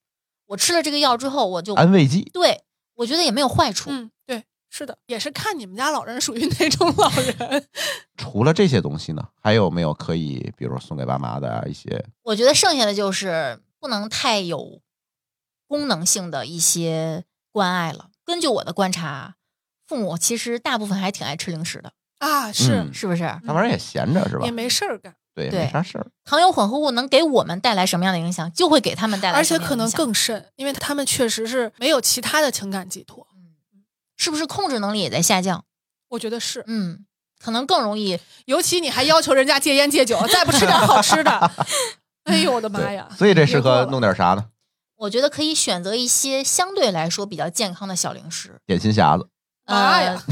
Speaker 3: 我吃了这个药之后，我就
Speaker 4: 安慰剂，
Speaker 3: 对我觉得也没有坏处。
Speaker 2: 嗯，对，是的，也是看你们家老人属于哪种老人。
Speaker 4: 除了这些东西呢，还有没有可以，比如说送给爸妈的一些？
Speaker 3: 我觉得剩下的就是不能太有功能性的一些关爱了。根据我的观察，父母其实大部分还挺爱吃零食的。
Speaker 2: 啊，是、
Speaker 4: 嗯
Speaker 3: 是不是？
Speaker 4: 那玩意儿也闲着是吧
Speaker 2: 也？没事儿干，
Speaker 4: 对，
Speaker 3: 对
Speaker 4: 没啥事儿。
Speaker 3: 糖油混合物能给我们带来什么样的影响，就会给他们带来
Speaker 2: 而
Speaker 3: 什
Speaker 2: 且
Speaker 3: 么样的
Speaker 2: 可
Speaker 3: 影响，
Speaker 2: 能更甚，因为他们确实是没有其他的情感寄托。
Speaker 3: 嗯是不是控制能力也在下降？
Speaker 2: 我觉得是，
Speaker 3: 嗯，可能更容易
Speaker 2: 尤其你还要求人家戒烟
Speaker 3: <laughs>
Speaker 2: 戒酒，再不吃点好吃的，哎呦我的妈
Speaker 4: 对
Speaker 2: 呀！
Speaker 4: 所以这适
Speaker 2: 别过
Speaker 4: 合
Speaker 2: 了
Speaker 4: 弄点啥呢？
Speaker 3: 我觉得可以选择一些相对来说比较健康的小零食。
Speaker 4: 点心匣子，
Speaker 2: 妈
Speaker 3: 呃
Speaker 2: 啊呀，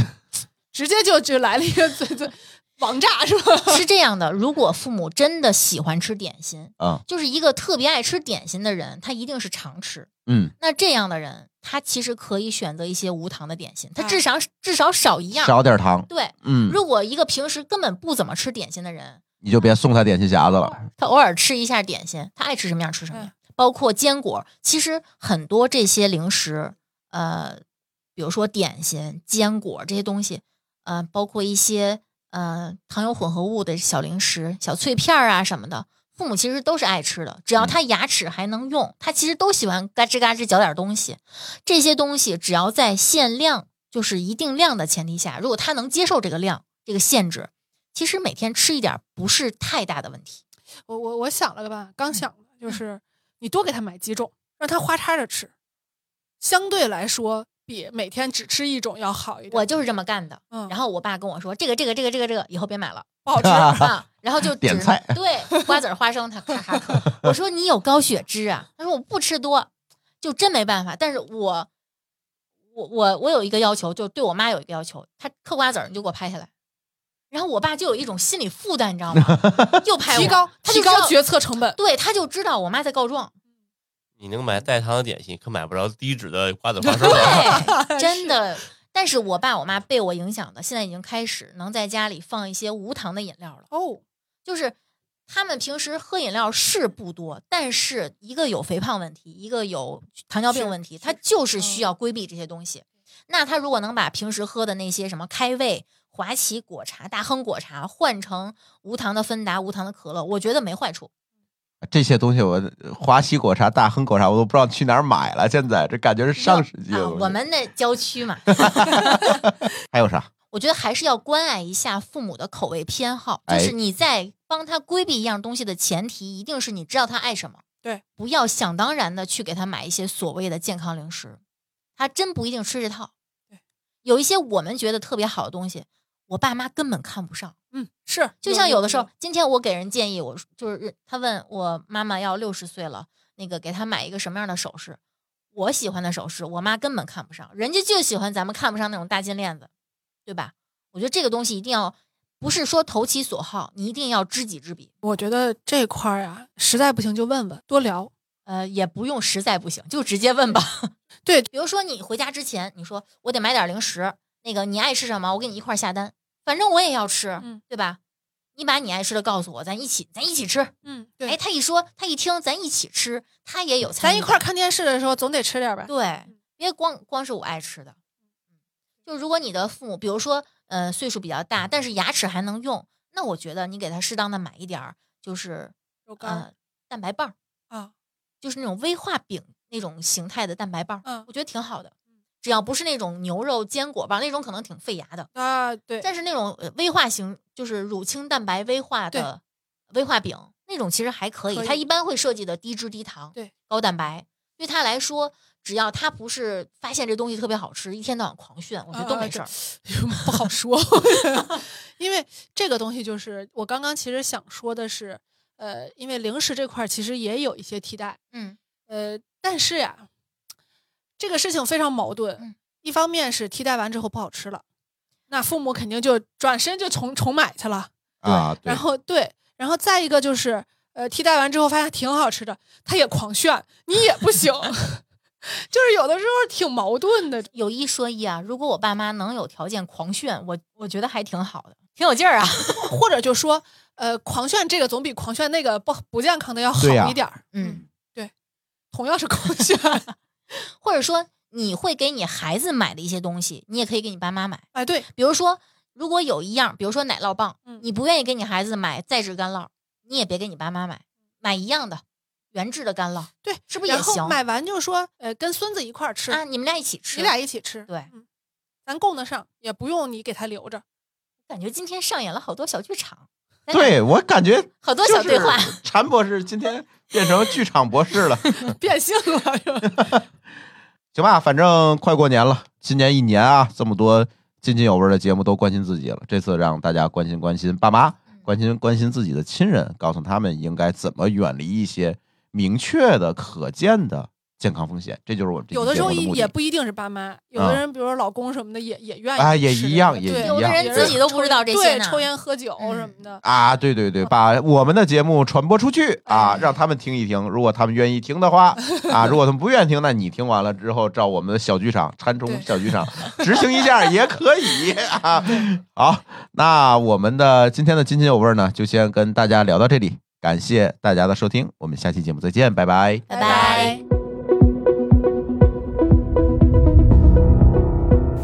Speaker 2: 直接就就来了一个最最王炸是
Speaker 3: <laughs>
Speaker 2: 吧？
Speaker 3: 呃是这样的，如果父母真的喜欢吃点心，
Speaker 4: 嗯
Speaker 3: 就是一个特别爱吃点心的人，他一定是常吃。
Speaker 4: 嗯，
Speaker 3: 那这样的人，他其实可以选择一些无糖的点心，他
Speaker 2: 啊
Speaker 3: 至少、至少少一样。
Speaker 4: 少点糖，
Speaker 3: 对，
Speaker 4: 嗯，
Speaker 3: 如果一个平时根本不怎么吃点心的人，
Speaker 4: 你就别送他点心匣子了。
Speaker 3: 他偶尔吃一下点心，他爱吃什么样吃什么样，包括坚果。其实很多这些零食，呃，比如说点心、坚果这些东西，呃，包括一些呃糖油混合物的小零食、小脆片儿啊什么的，父母其实都是爱吃的。只要他牙齿还能用，他其实都喜欢嘎吱嘎吱嚼点东西。这些东西只要在限量，就是一定量的前提下，如果他能接受这个量、这个限制，其实每天吃一点儿不是太大的问题。
Speaker 2: 我我我想了个办法，刚想的就是你多给他买几种，让他花叉着吃，相对来说比每天只吃一种要好一点。
Speaker 3: 我就是这么干的。
Speaker 2: 嗯，
Speaker 3: 然后我爸跟我说：“这个、这个、这个、这个、这个，以后别买了
Speaker 2: 不
Speaker 4: <laughs>
Speaker 2: 好吃，
Speaker 3: 啊。”然后就只
Speaker 4: 点菜
Speaker 3: 对瓜子儿、花生，他咔咔嗑。我说：“你有高血脂啊？”他说：“我不吃多，就真没办法。”但是我，我我我有一个要求，就对我妈有一个要求，她嗑瓜子儿你就给我拍下来。然后我爸就有一种心理负担，你知道吗？又拍我
Speaker 2: <laughs> 提高
Speaker 3: 他
Speaker 2: 提
Speaker 3: 就知道
Speaker 2: 高决策成本。
Speaker 3: 对，他就知道我妈在告状。
Speaker 5: 你能买代糖的点心，可买不着低脂的瓜子花生了。
Speaker 2: <laughs>
Speaker 3: 对，真的。但是我爸我妈被我影响的，现在已经开始能在家里放一些无糖的饮料了。
Speaker 2: 哦，
Speaker 3: 就是他们平时喝饮料是不多，但是一个有肥胖问题，一个有糖尿病
Speaker 2: 是
Speaker 3: 问题，
Speaker 2: 是
Speaker 3: 他就是
Speaker 2: 嗯
Speaker 3: 需要规避这些东西。那他如果能把平时喝的那些什么开胃、华奇果茶、大亨果茶换成无糖的芬达、无糖的可乐，我觉得没坏处。
Speaker 4: 这些东西我华西果茶、大亨果茶，我都不知道去哪儿买了。现在这感觉是上世纪的
Speaker 3: 啊，
Speaker 4: 东西
Speaker 3: 我们那郊区
Speaker 4: <laughs>
Speaker 3: 嘛，
Speaker 4: 还有啥？
Speaker 3: 我觉得还是要关爱一下父母的口味偏好，就
Speaker 4: 哎
Speaker 3: 是你在帮他规避一样东西的前提，一定是你知道他爱什么。
Speaker 2: 对，
Speaker 3: 不要想当然的去给他买一些所谓的健康零食，他真不一定吃这套。
Speaker 2: 对，
Speaker 3: 有一些我们觉得特别好的东西，我爸妈根本看不上。
Speaker 2: 嗯，是，
Speaker 3: 就像有的时候，今天我给人建议，我说就是他问我妈妈要六十岁了，那个给她买一个什么样的首饰，我喜欢的首饰，我妈根本看不上，人家就喜欢咱们看不上那种大金链子，对吧？我觉得这个东西一定要不是说投其所好，你一定要知己知彼。
Speaker 2: 我觉得这块儿啊，实在不行就问问，多聊。
Speaker 3: 呃，也不用实在不行就直接问吧。 <laughs>
Speaker 2: 对
Speaker 3: 比如说你回家之前，你说我得买点零食，那个你爱吃什么，我给你一块儿下单，反正我也要吃，
Speaker 2: 嗯
Speaker 3: 对吧？你把你爱吃的告诉我，咱一起，咱一起吃。
Speaker 2: 嗯，
Speaker 3: 哎，
Speaker 2: 对，嗯
Speaker 3: 他一说，他一听，咱一起吃，他也有参
Speaker 2: 咱
Speaker 3: 与
Speaker 2: 一块儿嗯
Speaker 3: 感
Speaker 2: 看电视的时候总得吃点儿吧。
Speaker 3: 对，别光光是我爱吃的。
Speaker 2: 嗯
Speaker 3: 嗯就如果你的父母，比如说，呃，岁数比较大，但是牙齿还能用，那我觉得你给他适当的买一点儿，就是
Speaker 2: 肉干儿
Speaker 3: 呃蛋白棒儿，
Speaker 2: 啊，
Speaker 3: 就是那种威化饼那种形态的蛋白棒儿，
Speaker 2: 嗯
Speaker 3: 我觉得挺好的。只要不是那种牛肉坚果棒，那种可能挺费牙的。
Speaker 2: 啊，对， <laughs>
Speaker 3: 但是那种呃威化型，就是乳清蛋白威化的威化饼，那种其实还可以。
Speaker 2: 可以
Speaker 3: 它一般会设计的低脂、低糖、
Speaker 2: 对
Speaker 3: 高蛋白，对它来说，只要它不是发现这东西特别好吃，一天到晚狂炫，我觉得都
Speaker 2: 啊啊
Speaker 3: 没事儿。
Speaker 2: 不好
Speaker 3: <laughs>
Speaker 2: 说， <laughs> 因为这个东西就是我刚刚其实想说的是，呃，因为零食这块儿其实也有一些替代，
Speaker 3: 嗯
Speaker 2: 呃，但是呀，这个事情非常矛盾，
Speaker 3: 嗯
Speaker 2: 一方面是替代完之后不好吃了，那父母肯定就转身就重重买去了，
Speaker 4: 啊？对
Speaker 2: 然，后对，然后再一个就是，呃，替代完之后发现挺好吃的，他也狂炫，你也不
Speaker 3: <laughs>
Speaker 2: 行， <laughs> 就是有的时候挺矛盾的，
Speaker 3: 有一说一啊，如果我爸妈能有条件狂炫，我我觉得还挺好的，挺有劲儿啊。
Speaker 2: 或者就说，呃，狂炫这个总比狂炫那个不不健康的要好
Speaker 4: 对呀
Speaker 2: 一点儿。
Speaker 3: 嗯，
Speaker 2: 同样是狂
Speaker 3: <laughs>
Speaker 2: 炫，
Speaker 3: 或者说你会给你孩子买的一些东西，你也可以给你爸妈买。
Speaker 2: 哎，对，
Speaker 3: 比如说，如果有一样，比如说奶酪棒，
Speaker 2: 嗯
Speaker 3: 你不愿意给你孩子买再制干酪，你也别给你爸妈买，买一样的原制的干酪，
Speaker 2: 对，
Speaker 3: 是不是也
Speaker 2: 然后
Speaker 3: 行
Speaker 2: 买完就说，呃，跟孙子一块儿
Speaker 3: 啊
Speaker 2: 吃，
Speaker 3: 啊？你们俩一起吃，
Speaker 2: 你俩一起吃，
Speaker 3: 对
Speaker 2: 嗯咱供得上，也不用你给他留着，
Speaker 3: 感觉今天上演了好多小剧场，咱俩
Speaker 4: 对我感觉
Speaker 3: 好多小对话。。
Speaker 4: <laughs> 禅博士今天变成剧场博士了，
Speaker 2: 变性
Speaker 4: <laughs>
Speaker 2: 了是吧？
Speaker 4: 行吧，反正快过年了，今年一年啊，这么多津津有味的节目都关心自己了，这次让大家关心关心爸妈，关
Speaker 2: 嗯
Speaker 4: 心关心自己的亲人，告诉他们应该怎么远离一些明确的、可见的健康风险，这就是我们这期
Speaker 2: 有的时候
Speaker 4: 节目的目的
Speaker 2: 也不一定是爸妈，有
Speaker 4: 啊
Speaker 2: 的人比如说老公什么的也也愿意
Speaker 4: 啊也
Speaker 2: 吃
Speaker 4: 一
Speaker 2: 这
Speaker 4: 样
Speaker 2: 个
Speaker 4: 也
Speaker 2: 对
Speaker 4: 一
Speaker 3: 有的
Speaker 4: 样
Speaker 3: 人自己都不知道这些
Speaker 2: 对
Speaker 3: 呢。
Speaker 2: 抽烟喝酒
Speaker 3: 嗯
Speaker 2: 什么的，嗯
Speaker 4: 啊，对对对，把我们的节目传播出去啊，
Speaker 2: 哎
Speaker 4: 让他们听一听。如果他们愿意听的话
Speaker 2: <laughs>
Speaker 4: 啊，如果他们不愿意听，那你听完了之后，照我们的小剧场禅
Speaker 2: 对
Speaker 4: 宗小剧场 <laughs> 执行一下也
Speaker 2: <laughs>
Speaker 4: 可以啊。好，那我们的今天的津津有味儿呢，就先跟大家聊到这里，感谢大家的收听，我们下期节目再见，拜拜。
Speaker 3: 拜
Speaker 2: 拜拜
Speaker 3: 拜。